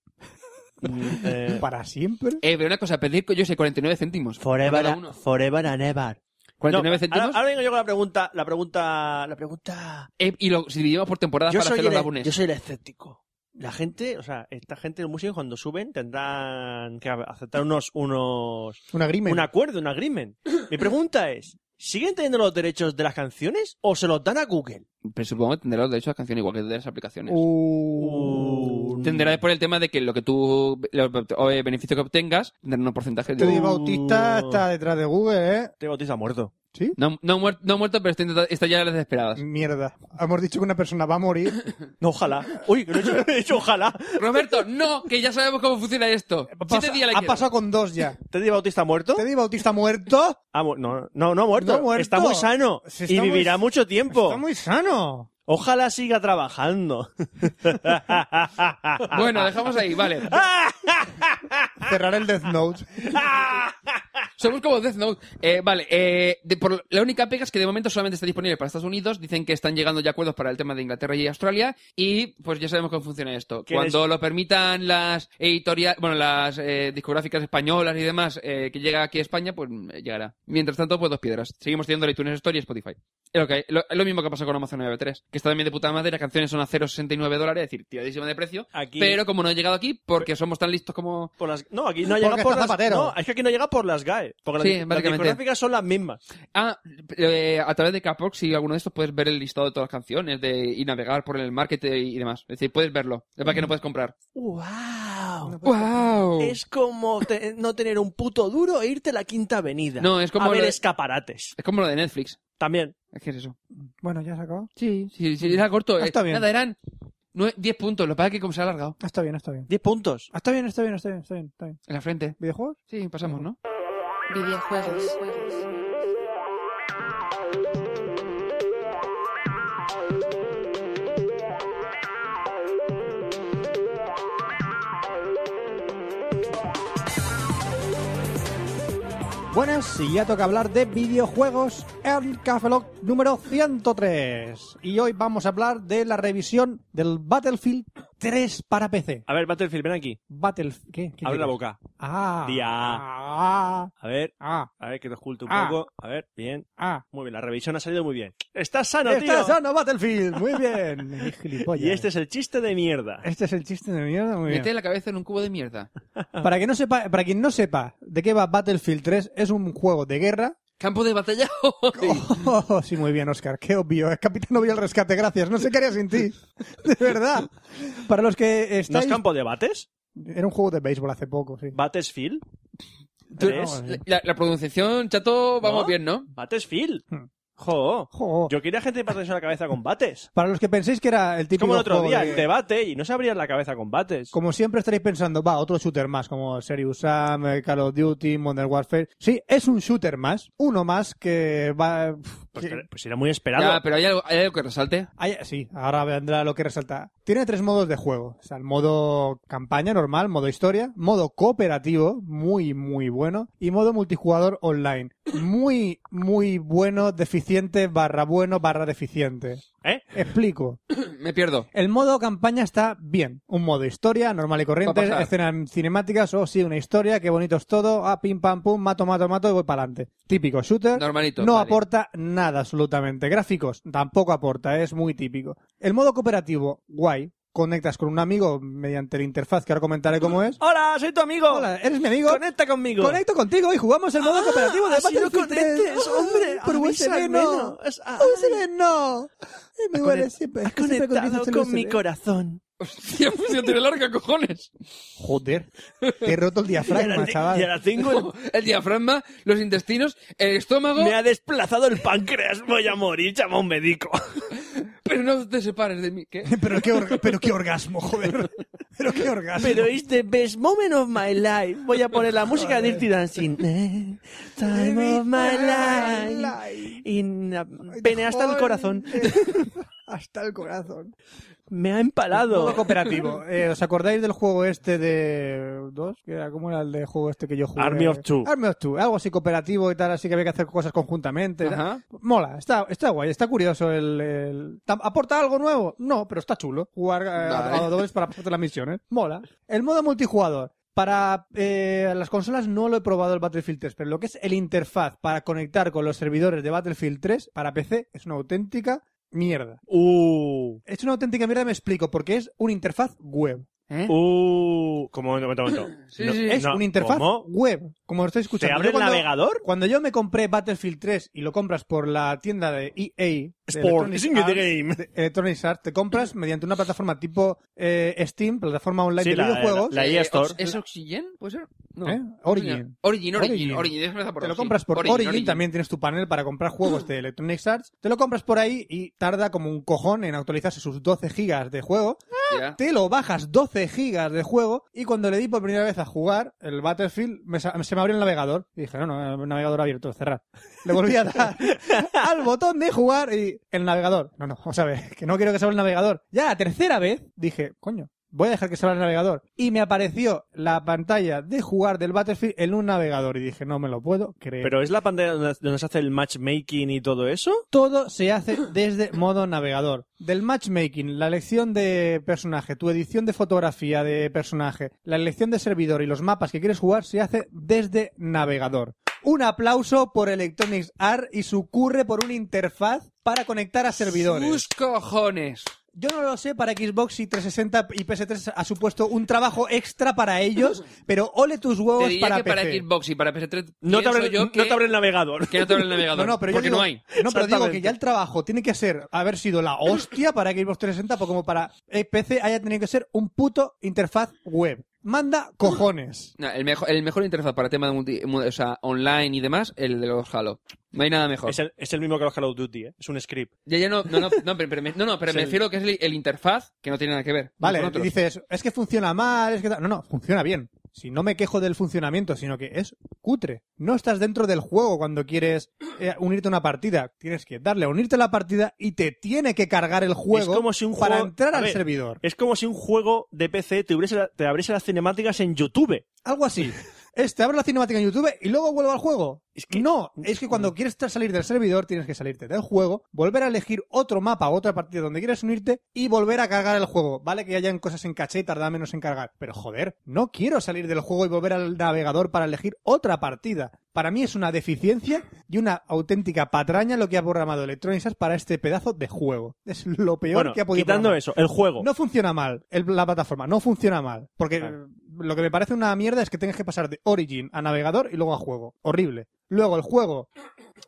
[SPEAKER 4] Eh,
[SPEAKER 5] Para siempre.
[SPEAKER 6] Eh, pero una cosa, pedir, yo sé, 49 céntimos. Cada uno.
[SPEAKER 4] forever and ever. No,
[SPEAKER 6] 49
[SPEAKER 4] ahora,
[SPEAKER 6] céntimos.
[SPEAKER 4] ahora vengo yo con la pregunta, la pregunta, la pregunta.
[SPEAKER 6] Eh, y lo si dividimos por temporadas
[SPEAKER 4] Yo
[SPEAKER 6] para
[SPEAKER 4] soy,
[SPEAKER 6] hacer los
[SPEAKER 4] el, e-
[SPEAKER 6] álbumes.
[SPEAKER 4] yo soy el escéptico. La gente, o sea, esta gente del museo cuando suben tendrán que aceptar unos, unos,
[SPEAKER 5] Un agrimen.
[SPEAKER 4] un acuerdo, un agreement. Mi pregunta es, ¿siguen teniendo los derechos de las canciones o se los dan a Google?
[SPEAKER 6] Pero Pues supongo que tendrá los derechos de las canciones igual que de las aplicaciones.
[SPEAKER 5] Uh.
[SPEAKER 6] Tendrá después el tema de que lo que tú, los eh, beneficios que obtengas, tendrán un porcentaje
[SPEAKER 5] Teddy
[SPEAKER 6] de...
[SPEAKER 4] Uh.
[SPEAKER 5] Bautista está detrás de Google, ¿eh?
[SPEAKER 4] Te bautiza muerto.
[SPEAKER 5] ¿Sí?
[SPEAKER 6] No, no, muer- no muerto, pero está, intenta- está ya a las desesperadas.
[SPEAKER 4] Mm.
[SPEAKER 5] Mierda. Hemos dicho que una persona va a
[SPEAKER 6] [laughs]
[SPEAKER 5] morir.
[SPEAKER 4] No, ojalá. Uy, que lo he hecho, he hecho ojalá.
[SPEAKER 6] Roberto, no, que ya sabemos cómo funciona esto.
[SPEAKER 4] Eh,
[SPEAKER 6] Siete
[SPEAKER 5] Pasa-
[SPEAKER 6] días le
[SPEAKER 5] ha
[SPEAKER 6] quedan.
[SPEAKER 5] pasado con dos ya.
[SPEAKER 4] ¿Teddy Bautista muerto?
[SPEAKER 5] Teddy Bautista muerto.
[SPEAKER 4] Ah, mu- no, no, no muerto.
[SPEAKER 5] No muerto.
[SPEAKER 4] Está muy sano y
[SPEAKER 5] Sí, está muy-
[SPEAKER 4] vivirá mucho tiempo.
[SPEAKER 5] Está muy sano.
[SPEAKER 4] Ojalá siga trabajando.
[SPEAKER 6] Bueno, dejamos ahí, vale.
[SPEAKER 5] Cerrar el Death Note.
[SPEAKER 6] Somos como Death Note. Eh, vale, eh, de- por, la única pega es que de momento solamente está disponible para Estados Unidos. Dicen que están llegando ya acuerdos para el tema de Inglaterra y Australia. Y pues ya sabemos cómo funciona esto.
[SPEAKER 4] ¿Quién
[SPEAKER 6] Cuando lo permitan las editoriales, bueno, las eh, discográficas españolas y demás, eh, que llega aquí a España, pues eh, llegará. Mientras tanto, pues dos piedras. Seguimos teniendo la iTunes Store y Spotify. Es lo, que hay. Lo- es lo mismo que pasó con Amazon MP3, que está también de puta madre. Las canciones son a 0,69 dólares, es decir, tiradísima de precio.
[SPEAKER 4] Aquí-
[SPEAKER 6] Pero como no he llegado aquí, porque somos tan listos como
[SPEAKER 4] Por las- No, aquí no llega
[SPEAKER 5] Porque
[SPEAKER 4] por
[SPEAKER 5] está
[SPEAKER 4] las...
[SPEAKER 5] Zapatero.
[SPEAKER 4] No, es que aquí no llega por las GAE. Porque
[SPEAKER 6] Sí,
[SPEAKER 4] las, las
[SPEAKER 6] básicamente.
[SPEAKER 4] discográficas son las mismas.
[SPEAKER 6] Ah, eh, a través de Capox y alguno de estos puedes ver el listado de todas las canciones de, y navegar por el market y demás. Es decir, puedes verlo. Es para que no puedes comprar.
[SPEAKER 5] Uh.
[SPEAKER 4] ¡Wow!
[SPEAKER 6] ¡Wow!
[SPEAKER 4] Es como te- no tener un puto duro e irte a la quinta avenida.
[SPEAKER 6] No, es como
[SPEAKER 4] A ver
[SPEAKER 6] lo-
[SPEAKER 4] escaparates.
[SPEAKER 6] Es como lo de Netflix.
[SPEAKER 4] También.
[SPEAKER 6] Es que es eso.
[SPEAKER 5] Bueno, ya se acabó.
[SPEAKER 6] Sí, sí, sí, era corto.
[SPEAKER 5] Ah,
[SPEAKER 6] eh.
[SPEAKER 5] está bien.
[SPEAKER 6] Nada, eran nue- 10 puntos. Lo que pasa es que como se ha alargado
[SPEAKER 5] Ah, Está bien, está bien.
[SPEAKER 4] 10 puntos.
[SPEAKER 5] Ah, Está bien, está bien, está bien, está bien. Está bien.
[SPEAKER 6] en la frente.
[SPEAKER 5] ¿Videojuegos?
[SPEAKER 6] Sí, pasamos, ¿no?
[SPEAKER 3] videojuegos,
[SPEAKER 5] Buenas, y ya toca hablar de videojuegos en Café Lock número 103. Y hoy vamos a hablar de la revisión del Battlefield 3 para PC.
[SPEAKER 4] A ver, Battlefield, ven aquí.
[SPEAKER 5] Battlefield... ¿Qué? ¿Qué
[SPEAKER 4] Abre la
[SPEAKER 5] quieres?
[SPEAKER 4] boca.
[SPEAKER 5] Ah.
[SPEAKER 4] Día.
[SPEAKER 5] Ah.
[SPEAKER 4] A ver,
[SPEAKER 5] Ah.
[SPEAKER 4] a ver que te oculte un
[SPEAKER 5] Ah.
[SPEAKER 4] poco. A ver, bien.
[SPEAKER 5] Ah.
[SPEAKER 4] Muy bien, la revisión ha salido muy bien. ¡Estás sano, tío!
[SPEAKER 5] Está sano Battlefield. Muy [laughs] bien. Gilipollas.
[SPEAKER 4] Y este es el chiste de mierda.
[SPEAKER 5] Este es el chiste de mierda, muy bien.
[SPEAKER 6] Mete la cabeza en un cubo de mierda.
[SPEAKER 5] Para, que no sepa, para quien no sepa de qué va Battlefield 3, es un juego de guerra.
[SPEAKER 6] Campo de batalla. [laughs]
[SPEAKER 5] [laughs] Oh, sí, muy bien, Oscar. Qué obvio. El capitán obvio el rescate, gracias. No sé qué haría sin ti. [laughs] De verdad. Para los que
[SPEAKER 4] ¿No es
[SPEAKER 5] estáis...
[SPEAKER 4] campo de bates?
[SPEAKER 5] Era un juego de béisbol hace poco, sí.
[SPEAKER 4] ¿Batesfield?
[SPEAKER 6] Tú-
[SPEAKER 4] ¿Tres?
[SPEAKER 6] la, la pronunciación, chato, vamos
[SPEAKER 4] ¿No?
[SPEAKER 6] bien, ¿no?
[SPEAKER 4] ¿Batesfield?
[SPEAKER 5] Hmm.
[SPEAKER 4] Jo.
[SPEAKER 5] Jo.
[SPEAKER 4] Yo quería gente para en la cabeza con bates.
[SPEAKER 5] Para los que penséis que era el
[SPEAKER 4] Es
[SPEAKER 5] típico
[SPEAKER 4] como el otro
[SPEAKER 5] juego
[SPEAKER 4] día,
[SPEAKER 5] de-
[SPEAKER 4] el debate, y no se abrían la cabeza con bates.
[SPEAKER 5] Como siempre estaréis pensando, va, otro shooter más, como Serious Sam, eh, Call of Duty, Modern Warfare. Sí, es un shooter más, uno más que va...
[SPEAKER 4] Pues,
[SPEAKER 5] que-
[SPEAKER 4] pero- pues era muy esperado.
[SPEAKER 6] Ya, pero hay algo, hay algo que resalte.
[SPEAKER 5] Hay- Ah, sí, ahora vendrá lo que resalta. Tiene tres modos de juego. O sea, el modo campaña normal, modo historia, modo cooperativo, muy, muy bueno, y modo multijugador online. Muy, muy bueno, deficiente, barra bueno, barra deficiente.
[SPEAKER 4] ¿Eh?
[SPEAKER 5] Explico.
[SPEAKER 6] Me pierdo.
[SPEAKER 5] El modo campaña está bien. Un modo historia, normal y corriente,
[SPEAKER 6] Va a pasar.
[SPEAKER 5] escenas cinemáticas, o sí, una historia, qué bonito es todo, ah, pim, pam, pum, mato, mato, mato y voy para adelante. Típico shooter.
[SPEAKER 6] Normalito.
[SPEAKER 5] ¿Eh? No
[SPEAKER 6] vale. [laughs]
[SPEAKER 5] aporta nada absolutamente. Gráficos tampoco aporta, es muy típico. El modo cooperativo, guay. Conectas con un amigo mediante la interfaz, que ahora comentaré cómo es.
[SPEAKER 4] ¡Hola, soy tu amigo!
[SPEAKER 5] Hola, eres mi amigo.
[SPEAKER 4] ¡Conecta conmigo!
[SPEAKER 5] Conecto contigo y jugamos el modo cooperativo de
[SPEAKER 4] Ah, así no
[SPEAKER 5] Battlefield 3.
[SPEAKER 4] conectes, hombre,
[SPEAKER 5] Por
[SPEAKER 4] avisa
[SPEAKER 5] USB
[SPEAKER 4] al
[SPEAKER 5] no.
[SPEAKER 4] menos. Es- ah,
[SPEAKER 5] USB no. Me duele
[SPEAKER 4] conect-
[SPEAKER 5] siempre.
[SPEAKER 4] Has
[SPEAKER 5] siempre
[SPEAKER 4] conectado
[SPEAKER 5] utilizas el
[SPEAKER 4] con mi
[SPEAKER 5] USB.
[SPEAKER 4] corazón.
[SPEAKER 6] Hostia, pues ya tiene larga, cojones.
[SPEAKER 5] Joder. Te he roto
[SPEAKER 4] [laughs]
[SPEAKER 5] el
[SPEAKER 8] Ya la
[SPEAKER 5] diafragma,
[SPEAKER 8] te-
[SPEAKER 5] chaval.
[SPEAKER 8] ya la tengo.
[SPEAKER 5] [laughs]
[SPEAKER 6] El diafragma, los intestinos, el estómago.
[SPEAKER 8] Me ha desplazado el páncreas. Voy a morir, llama a un médico.
[SPEAKER 6] Pero no te separes
[SPEAKER 5] [laughs]
[SPEAKER 6] de mí. ¿Qué?
[SPEAKER 5] Pero qué, orga- pero qué orgasmo, joder. [laughs] Pero qué orgasmo.
[SPEAKER 8] Pero es the best moment of my life. Voy a poner
[SPEAKER 5] [laughs]
[SPEAKER 8] la música de Dirty Dancing. Eh, Time of my life. Y na- pene hasta el corazón. [laughs]
[SPEAKER 5] Hasta el corazón.
[SPEAKER 8] Me ha
[SPEAKER 5] Modo
[SPEAKER 8] empalado.
[SPEAKER 5] cooperativo. Eh, ¿Os acordáis del juego este de... ¿Dos? ¿Qué era? ¿Cómo era el de juego este que yo jugué?
[SPEAKER 8] Army of Two.
[SPEAKER 5] Army of Two. Algo así cooperativo y tal, así que había que hacer cosas conjuntamente.
[SPEAKER 6] Ajá.
[SPEAKER 5] Mola, está, está guay, está curioso el, el- ¿Tam- ¿Aporta algo nuevo? No, pero está chulo. Jugar eh, a,
[SPEAKER 6] Vale.
[SPEAKER 5] a dobles para hacer las misiones. Mola. El modo multijugador. Para eh, las consolas no lo he probado el Battlefield 3, pero lo que es el interfaz para conectar con los servidores de Battlefield 3 para PC es una auténtica mierda.
[SPEAKER 8] [laughs] Uh,
[SPEAKER 5] Es una auténtica mierda, me explico, porque es una interfaz web.
[SPEAKER 6] ¿Eh?
[SPEAKER 8] uh. Como un momento, un momento.
[SPEAKER 6] Sí, sí.
[SPEAKER 5] Es
[SPEAKER 8] no,
[SPEAKER 5] una interfaz
[SPEAKER 8] ¿cómo?
[SPEAKER 5] web, como lo estoy escuchando.
[SPEAKER 8] ¿Te
[SPEAKER 5] Yo
[SPEAKER 8] abre el
[SPEAKER 5] cuando-
[SPEAKER 8] navegador?
[SPEAKER 5] Cuando yo me compré Battlefield 3 y lo compras por la tienda de EA, de Electronic
[SPEAKER 8] Sport, in the
[SPEAKER 5] Arts,
[SPEAKER 8] game.
[SPEAKER 5] Electronic Arts, te compras
[SPEAKER 8] [clears throat]
[SPEAKER 5] mediante una plataforma tipo eh, Steam, plataforma online
[SPEAKER 8] Sí,
[SPEAKER 5] de
[SPEAKER 8] la-
[SPEAKER 5] videojuegos.
[SPEAKER 8] la- la-
[SPEAKER 6] Eh,
[SPEAKER 8] eStore.
[SPEAKER 6] Ox- ¿Es Oxygen? ¿Puede ser? No.
[SPEAKER 5] ¿Eh?
[SPEAKER 6] No,
[SPEAKER 5] Origin.
[SPEAKER 6] señor. Origin, Origin,
[SPEAKER 5] Origin.
[SPEAKER 6] Origin. déjame empezar por
[SPEAKER 5] te lo
[SPEAKER 6] Origin.
[SPEAKER 5] compras por Origin, también tienes tu panel para comprar juegos
[SPEAKER 8] [clears throat]
[SPEAKER 5] de Electronic Arts. Te lo compras por ahí y tarda como un cojón en actualizarse sus 12 gigas de juego.
[SPEAKER 6] Ya.
[SPEAKER 5] Te lo bajas 12 gigas de juego y cuando le di por primera vez a jugar el Battlefield, me sa- se me abrió el navegador. Y dije, no, no, el navegador abierto, cerrar. Le volví a dar al botón de jugar y el navegador. No, no, vamos a ver, que no quiero que se abra el navegador. Ya la tercera vez dije, coño. Voy a dejar que se abra el navegador. Y me apareció la pantalla de jugar del Battlefield en un navegador. Y dije, no me lo puedo creer.
[SPEAKER 8] ¿Pero es la pantalla donde donde se hace el matchmaking y todo eso?
[SPEAKER 5] Todo se hace desde modo navegador. Del matchmaking, la elección de personaje, tu edición de fotografía de personaje, la elección de servidor y los mapas que quieres jugar se hace desde navegador. Un aplauso por Electronics Art y su curre por una interfaz para conectar a servidores.
[SPEAKER 6] Sus cojones.
[SPEAKER 5] Yo no lo sé para Xbox y 360 y PS3 ha supuesto un trabajo extra para ellos,
[SPEAKER 6] [laughs]
[SPEAKER 5] pero ole tus
[SPEAKER 6] Te
[SPEAKER 5] huevos
[SPEAKER 6] diría
[SPEAKER 5] para
[SPEAKER 6] que para
[SPEAKER 5] PC.
[SPEAKER 6] Xbox y para PS3
[SPEAKER 8] No te
[SPEAKER 6] pienso
[SPEAKER 8] abre,
[SPEAKER 6] yo
[SPEAKER 8] no
[SPEAKER 6] que,
[SPEAKER 8] te abre el [laughs] navegador.
[SPEAKER 6] que no te abre el navegador.
[SPEAKER 5] [laughs] No, no, pero yo
[SPEAKER 6] porque
[SPEAKER 5] digo-
[SPEAKER 6] no hay.
[SPEAKER 5] No, pero digo que
[SPEAKER 8] Exactamente.
[SPEAKER 5] ya el trabajo tiene que ser haber sido la hostia para que Xbox 360 pues como para eh, PC haya tenido que ser un puto interfaz web. Manda cojones.
[SPEAKER 6] No, el, mejor, el mejor interfaz para tema de multi- mu- o sea, online y demás, el de los Halo. No hay nada mejor.
[SPEAKER 8] Es el, es el mismo que los Call of Duty, ¿eh? es un script.
[SPEAKER 6] Ya, ya no, no, no, no, pero, pero me, no,
[SPEAKER 5] [laughs]
[SPEAKER 6] no, pero
[SPEAKER 8] Es
[SPEAKER 6] me
[SPEAKER 8] el-
[SPEAKER 6] refiero que es el, el interfaz que no tiene nada que ver.
[SPEAKER 5] Vale,
[SPEAKER 6] con otros.
[SPEAKER 5] dices, es que funciona mal, es que tal. No, no, funciona bien. Si no me quejo del funcionamiento, sino que es cutre. No estás dentro del juego cuando quieres eh, unirte a una partida. Tienes que darle a unirte a la partida y te tiene que cargar el juego
[SPEAKER 8] como si un
[SPEAKER 5] para
[SPEAKER 8] juego-
[SPEAKER 5] entrar
[SPEAKER 8] a
[SPEAKER 5] al
[SPEAKER 8] ver,
[SPEAKER 5] servidor.
[SPEAKER 8] Es como si un juego de PC te, hubiese la- te abriese las cinemáticas en YouTube. [laughs]
[SPEAKER 5] Algo así. Este, abro la cinemática en YouTube y luego vuelvo al juego.
[SPEAKER 8] Es que-
[SPEAKER 5] No, es que cuando quieres tra- salir del servidor tienes que salirte del juego, volver a elegir otro mapa, otra partida donde quieres unirte y volver a cargar el juego. Vale que hayan cosas en caché y tarda menos en cargar, pero joder, no quiero salir del juego y volver al navegador para elegir otra partida. Para mí es una deficiencia y una auténtica patraña lo que ha programado Electronic Arts para este pedazo de juego. Es lo peor
[SPEAKER 8] bueno,
[SPEAKER 5] que ha podido
[SPEAKER 8] quitando
[SPEAKER 5] programar.
[SPEAKER 8] eso, el juego.
[SPEAKER 5] No funciona mal el- la plataforma, no funciona mal. Porque
[SPEAKER 8] Claro.
[SPEAKER 5] eh, lo que me parece una mierda es que tengas que pasar de Origin a navegador y luego a juego. Horrible. Luego el juego,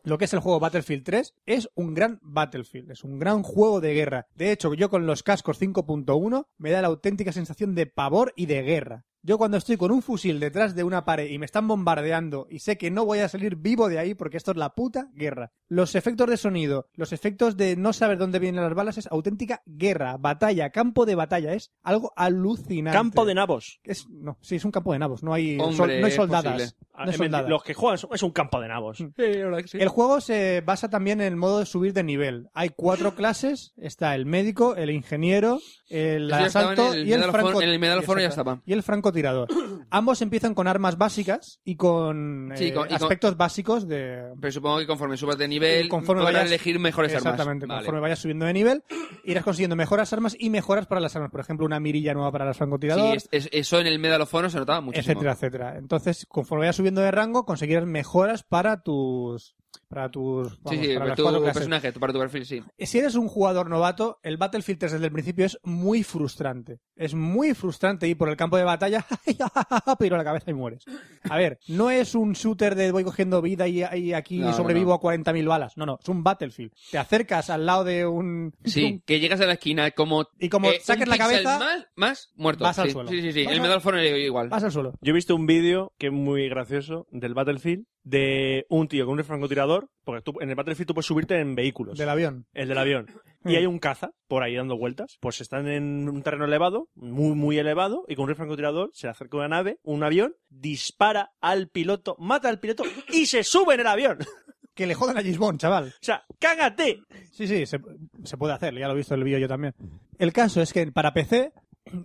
[SPEAKER 5] lo que es el juego Battlefield 3, es un gran Battlefield, es un gran juego de guerra. De hecho, yo con los cascos 5.1 me da la auténtica sensación de pavor y de guerra. Yo cuando estoy con un fusil detrás de una pared y me están bombardeando y sé que no voy a salir vivo de ahí porque esto es la puta guerra. Los efectos de sonido, los efectos de no saber dónde vienen las balas es auténtica guerra, batalla, campo de batalla, es algo alucinante.
[SPEAKER 8] Campo de nabos.
[SPEAKER 5] Es, no, sí, es un campo de nabos, no hay,
[SPEAKER 6] Hombre,
[SPEAKER 5] sol- no hay
[SPEAKER 6] es
[SPEAKER 5] soldadas.
[SPEAKER 6] posible.
[SPEAKER 5] No hay
[SPEAKER 8] Eh,
[SPEAKER 5] soldadas.
[SPEAKER 8] Los que juegan son- es un campo de nabos.
[SPEAKER 5] Mm.
[SPEAKER 6] Sí, ahora que sí.
[SPEAKER 5] El juego se basa también en el modo de subir de nivel. Hay
[SPEAKER 6] [laughs]
[SPEAKER 5] cuatro clases. Está el médico, el ingeniero, el
[SPEAKER 6] Eso ya estaba
[SPEAKER 5] asalto
[SPEAKER 6] en el
[SPEAKER 5] y el
[SPEAKER 6] Medal of
[SPEAKER 5] franco.
[SPEAKER 6] Honor- en el Medal of Honor ya estaba.
[SPEAKER 5] Y el
[SPEAKER 6] [clears throat]
[SPEAKER 5] francotirador. Ambos empiezan con armas básicas y con,
[SPEAKER 6] Sí,
[SPEAKER 5] eh,
[SPEAKER 6] con- y con-
[SPEAKER 5] aspectos básicos de...
[SPEAKER 6] Pero supongo que conforme subas de nivel,
[SPEAKER 5] Conforme
[SPEAKER 6] podrás
[SPEAKER 5] vayas-
[SPEAKER 6] elegir mejores armas.
[SPEAKER 5] Exactamente,
[SPEAKER 6] Vale.
[SPEAKER 5] conforme vayas subiendo de nivel, irás consiguiendo mejoras armas y mejoras para las armas. Por ejemplo, una mirilla nueva para los francotiradores.
[SPEAKER 6] Sí, es- es- eso en el Medal of Honor se notaba muchísimo.
[SPEAKER 5] etcétera, etcétera. Entonces, conforme vayas subiendo de rango, conseguirás mejoras para tus para tus vamos,
[SPEAKER 6] sí, pues sí,
[SPEAKER 5] para
[SPEAKER 6] para
[SPEAKER 5] las
[SPEAKER 6] tu
[SPEAKER 5] cuatro clases.
[SPEAKER 6] personaje, para tu
[SPEAKER 5] [laughs]
[SPEAKER 6] perfil, sí.
[SPEAKER 5] Si eres un jugador novato, el Battlefield 3 desde el principio es muy frustrante. Es muy frustrante ir por el campo de batalla, [laughs] pero la cabeza y mueres. A ver, no es un shooter de voy cogiendo vida y, y aquí
[SPEAKER 6] No, no,
[SPEAKER 5] sobrevivo
[SPEAKER 6] no.
[SPEAKER 5] a 40.000 balas. No, no, es un Battlefield. Te acercas al lado de un...
[SPEAKER 6] Sí, que llegas a la esquina como...
[SPEAKER 5] Y como
[SPEAKER 6] eh,
[SPEAKER 5] saques
[SPEAKER 6] un
[SPEAKER 5] la
[SPEAKER 6] píxel
[SPEAKER 5] cabeza,
[SPEAKER 6] Más, más muerto.
[SPEAKER 5] vas
[SPEAKER 6] sí,
[SPEAKER 5] al suelo.
[SPEAKER 6] Sí, sí, sí.
[SPEAKER 5] Vas
[SPEAKER 6] El
[SPEAKER 5] al-
[SPEAKER 6] Medal of Honor igual.
[SPEAKER 5] vas al suelo.
[SPEAKER 4] Yo he visto un vídeo que es muy gracioso del Battlefield de un tío con un francotirador, porque tú, en el Battlefield tú puedes subirte en vehículos.
[SPEAKER 5] Del avión.
[SPEAKER 4] el del avión.
[SPEAKER 5] Mm.
[SPEAKER 4] Y hay un caza por ahí dando vueltas. Pues están en un terreno elevado, muy, muy elevado, y con un francotirador se le acerca una nave, un avión, dispara al piloto, mata al piloto y se sube en el avión. [laughs] O
[SPEAKER 5] Que le jodan a Gisbon, chaval.
[SPEAKER 4] sea, cágate.
[SPEAKER 5] Sí, sí, se, se puede hacer, ya lo he visto en el vídeo yo también. El caso es que para PC,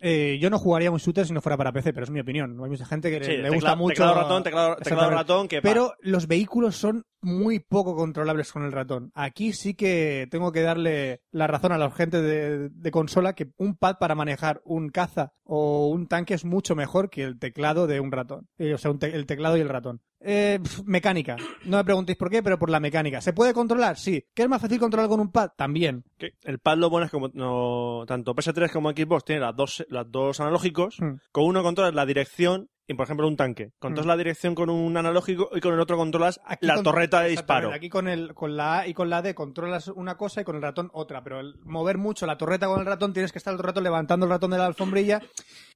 [SPEAKER 5] eh, yo no jugaría un shooter si no fuera para PC, pero es mi opinión. Hay mucha gente que le-
[SPEAKER 4] Sí,
[SPEAKER 5] le
[SPEAKER 4] tecla-
[SPEAKER 5] gusta mucho.
[SPEAKER 4] Teclado ratón, teclado, teclado
[SPEAKER 5] Exactamente.
[SPEAKER 4] ratón, que pa.
[SPEAKER 5] Pero los vehículos son muy poco controlables con el ratón. Aquí sí que tengo que darle la razón a la gente de, de consola que un pad para manejar un caza o un tanque es mucho mejor que el teclado de un ratón. Eh, o sea, un te- el teclado y el ratón. Eh, pf, mecánica. No me preguntéis por qué, pero por la mecánica. ¿Se puede controlar? Sí. ¿Que es más fácil controlar con un pad? También.
[SPEAKER 4] Que El pad lo bueno es como no, tanto PS3 como Xbox tiene las dos, las dos analógicos.
[SPEAKER 5] Mm.
[SPEAKER 4] Con uno controlas la dirección, y por ejemplo un tanque. Controlas la dirección con un analógico y con el otro controlas
[SPEAKER 5] Hmm. Aquí
[SPEAKER 4] la
[SPEAKER 5] con-
[SPEAKER 4] torreta de
[SPEAKER 5] Exactamente,
[SPEAKER 4] disparo.
[SPEAKER 5] Aquí con, el, con la A y con la D controlas una cosa y con el ratón otra, pero el mover mucho la torreta con el ratón tienes que estar todo el rato levantando el ratón de la alfombrilla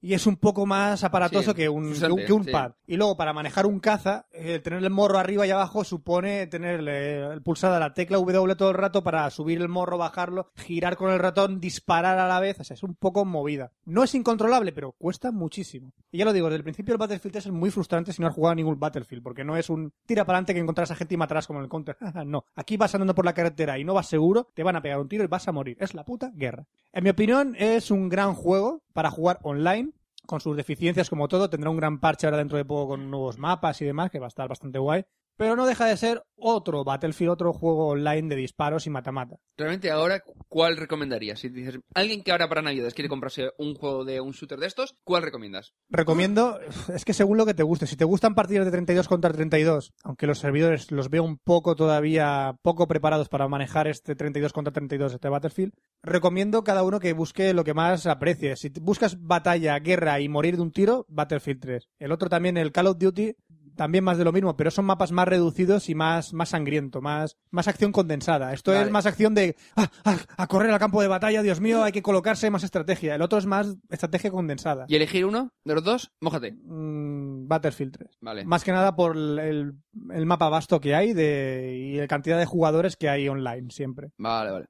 [SPEAKER 5] y es un poco más aparatoso
[SPEAKER 6] Sí,
[SPEAKER 5] que un, que un,
[SPEAKER 6] frustrante,
[SPEAKER 5] que un
[SPEAKER 6] sí.
[SPEAKER 5] pad. Y luego para manejar un caza, eh, tener el morro arriba y abajo supone tener eh, el- pulsada la tecla W todo el rato para subir el morro, bajarlo, girar con el ratón, disparar a la vez, o sea, es un poco movida. No es incontrolable, pero cuesta muchísimo. Y ya lo digo, desde el principio el Battlefield 3 es muy frustrante si no has jugado a ningún Battlefield, porque no es un tira para adelante que encontrarás a gente y matarás como en el Counter. [laughs] no, aquí vas andando por la carretera y no vas seguro, te van a pegar un tiro y vas a morir. Es la puta guerra. En mi opinión, es un gran juego para jugar online con sus deficiencias como todo, tendrá un gran parche ahora dentro de poco con nuevos mapas y demás, que va a estar bastante guay. Pero no deja de ser otro Battlefield, otro juego online de disparos y matamata.
[SPEAKER 6] Realmente ahora, ¿cuál recomendarías? Si dices, alguien que ahora para Navidades quiere comprarse un juego de un shooter de estos, ¿cuál recomiendas?
[SPEAKER 5] Recomiendo, es que según lo que te guste, si te gustan partidas de 32 contra 32, aunque los servidores los veo un poco todavía poco preparados para manejar este 32 contra 32, este Battlefield, recomiendo cada uno que busque lo que más aprecie. Si te- buscas batalla, guerra y morir de un tiro, Battlefield 3. El otro también, el Call of Duty, también más de lo mismo, pero son mapas más reducidos y más, más sangriento, más, más acción condensada. Esto
[SPEAKER 6] Vale.
[SPEAKER 5] es más acción de "Ah, ah, a correr al campo de batalla, Dios mío, hay que colocarse más estrategia. El otro es más estrategia condensada.
[SPEAKER 6] ¿Y elegir uno de los dos? Mójate.
[SPEAKER 5] Mm, Battlefield 3.
[SPEAKER 6] Vale.
[SPEAKER 5] Más que nada por el, el- el mapa vasto que hay de, y la cantidad de jugadores que hay online siempre.
[SPEAKER 6] Vale, vale.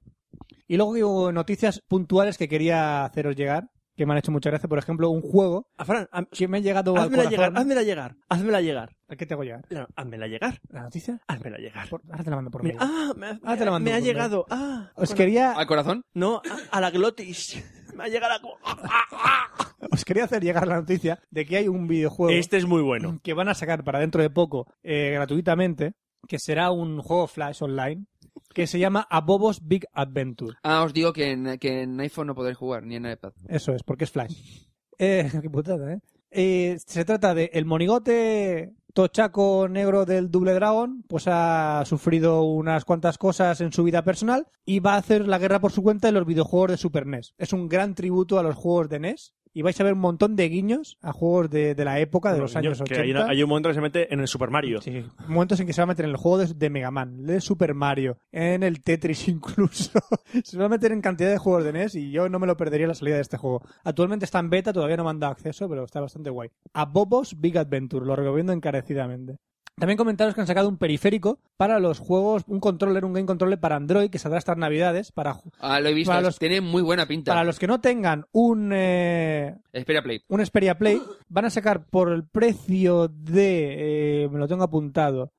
[SPEAKER 5] Y luego digo, noticias puntuales que quería haceros llegar, que me han hecho muchas gracias. Por ejemplo, un juego
[SPEAKER 4] A Fran, a-
[SPEAKER 5] que me ha llegado Ah, al
[SPEAKER 4] házmela
[SPEAKER 5] corazón.
[SPEAKER 4] llegar, házmela llegar, házmela llegar.
[SPEAKER 5] ¿A qué te hago llegar?
[SPEAKER 4] No, házmela llegar,
[SPEAKER 5] ¿La noticia?
[SPEAKER 4] házmela llegar.
[SPEAKER 5] Por- ahora te la mando por
[SPEAKER 4] Mira,
[SPEAKER 5] mail.
[SPEAKER 4] ah, me, ha-
[SPEAKER 5] Ah, te la mando
[SPEAKER 4] me ha
[SPEAKER 5] por mail.
[SPEAKER 4] llegado. Ah,
[SPEAKER 5] Os
[SPEAKER 4] con-
[SPEAKER 5] quería,
[SPEAKER 6] ¿Al corazón?
[SPEAKER 4] No, a, a la glotis. [laughs] Me ha llegado
[SPEAKER 5] Oh.
[SPEAKER 4] la...
[SPEAKER 5] os quería hacer llegar la noticia de que hay un videojuego
[SPEAKER 4] Este es muy
[SPEAKER 5] [clears throat]
[SPEAKER 4] bueno.
[SPEAKER 5] que van a sacar para dentro de poco eh, gratuitamente, que será un juego Flash Online, que se llama Abobos Big Adventure.
[SPEAKER 6] Ah, os digo que en, que en iPhone no podréis jugar, ni en iPad.
[SPEAKER 5] Eso es, porque es Flash. Eh, [laughs] qué putada, ¿eh? Eh, Se trata de el monigote tochaco negro del Double Dragon, pues ha sufrido unas cuantas cosas en su vida personal y va a hacer la guerra por su cuenta en los videojuegos de Super NES. Es un gran tributo a los juegos de NES y vais a ver un montón de guiños a juegos de, de la época, de los
[SPEAKER 4] Niño,
[SPEAKER 5] años
[SPEAKER 4] que
[SPEAKER 5] 80.
[SPEAKER 4] hay, una- hay un momento que se mete en el Super Mario.
[SPEAKER 5] Sí, momentos en que se va a meter en el juego de, de Mega Man, de Super Mario, en el Tetris [laughs] incluso. se va a meter en cantidad de juegos de NES y yo no me lo perdería la salida de este juego. Actualmente está en beta, todavía no me han dado acceso, pero está bastante guay. A Bobos Big Adventure, lo recomiendo encarecidamente. También comentaros que han sacado un periférico para los juegos, un controller, un game controller para Android que saldrá estas navidades para, ju-
[SPEAKER 6] Ah, lo he visto.
[SPEAKER 5] Para los-
[SPEAKER 6] Tiene muy buena pinta.
[SPEAKER 5] para los que no tengan un, eh,
[SPEAKER 6] Espera, Play.
[SPEAKER 5] un Xperia Play, van a sacar por el precio de, eh, me lo tengo apuntado,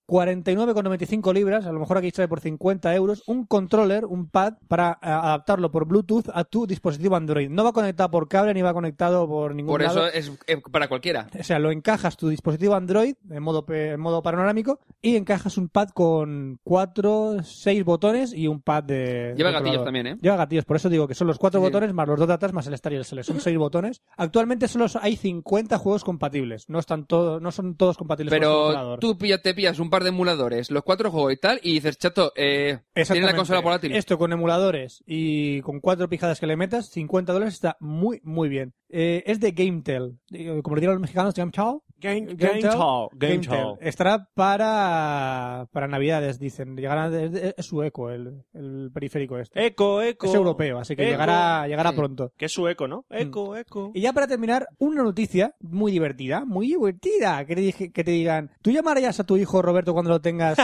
[SPEAKER 5] 49,95 libras, a lo mejor aquí sale por 50 euros, un controller, un pad, para eh, adaptarlo por Bluetooth a tu dispositivo Android. No va conectado por cable ni va conectado por ningún
[SPEAKER 6] Por
[SPEAKER 5] lado.
[SPEAKER 6] eso es eh, para cualquiera.
[SPEAKER 5] O sea, lo encajas tu dispositivo Android en modo, pe- en modo panorámico y encajas un pad con cuatro, seis botones y un pad de.
[SPEAKER 6] Lleva
[SPEAKER 5] controlador.
[SPEAKER 6] gatillos también, ¿eh?
[SPEAKER 5] Lleva gatillos, por eso digo que son los cuatro
[SPEAKER 6] Sí.
[SPEAKER 5] botones más los dos de atrás más el Star y el Select.
[SPEAKER 6] [laughs]
[SPEAKER 5] Son seis botones. Actualmente solo hay 50 juegos compatibles. No están todos, no son todos compatibles con su
[SPEAKER 6] Pero
[SPEAKER 5] emulador.
[SPEAKER 6] tú pilla- te pillas un par de emuladores, los cuatro juegos y tal, y dices, chato, eh, tiene la
[SPEAKER 5] Exactamente.
[SPEAKER 6] consola volátil.
[SPEAKER 5] Esto con emuladores y con cuatro pijadas que le metas, 50 dólares está muy, muy bien. Eh, es de GameTel. Digo, Como dirían los mexicanos, GameTel.
[SPEAKER 4] Game,
[SPEAKER 5] Game Tell.
[SPEAKER 4] Tell, Game
[SPEAKER 5] GameTel.
[SPEAKER 4] Tell.
[SPEAKER 5] Estará para, para Navidades, dicen. Llegará, es, es sueco el, el periférico este.
[SPEAKER 4] Eco, eco.
[SPEAKER 5] es europeo, así que
[SPEAKER 4] Eco.
[SPEAKER 5] llegará, llegará
[SPEAKER 6] Sí.
[SPEAKER 5] pronto.
[SPEAKER 4] Que es sueco, ¿no? Eco, eco.
[SPEAKER 5] Y ya para terminar, una noticia muy divertida, muy divertida, que te, dije- que te digan, ¿tú llamarías a tu hijo Roberto cuando
[SPEAKER 4] [laughs]
[SPEAKER 5] lo tengas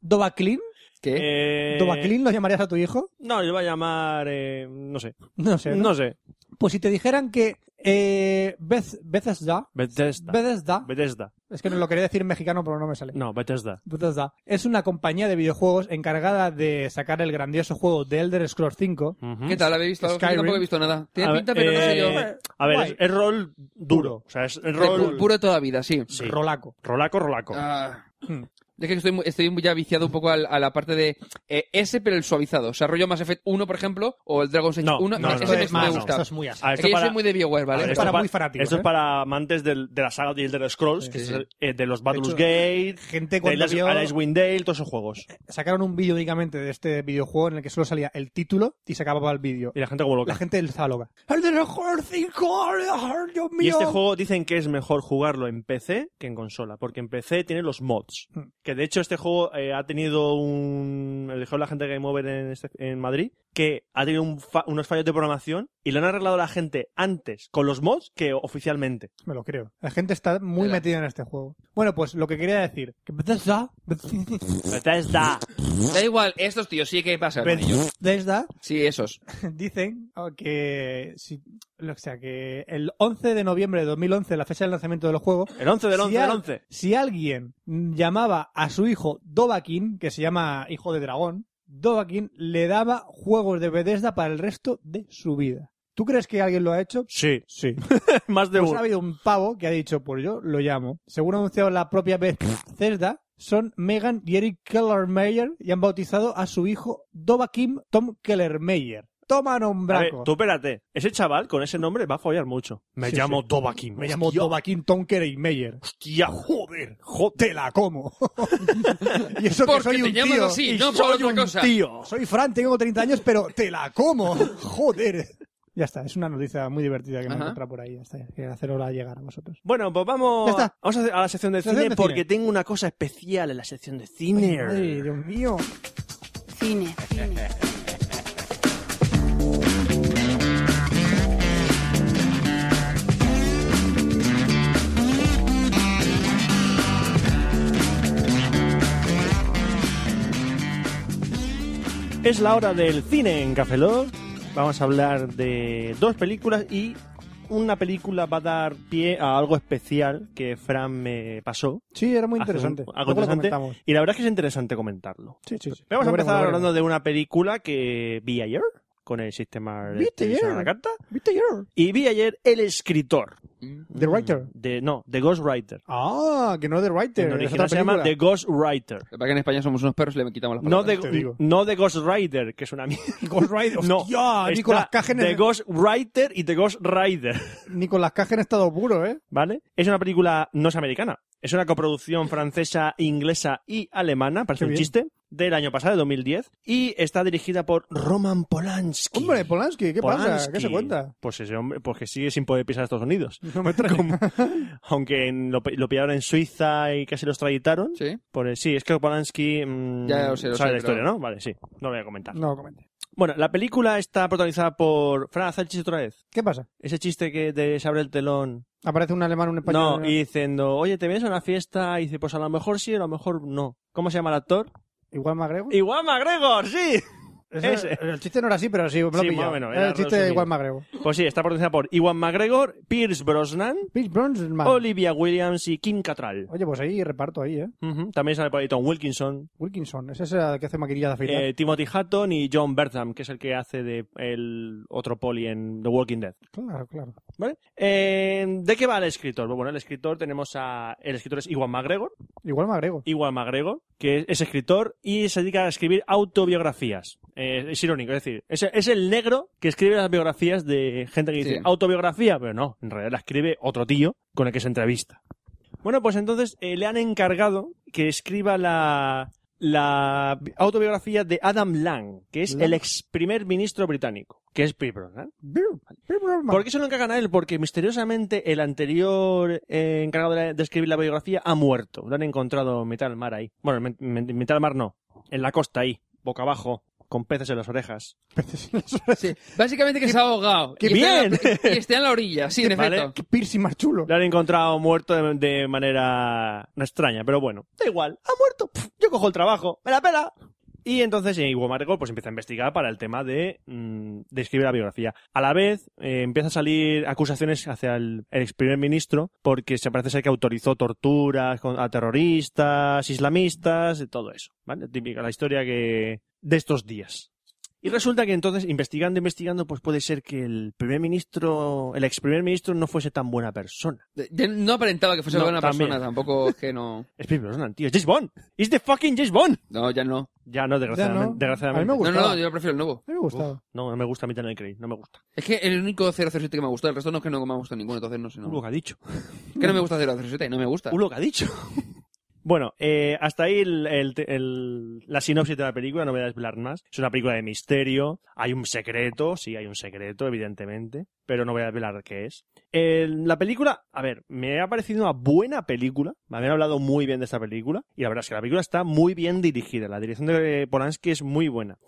[SPEAKER 5] Dovaclin?
[SPEAKER 6] ¿Qué?
[SPEAKER 4] Eh,
[SPEAKER 5] ¿Dovaclin lo llamarías a tu hijo?
[SPEAKER 4] No, yo voy a llamar. eh, no sé.
[SPEAKER 5] No sé. ¿no?
[SPEAKER 4] No sé.
[SPEAKER 5] Pues si te dijeran que eh, Beth- Bethesda,
[SPEAKER 4] Bethesda.
[SPEAKER 5] Bethesda,
[SPEAKER 4] Bethesda.
[SPEAKER 5] es que no lo quería decir en mexicano pero no me sale.
[SPEAKER 4] No, Bethesda.
[SPEAKER 5] Bethesda es una compañía de videojuegos encargada de sacar el grandioso juego de Elder Scrolls 5.
[SPEAKER 4] Ujú.
[SPEAKER 6] ¿Qué tal? ¿Habéis visto? algo? Yo
[SPEAKER 5] Skyrim.
[SPEAKER 6] tampoco he visto nada. Tiene
[SPEAKER 4] A
[SPEAKER 6] pinta,
[SPEAKER 4] ver,
[SPEAKER 6] pero no sé
[SPEAKER 4] eh,
[SPEAKER 6] yo.
[SPEAKER 4] A ver,
[SPEAKER 5] Guay.
[SPEAKER 4] es, es rol duro. O sea, es el
[SPEAKER 6] De
[SPEAKER 4] rol.
[SPEAKER 6] pu- Puro toda vida, sí.
[SPEAKER 4] Sí.
[SPEAKER 5] Rolaco.
[SPEAKER 4] Rolaco, rolaco.
[SPEAKER 6] Ah.
[SPEAKER 5] Hmm.
[SPEAKER 6] Es que estoy, mu- estoy muy ya viciado un poco al- a la parte de eh, ese, pero el suavizado. O sea, rollo Mass Effect 1, por ejemplo, o el Dragon's Age
[SPEAKER 4] No,
[SPEAKER 6] 1.
[SPEAKER 4] no, no,
[SPEAKER 6] ese me,
[SPEAKER 4] no,
[SPEAKER 6] me
[SPEAKER 4] no.
[SPEAKER 6] gusta.
[SPEAKER 5] Esto es muy así.
[SPEAKER 4] Ah,
[SPEAKER 6] Es
[SPEAKER 4] esto
[SPEAKER 6] que yo
[SPEAKER 4] para-
[SPEAKER 6] soy muy de Bioware, ¿vale?
[SPEAKER 4] A ver,
[SPEAKER 5] es
[SPEAKER 4] esto
[SPEAKER 5] para
[SPEAKER 4] pa-
[SPEAKER 5] muy fanáticos,
[SPEAKER 4] Esto es
[SPEAKER 5] ¿eh?
[SPEAKER 4] para amantes del- de la saga de Elder Scrolls, que
[SPEAKER 6] Sí,
[SPEAKER 4] es
[SPEAKER 6] sí.
[SPEAKER 4] el- eh, de los Battlus
[SPEAKER 5] hecho,
[SPEAKER 4] Gate,
[SPEAKER 5] Gente
[SPEAKER 4] de
[SPEAKER 5] cuando
[SPEAKER 4] Alice,
[SPEAKER 5] vio,
[SPEAKER 4] Alice Wind Dale, todos esos juegos.
[SPEAKER 5] sacaron un vídeo únicamente de este videojuego en el que solo salía el título y se acababa el vídeo.
[SPEAKER 4] Y la gente como loca.
[SPEAKER 5] La gente estaba loca. Elder Scrolls 5, ¡ay, Dios mío.
[SPEAKER 4] Y este juego dicen que es mejor jugarlo en PC que en consola, porque en PC tiene los mods.
[SPEAKER 5] Hmm.
[SPEAKER 4] Que de hecho este juego eh, ha tenido un... Me dijo la gente que Mover en, este- en Madrid, que ha tenido un fa- unos fallos de programación y lo han arreglado la gente antes con los mods que oficialmente.
[SPEAKER 5] Me lo creo. La gente está muy
[SPEAKER 6] Era.
[SPEAKER 5] metida en este juego. Bueno, pues lo que quería decir. Que Bethesda,
[SPEAKER 4] Bethesda.
[SPEAKER 6] Da igual, estos tíos sí que pasa.
[SPEAKER 5] Bethesda [laughs]
[SPEAKER 6] Sí, esos.
[SPEAKER 5] dicen oh, que, si, o sea, que el 11 de noviembre de 2011, la fecha del lanzamiento del juego,
[SPEAKER 4] El 11 del
[SPEAKER 5] Si
[SPEAKER 4] 11
[SPEAKER 5] al-
[SPEAKER 4] del 11.
[SPEAKER 5] si alguien llamaba a su hijo Dovahkiin, que se llama hijo de dragón, Dovahkiin le daba juegos de Bethesda para el resto de su vida. ¿Tú crees que alguien lo ha hecho?
[SPEAKER 4] Sí, [laughs]
[SPEAKER 5] Sí.
[SPEAKER 4] más de
[SPEAKER 5] Pues ha
[SPEAKER 4] uno.
[SPEAKER 5] habido un pavo que ha dicho, pues yo lo llamo. Según ha anunciado la propia Bethesda, son Megan y Eric Kellermeyer y han bautizado a su hijo Doba Kim Tom Kellermeyer. Toma
[SPEAKER 4] A ver,
[SPEAKER 5] nombraco.
[SPEAKER 4] tú espérate. Ese chaval con ese nombre va a follar mucho. Me
[SPEAKER 5] Sí,
[SPEAKER 4] llamo
[SPEAKER 5] sí.
[SPEAKER 4] Dovahkiin.
[SPEAKER 5] Me llamo Doba Kim Tom Kellermeyer.
[SPEAKER 4] Hostia, joder.
[SPEAKER 5] Te la como. [laughs] y eso
[SPEAKER 6] Porque
[SPEAKER 5] que soy
[SPEAKER 6] te
[SPEAKER 5] un
[SPEAKER 6] llaman
[SPEAKER 5] tío.
[SPEAKER 6] así,
[SPEAKER 5] y
[SPEAKER 6] no por
[SPEAKER 5] soy
[SPEAKER 6] otra
[SPEAKER 5] un
[SPEAKER 6] cosa.
[SPEAKER 5] tío. Soy Fran, tengo 30 años, pero te la como. [laughs] Joder. Ya está, es una noticia muy divertida que me he
[SPEAKER 6] Ajá.
[SPEAKER 5] encontrado por ahí. Ya está, que hacerosla llegar a vosotros.
[SPEAKER 4] Bueno, pues
[SPEAKER 5] Ya
[SPEAKER 4] vamos,
[SPEAKER 5] está.
[SPEAKER 4] vamos a hacer- a la sección de
[SPEAKER 5] Sección
[SPEAKER 4] cine
[SPEAKER 5] de
[SPEAKER 4] porque
[SPEAKER 5] cine.
[SPEAKER 4] tengo una cosa especial en la sección de cine.
[SPEAKER 5] Ay, Dios mío.
[SPEAKER 3] Cine, cine.
[SPEAKER 4] Es la hora del cine en Café Lock. Vamos a hablar de dos películas y una película va a dar pie a algo especial que Fran me pasó.
[SPEAKER 5] Sí, era muy
[SPEAKER 4] Hace un-
[SPEAKER 5] interesante.
[SPEAKER 4] algo
[SPEAKER 5] Luego lo
[SPEAKER 4] interesante.
[SPEAKER 5] comentamos.
[SPEAKER 4] Y la verdad es que es interesante comentarlo.
[SPEAKER 5] Sí, sí, sí.
[SPEAKER 4] Vamos a
[SPEAKER 5] Lo veremos,
[SPEAKER 4] empezar
[SPEAKER 5] lo
[SPEAKER 4] hablando
[SPEAKER 5] veremos.
[SPEAKER 4] de una película que vi ayer con el sistema de
[SPEAKER 5] ¿Viste
[SPEAKER 4] televisión a
[SPEAKER 5] ayer?
[SPEAKER 4] la carta.
[SPEAKER 5] ¿Viste ayer?
[SPEAKER 4] Y vi ayer El Escritor.
[SPEAKER 5] The Writer.
[SPEAKER 4] De, no, The Ghostwriter.
[SPEAKER 5] Ah, que no The Writer.
[SPEAKER 4] En
[SPEAKER 5] es
[SPEAKER 4] original
[SPEAKER 5] otra
[SPEAKER 4] se llama
[SPEAKER 5] película.
[SPEAKER 4] The Ghostwriter.
[SPEAKER 6] Para que en España somos unos perros y le quitamos las
[SPEAKER 4] No
[SPEAKER 6] palabras.
[SPEAKER 4] de,
[SPEAKER 5] te digo.
[SPEAKER 4] no de Ghost Rider, que es una mierda.
[SPEAKER 5] Ghost Rider.
[SPEAKER 4] No,
[SPEAKER 5] Hostia,
[SPEAKER 4] está
[SPEAKER 5] Nicolas Cage en
[SPEAKER 4] The
[SPEAKER 5] el-
[SPEAKER 4] Ghost Rider y The Ghost Rider,
[SPEAKER 5] Nicolas Cage en estado puro, ¿eh?
[SPEAKER 4] ¿vale? Es una película, no es americana, es una coproducción francesa, inglesa y alemana, parece
[SPEAKER 5] Qué
[SPEAKER 4] un
[SPEAKER 5] bien.
[SPEAKER 4] chiste, del año pasado, de 2010, y está dirigida por Roman Polanski.
[SPEAKER 5] Hombre, Polanski, ¿qué pasa?
[SPEAKER 4] Polanski.
[SPEAKER 5] ¿Qué se cuenta?
[SPEAKER 4] Pues ese hombre, pues que sigue sin poder pisar Estados Unidos.
[SPEAKER 5] [laughs] No me trae.
[SPEAKER 4] Como- aunque en- lo, lo pillaron en Suiza y casi los traditaron.
[SPEAKER 6] Sí.
[SPEAKER 4] Por el- sí, es que Polanski mm,
[SPEAKER 6] Ya lo sé, lo
[SPEAKER 4] sabe
[SPEAKER 6] sé,
[SPEAKER 4] la historia,
[SPEAKER 6] pero-
[SPEAKER 4] ¿no? Vale, sí. No lo voy a comentar.
[SPEAKER 5] No, comente.
[SPEAKER 4] Bueno, la película está protagonizada por... Fran, haz el chiste otra vez.
[SPEAKER 5] ¿Qué pasa?
[SPEAKER 4] Ese chiste que de se abre el telón.
[SPEAKER 5] Aparece un alemán, un español.
[SPEAKER 4] no, y diciendo, oye, ¿te vienes a una fiesta? Y dice, pues a lo mejor sí, a lo mejor no. ¿Cómo se llama el actor?
[SPEAKER 5] Igual McGregor.
[SPEAKER 4] Igual McGregor, sí.
[SPEAKER 5] Ese-
[SPEAKER 4] ese.
[SPEAKER 5] El chiste no era así, pero sí, me lo
[SPEAKER 4] Sí,
[SPEAKER 5] he
[SPEAKER 4] más
[SPEAKER 5] pillado.
[SPEAKER 4] o menos,
[SPEAKER 5] Era
[SPEAKER 4] era
[SPEAKER 5] el chiste de
[SPEAKER 4] resumido.
[SPEAKER 5] Igual McGregor.
[SPEAKER 4] Pues sí, está protagonizada por Iwan McGregor, Pierce Brosnan,
[SPEAKER 5] Pitch Bronzeman.
[SPEAKER 4] Olivia Williams y Kim Cattrall.
[SPEAKER 5] Oye, pues ahí reparto ahí, ¿eh?
[SPEAKER 4] Ujú, También sale por ahí Tom Wilkinson,
[SPEAKER 5] Wilkinson, ese es el que hace maquinilla de afeitar.
[SPEAKER 4] eh, Timothy Hutton y John Bertham, que es el que hace de el otro poli en The Walking Dead.
[SPEAKER 5] Claro, claro.
[SPEAKER 4] Em, ¿Vale? Eh, ¿De qué va el escritor? Bueno, el escritor tenemos a. El escritor es Iwan McGregor,
[SPEAKER 5] Igual me agrego.
[SPEAKER 4] Igual Magrego, que es escritor y se dedica a escribir autobiografías. Eh, es irónico, es decir, es, es el negro que escribe las biografías de gente que dice
[SPEAKER 6] Sí.
[SPEAKER 4] autobiografía, pero no, en realidad la escribe otro tío con el que se entrevista. Bueno, pues entonces eh, le han encargado que escriba la, la bi- autobiografía de Adam Lang, que es el ex primer ministro británico, que es Pibron. ¿Por qué se lo encargan a él? Porque misteriosamente el anterior eh, encargado de, la- de escribir la biografía ha muerto. Lo han encontrado en mitad del mar ahí. Bueno, en men- en mitad del mar no. En la costa ahí, boca abajo, con peces en las orejas. [laughs]
[SPEAKER 6] Sí, Básicamente que se ha ahogado.
[SPEAKER 4] ¡Qué
[SPEAKER 6] Y está en la-
[SPEAKER 4] bien!
[SPEAKER 6] [laughs] y está en la orilla, sí, en
[SPEAKER 4] Vale.
[SPEAKER 6] efecto.
[SPEAKER 5] Qué piercing más chulo.
[SPEAKER 4] Lo han encontrado muerto de, de manera no extraña, pero bueno, da igual. Ha muerto. Pf, yo cojo el trabajo. Me la pela. Y entonces eh, Iwo Margo pues empieza a investigar para el tema de, mm, de escribir la biografía. A la vez eh, empieza a salir acusaciones hacia el, el ex primer ministro porque se parece ser que autorizó torturas con- a terroristas, islamistas, y todo eso. ¿vale? Típica la historia que de estos días. Y resulta que entonces, investigando, investigando, pues puede ser que el primer ministro, el ex primer ministro no fuese tan buena persona.
[SPEAKER 6] Ya No aparentaba que fuese
[SPEAKER 4] No,
[SPEAKER 6] buena
[SPEAKER 4] también.
[SPEAKER 6] persona, tampoco es que no.
[SPEAKER 4] Es Pierce Brosnan, tío. Es James Bond. Es the fucking James Bond.
[SPEAKER 6] No, ya no.
[SPEAKER 4] Ya no, desgraciadamente.
[SPEAKER 5] Ya no.
[SPEAKER 4] desgraciadamente.
[SPEAKER 5] A mí me gusta.
[SPEAKER 6] No,
[SPEAKER 5] Gustavo.
[SPEAKER 6] no, yo prefiero el nuevo.
[SPEAKER 5] A mí me gustaba.
[SPEAKER 4] No, no me gusta a mí Daniel Craig. No me gusta.
[SPEAKER 6] Es que el único 007 que me gustó, el resto no es que no me ha gustado ninguno, entonces no sé. No.
[SPEAKER 4] Ulo que ha dicho.
[SPEAKER 6] Que no me gusta 007, no me gusta.
[SPEAKER 4] Ulo que ha dicho. [laughs] bueno, eh, hasta ahí el- el- el- la sinopsis de la película. No voy a desvelar más. Es una película de misterio. Hay un secreto. Sí, hay un secreto, evidentemente. Pero no voy a desvelar qué es. El- la película, a ver, me ha parecido una buena película. Me habían hablado muy bien de esta película. Y la verdad es que la película está muy bien dirigida. La dirección de eh, Polanski es muy buena.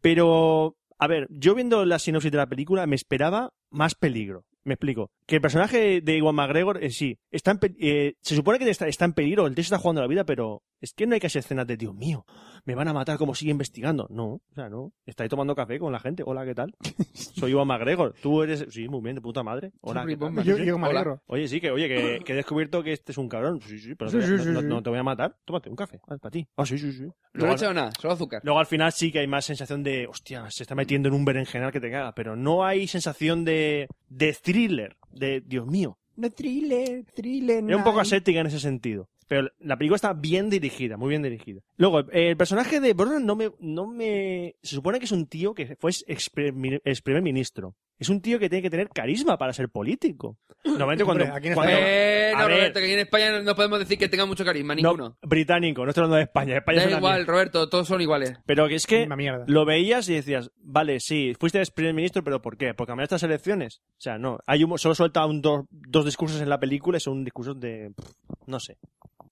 [SPEAKER 4] Pero, a ver, yo viendo la sinopsis de la película me esperaba más peligro. Me explico. Que el personaje de Iwan McGregor, eh, sí, está en pe- eh, se supone que está, está en peligro, el tío se está jugando la vida, pero es que no hay casi escenas de, Dios mío, me van a matar como sigue investigando. No, o sea, no. Está ahí tomando café con la gente. Hola, ¿qué tal? Soy Iwan McGregor. Tú eres... Sí, muy bien, de puta madre. Hola,
[SPEAKER 6] Soy
[SPEAKER 4] ¿qué tal?
[SPEAKER 6] bomba.
[SPEAKER 5] Yo, yo me
[SPEAKER 6] Hola.
[SPEAKER 5] alegro.
[SPEAKER 4] Oye, sí, que, oye, que, que he descubierto que este es un cabrón. Sí, sí, pero
[SPEAKER 5] Sí,
[SPEAKER 4] no,
[SPEAKER 5] sí,
[SPEAKER 4] no-
[SPEAKER 5] sí,
[SPEAKER 4] no-
[SPEAKER 5] sí.
[SPEAKER 4] no te voy a matar. Tómate un café, ah, para ti. Ah, sí, sí, sí.
[SPEAKER 6] No le
[SPEAKER 4] Luego-
[SPEAKER 6] he echado nada, solo azúcar.
[SPEAKER 4] Luego al final sí que hay más sensación de, hostia, se está metiendo en un berenjenal que te caga, pero no hay sensación de, de thriller, de Dios mío.
[SPEAKER 5] No thriller, thriller.
[SPEAKER 4] Es un poco
[SPEAKER 5] night.
[SPEAKER 4] ascética en ese sentido. Pero la película está bien dirigida, muy bien dirigida. Luego, eh, el personaje de Brosnan no me, no me... Se supone que es un tío que fue ex, premi- ex primer ministro. Es un tío que tiene que tener carisma para ser político. Normalmente cuando...
[SPEAKER 5] [laughs] Hombre, aquí en
[SPEAKER 4] cuando-
[SPEAKER 6] Eh,
[SPEAKER 4] a
[SPEAKER 6] no,
[SPEAKER 4] ver.
[SPEAKER 6] Roberto, que aquí en España no podemos decir que tenga mucho carisma,
[SPEAKER 4] no,
[SPEAKER 6] ninguno.
[SPEAKER 4] británico, no estoy hablando de España. España es
[SPEAKER 6] da
[SPEAKER 4] una
[SPEAKER 6] igual,
[SPEAKER 4] mierda.
[SPEAKER 6] Roberto, todos son iguales.
[SPEAKER 4] Pero que es que...
[SPEAKER 5] Misma mierda.
[SPEAKER 4] Lo veías y decías, vale, sí, fuiste ex primer ministro, pero ¿por qué? ¿Porque ganaste estas elecciones? O sea, no, hay un- solo suelta un- dos, dos discursos en la película y son discursos de... pff, no sé.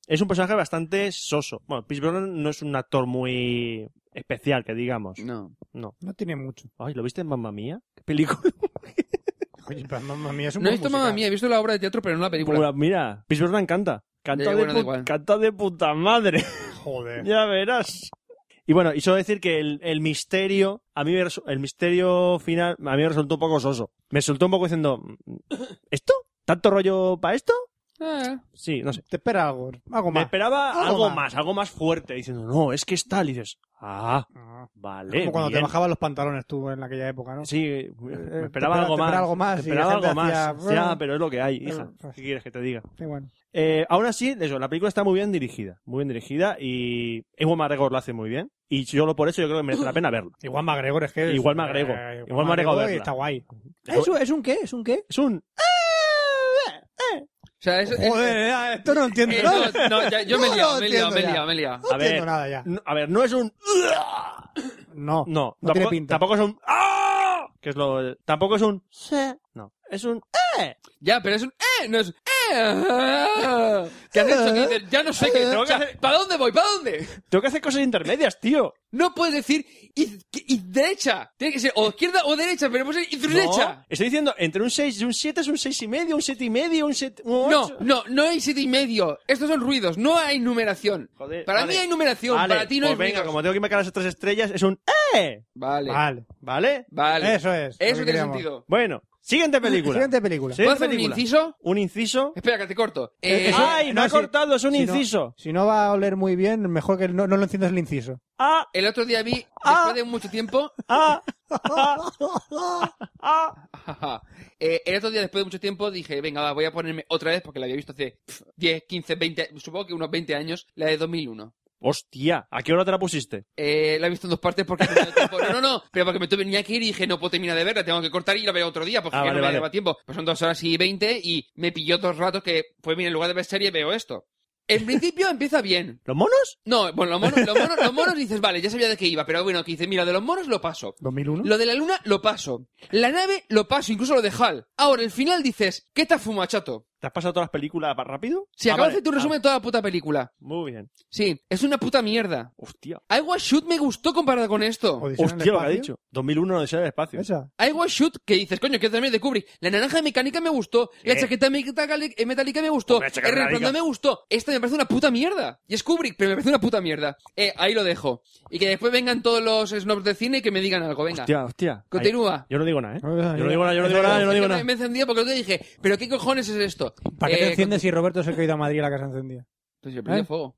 [SPEAKER 4] Es un personaje bastante soso. Bueno, Pierce Brosnan no es un actor muy especial, que digamos.
[SPEAKER 6] No.
[SPEAKER 5] No tiene mucho.
[SPEAKER 4] Ay, ¿lo viste en Mamma Mía? ¿Qué película?
[SPEAKER 5] Oye, pero mamma mía, es un
[SPEAKER 6] No he
[SPEAKER 5] buen
[SPEAKER 6] visto
[SPEAKER 5] musical.
[SPEAKER 6] mamá mía, he visto la obra de teatro, pero no la película.
[SPEAKER 4] Bueno, mira, Pierce Brosnan canta. Canta,
[SPEAKER 6] Ya,
[SPEAKER 4] de
[SPEAKER 6] bueno, da
[SPEAKER 4] pu-
[SPEAKER 6] igual.
[SPEAKER 4] canta de puta madre.
[SPEAKER 5] Joder.
[SPEAKER 4] [laughs] Ya verás. Y bueno, y solo decir que el, el misterio, a mí me resu- el misterio final, a mí me resultó un poco soso. Me resultó un poco diciendo, "Mm, ¿esto? ¿Tanto rollo para esto?
[SPEAKER 6] Ah,
[SPEAKER 4] Sí, no sé.
[SPEAKER 5] Te espera algo. Algo
[SPEAKER 4] Me
[SPEAKER 5] más.
[SPEAKER 4] esperaba
[SPEAKER 5] Algo
[SPEAKER 4] algo,
[SPEAKER 5] más.
[SPEAKER 4] más. algo más fuerte, diciendo, no, es que es tal. Y dices, ah,
[SPEAKER 5] Ah.
[SPEAKER 4] vale.
[SPEAKER 5] Como cuando te
[SPEAKER 4] bien".
[SPEAKER 5] bajabas los pantalones tú en aquella época, ¿no?
[SPEAKER 4] Sí, eh,
[SPEAKER 5] te
[SPEAKER 4] me
[SPEAKER 5] espera-
[SPEAKER 4] esperaba algo
[SPEAKER 5] te
[SPEAKER 4] más.
[SPEAKER 5] espera algo más
[SPEAKER 4] me
[SPEAKER 5] y la
[SPEAKER 4] esperaba
[SPEAKER 5] gente
[SPEAKER 4] algo más.
[SPEAKER 5] hacía, Pues
[SPEAKER 4] Ya, pero es lo que hay,
[SPEAKER 5] "Brr".
[SPEAKER 4] hija. ¿Qué quieres que te diga?
[SPEAKER 5] Sí, bueno.
[SPEAKER 4] Eh, aún así, eso, la película está muy bien dirigida. Muy bien dirigida y Ewan McGregor lo hace muy bien. Y yo lo por eso yo creo que merece la pena verlo.
[SPEAKER 5] Igual me agrego, es que...
[SPEAKER 4] Igual me agrego.
[SPEAKER 5] Eh,
[SPEAKER 4] Igual me agrego
[SPEAKER 5] y
[SPEAKER 4] verla.
[SPEAKER 5] Está guay.
[SPEAKER 4] ¿Es
[SPEAKER 5] ¿Es un qué? ¿Es un qué?
[SPEAKER 4] Es un...
[SPEAKER 6] O sea, es, es-
[SPEAKER 5] Joder, ah, esto no lo
[SPEAKER 6] es-
[SPEAKER 5] entiendo
[SPEAKER 6] es-
[SPEAKER 5] nada.
[SPEAKER 6] Eh, no, no, ya- yo me he
[SPEAKER 5] No
[SPEAKER 6] liado,
[SPEAKER 5] lo
[SPEAKER 6] me he liado, me he
[SPEAKER 5] entiendo
[SPEAKER 6] liado,
[SPEAKER 5] ya.
[SPEAKER 6] me he liado.
[SPEAKER 5] [laughs] No
[SPEAKER 4] A ver.
[SPEAKER 5] entiendo nada ya.
[SPEAKER 4] No, A ver, no es un...
[SPEAKER 5] No.
[SPEAKER 4] No,
[SPEAKER 5] No tiene
[SPEAKER 4] tampoco,
[SPEAKER 5] pinta.
[SPEAKER 4] tampoco es un... ¡Ah! Que es lo... Tampoco es un... No, es un...
[SPEAKER 6] Ya, pero es un eh, no es un, eh. ¿Qué has hecho? Que dices, ya no sé
[SPEAKER 5] [laughs]
[SPEAKER 6] qué.
[SPEAKER 4] Tengo que
[SPEAKER 6] O sea,
[SPEAKER 4] hacer-
[SPEAKER 6] ¿Para dónde voy? ¿Para dónde?
[SPEAKER 4] Tengo que hacer cosas intermedias, tío.
[SPEAKER 6] No puedes decir iz- que- iz- derecha. Tiene que ser o izquierda o derecha, pero puede ser iz-
[SPEAKER 4] No,
[SPEAKER 6] derecha.
[SPEAKER 4] estoy diciendo, entre un 6 y un 7 es un 6 y medio, un 7 y medio, un 7... Un
[SPEAKER 6] No,
[SPEAKER 4] 8.
[SPEAKER 6] no, no hay siete y medio. Estos son ruidos, no hay numeración.
[SPEAKER 4] Joder,
[SPEAKER 6] para
[SPEAKER 4] vale.
[SPEAKER 6] mí hay numeración,
[SPEAKER 4] Vale,
[SPEAKER 6] para ti no
[SPEAKER 4] pues
[SPEAKER 6] hay
[SPEAKER 4] venga,
[SPEAKER 6] ruidos.
[SPEAKER 4] como tengo que marcar las tres estrellas, es un... ¡Eh!
[SPEAKER 6] Vale, vale.
[SPEAKER 5] Vale.
[SPEAKER 4] ¿Vale?
[SPEAKER 5] Eso es. lo
[SPEAKER 6] Eso
[SPEAKER 5] que
[SPEAKER 6] tiene
[SPEAKER 5] queríamos.
[SPEAKER 6] sentido.
[SPEAKER 4] Bueno, siguiente película.
[SPEAKER 5] Siguiente película.
[SPEAKER 4] Sí.
[SPEAKER 6] ¿Puedo hacer un
[SPEAKER 4] película.
[SPEAKER 6] inciso?
[SPEAKER 4] Un inciso.
[SPEAKER 6] Espera, que te corto.
[SPEAKER 5] Eh,
[SPEAKER 6] Eh,
[SPEAKER 5] eso-
[SPEAKER 4] ¡Ay, me
[SPEAKER 5] no,
[SPEAKER 4] ha
[SPEAKER 5] sí.
[SPEAKER 4] cortado! Es un
[SPEAKER 5] Si no-
[SPEAKER 4] inciso.
[SPEAKER 5] Si no va a oler muy bien, mejor que no, no lo enciendas el inciso.
[SPEAKER 4] [laughs] ¡Ah!
[SPEAKER 6] el otro día vi, después
[SPEAKER 4] Ah.
[SPEAKER 6] de mucho tiempo,
[SPEAKER 4] ¡Ah! ¡Ah! ¡Ah!
[SPEAKER 6] Ajá. Eh, [laughs] Eh, el otro día, después de mucho tiempo, dije, venga, va, voy a ponerme otra vez, porque la había visto hace pf, 10, 15, 20, supongo que unos 20 años, la de 2001.
[SPEAKER 4] Hostia, ¿a qué hora te la pusiste?
[SPEAKER 6] Eh, la he visto en dos partes porque no tenía tiempo. No, no, no, pero porque me tuve tenía que ir y dije, no puedo terminar de verla, tengo que cortar y la veo otro día porque
[SPEAKER 4] Ah,
[SPEAKER 6] ya
[SPEAKER 4] vale,
[SPEAKER 6] no me
[SPEAKER 4] vale.
[SPEAKER 6] daba tiempo. Pues son dos horas y veinte y me pilló dos ratos que, pues mira, en lugar de ver serie veo esto. En principio empieza bien.
[SPEAKER 4] ¿Los monos?
[SPEAKER 6] No, bueno, los monos, los monos, los monos dices, vale, ya sabía de qué iba, pero bueno, que dices, mira, de los monos lo paso.
[SPEAKER 5] 2001.
[SPEAKER 6] Lo de la luna lo paso. La nave lo paso, incluso lo de Hal. Ahora, el final dices, ¿qué te has fumado, chato?
[SPEAKER 4] ¿Te has pasado todas las películas pa- rápido?
[SPEAKER 6] Si
[SPEAKER 4] Ah,
[SPEAKER 6] acabas
[SPEAKER 4] vale.
[SPEAKER 6] de hacer tu resumen de toda la puta película.
[SPEAKER 4] Ah, muy bien.
[SPEAKER 6] Sí, es una puta mierda.
[SPEAKER 4] Hostia.
[SPEAKER 6] I Was Shoot me gustó comparada con esto.
[SPEAKER 5] Odisea en el
[SPEAKER 4] Hostia, lo que ha
[SPEAKER 5] espacio.
[SPEAKER 4] dicho. 2001 Odisea del espacio.
[SPEAKER 5] Esa.
[SPEAKER 6] I Was Shoot, que dices, coño, que también de Kubrick. La naranja mecánica me gustó. La
[SPEAKER 4] Eh.
[SPEAKER 6] chaqueta meca- gali- eh, metálica me gustó.
[SPEAKER 4] Hombre,
[SPEAKER 6] El
[SPEAKER 4] la chaqueta
[SPEAKER 6] resplandor me
[SPEAKER 4] metálica.
[SPEAKER 6] gustó. Esta me parece una puta mierda. Y es Kubrick, pero me parece una puta mierda. Eh, ahí lo dejo. Y que después vengan todos los snobs de cine y que me digan algo, venga.
[SPEAKER 4] Hostia, hostia.
[SPEAKER 6] Continúa.
[SPEAKER 4] Ahí- Yo no digo nada, ¿eh?
[SPEAKER 5] No digo nada,
[SPEAKER 4] Yo
[SPEAKER 5] yo-
[SPEAKER 4] no digo nada, yo no digo nada, yo no digo nada.
[SPEAKER 6] Me he encendido porque te dije, pero ¿qué cojones es esto?
[SPEAKER 5] ¿Para qué
[SPEAKER 6] Eh,
[SPEAKER 5] te enciendes si Roberto es el que ha ido a Madrid a la casa encendida?
[SPEAKER 6] Pues yo prendí
[SPEAKER 5] ¿Eh?
[SPEAKER 6] fuego.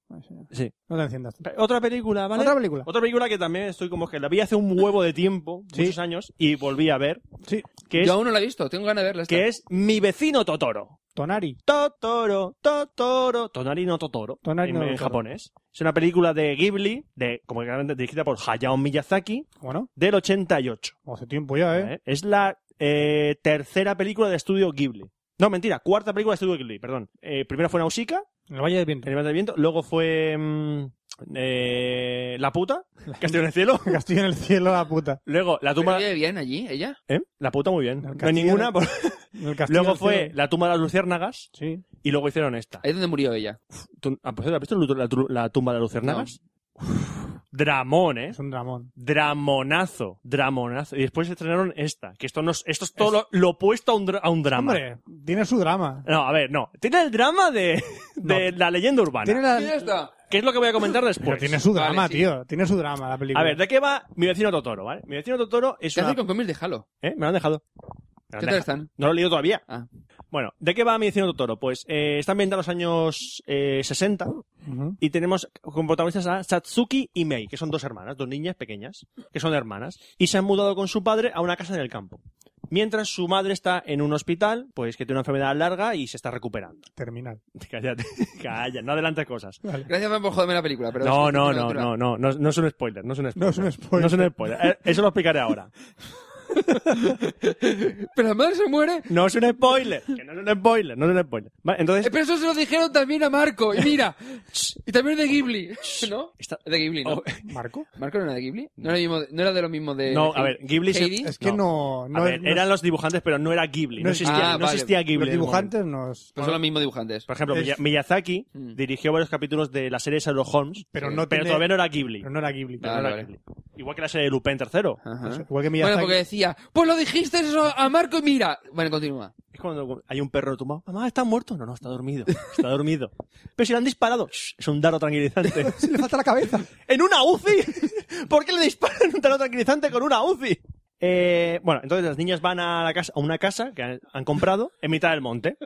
[SPEAKER 4] Sí.
[SPEAKER 5] No te enciendas.
[SPEAKER 4] Otra película, Ah, ¿vale?
[SPEAKER 5] ¿Otra película?
[SPEAKER 4] Otra película que también estoy como que la vi hace un huevo de tiempo,
[SPEAKER 5] Sí.
[SPEAKER 4] muchos años, y volví a ver,
[SPEAKER 5] Sí.
[SPEAKER 4] que es,
[SPEAKER 6] Yo aún no la he visto, tengo ganas de verla. esta.
[SPEAKER 4] que es Mi vecino Totoro.
[SPEAKER 5] Tonari.
[SPEAKER 4] Totoro, Totoro, Tonari no Totoro,
[SPEAKER 5] Tonari
[SPEAKER 4] en,
[SPEAKER 5] no
[SPEAKER 4] en
[SPEAKER 5] Totoro.
[SPEAKER 4] japonés. Es una película de Ghibli, de, como que claramente dirigida por Hayao Miyazaki,
[SPEAKER 5] Bueno,
[SPEAKER 4] del 88.
[SPEAKER 5] hace tiempo ya, ¿eh?
[SPEAKER 4] ¿eh? Es la eh, tercera película de estudio Ghibli. No, mentira, cuarta película de estudio Ghibli, perdón. Eh, primero fue Nausicaa,
[SPEAKER 5] En el Valle del Viento.
[SPEAKER 4] El Valle del Viento, luego fue mm, eh, La Puta, Castillo en el Cielo,
[SPEAKER 5] Castillo en el cielo, la puta.
[SPEAKER 4] luego La
[SPEAKER 6] ¿Pero
[SPEAKER 4] Tumba...
[SPEAKER 6] vive bien allí, ella?
[SPEAKER 4] ¿Eh? La Puta muy bien,
[SPEAKER 5] El
[SPEAKER 4] no hay
[SPEAKER 5] Castillo
[SPEAKER 4] ninguna.
[SPEAKER 5] en el-
[SPEAKER 4] por-
[SPEAKER 5] En el castillo
[SPEAKER 4] Luego
[SPEAKER 5] en el
[SPEAKER 4] fue ¿Eh?
[SPEAKER 5] cielo.
[SPEAKER 4] La Tumba de las Luciérnagas
[SPEAKER 5] Sí.
[SPEAKER 4] y luego hicieron esta.
[SPEAKER 6] Ahí es donde murió ella.
[SPEAKER 4] ¿Tú- ah, por cierto, ¿Has visto la, tru- la Tumba de las Luciérnagas? Uf, Dramón, ¿eh?
[SPEAKER 5] Es un dramón.
[SPEAKER 4] Dramonazo, dramonazo. Y después estrenaron esta, que esto no es- esto es todo lo, lo opuesto a un, dra- a un drama.
[SPEAKER 5] Hombre, tiene su drama.
[SPEAKER 4] No, a ver, no. Tiene el drama de, de la leyenda urbana.
[SPEAKER 5] Tiene la...
[SPEAKER 6] ¿Quién está?
[SPEAKER 4] Que es lo que voy a comentar después.
[SPEAKER 5] Pero tiene su
[SPEAKER 6] Vale,
[SPEAKER 5] drama,
[SPEAKER 6] sí.
[SPEAKER 5] tío. Tiene su drama la película.
[SPEAKER 4] pues, A ver, ¿de qué va mi vecino Totoro? ¿vale? Mi vecino Totoro es
[SPEAKER 6] ¿Qué
[SPEAKER 4] una...
[SPEAKER 6] hace con Comil de Halo?
[SPEAKER 4] ¿Eh? Me lo han dejado. Me lo han
[SPEAKER 6] ¿Qué tal
[SPEAKER 4] dejado.
[SPEAKER 6] están?
[SPEAKER 4] No lo he leído todavía.
[SPEAKER 6] Ah.
[SPEAKER 4] Bueno, ¿de qué va mi vecino Totoro? Pues eh, está ambientado en los años eh, 60
[SPEAKER 5] Ujú.
[SPEAKER 4] y tenemos como protagonistas a Satsuki y Mei, que son dos hermanas, dos niñas pequeñas, que son hermanas, y se han mudado con su padre a una casa en el campo. Mientras su madre está en un hospital, pues que tiene una enfermedad larga y se está recuperando. [laughs]
[SPEAKER 5] Terminal.
[SPEAKER 4] Cállate, [laughs] calla, no adelantes cosas.
[SPEAKER 6] Gracias, Fran, por joderme la película. Pero
[SPEAKER 4] No,
[SPEAKER 6] sí,
[SPEAKER 4] no,
[SPEAKER 6] continúa,
[SPEAKER 4] no, no,
[SPEAKER 6] continúa.
[SPEAKER 4] no, no, no es un spoiler, no es un spoiler.
[SPEAKER 5] No es un spoiler.
[SPEAKER 4] No es un spoiler. Eh, Eso lo explicaré ahora.
[SPEAKER 6] Pero la madre se muere.
[SPEAKER 4] No es un spoiler, que no es un spoiler, no es un spoiler. Vale,
[SPEAKER 6] Eh,
[SPEAKER 4] entonces,
[SPEAKER 6] Pero eso se lo dijeron también a Marco. Y
[SPEAKER 4] [laughs]
[SPEAKER 6] mira. y también de Ghibli. [laughs] ¿No?
[SPEAKER 4] Está-
[SPEAKER 6] De Ghibli, ¿no?
[SPEAKER 4] Oh,
[SPEAKER 5] ¿Marco?
[SPEAKER 6] ¿Marco no era de Ghibli? ¿No era, mismo- no era de lo mismo de.?
[SPEAKER 4] no,
[SPEAKER 6] de
[SPEAKER 4] a ver, Ghibli se-
[SPEAKER 6] Heidi?
[SPEAKER 5] Es que no...
[SPEAKER 4] a
[SPEAKER 5] no,
[SPEAKER 4] ver,
[SPEAKER 5] no-
[SPEAKER 4] eran los dibujantes, pero no era Ghibli,
[SPEAKER 5] No
[SPEAKER 4] no
[SPEAKER 5] es-
[SPEAKER 4] existía,
[SPEAKER 6] Ah,
[SPEAKER 4] no
[SPEAKER 6] vale.
[SPEAKER 4] existía Ghibli.
[SPEAKER 5] Los
[SPEAKER 4] en el momento.
[SPEAKER 5] dibujantes nos...
[SPEAKER 6] Pues son los mismos dibujantes.
[SPEAKER 4] Por ejemplo,
[SPEAKER 5] Es-
[SPEAKER 4] Miya- Miyazaki
[SPEAKER 6] Mm.
[SPEAKER 4] dirigió varios capítulos de la serie de Sherlock Holmes, eh,
[SPEAKER 5] Pero
[SPEAKER 6] Sí.
[SPEAKER 5] no
[SPEAKER 4] pero
[SPEAKER 5] tiene-
[SPEAKER 4] todavía no era Ghibli.
[SPEAKER 5] Pero no Ah. era Ghibli.
[SPEAKER 4] Pero no
[SPEAKER 6] Vale,
[SPEAKER 4] era
[SPEAKER 6] vale.
[SPEAKER 4] Ghibli. Igual que la serie de Lupin III.
[SPEAKER 6] Ajá.
[SPEAKER 5] Eso, Igual que
[SPEAKER 6] Bueno,
[SPEAKER 5] Miyazaki.
[SPEAKER 6] porque decía, pues lo dijiste eso a Marco y mira. Bueno, continúa.
[SPEAKER 4] Es cuando hay un perro tumbado. Mamá, ¿está muerto? No, no, está dormido. Está
[SPEAKER 5] [laughs]
[SPEAKER 4] dormido. Pero si le han disparado. Shh, es un daro tranquilizante. [laughs]
[SPEAKER 5] Si le falta la cabeza.
[SPEAKER 4] ¿En una UCI? [laughs] ¿Por qué le disparan un talón tranquilizante con una UCI? Eh, bueno, entonces las niñas van a, la casa, a una casa que han, han comprado en mitad del monte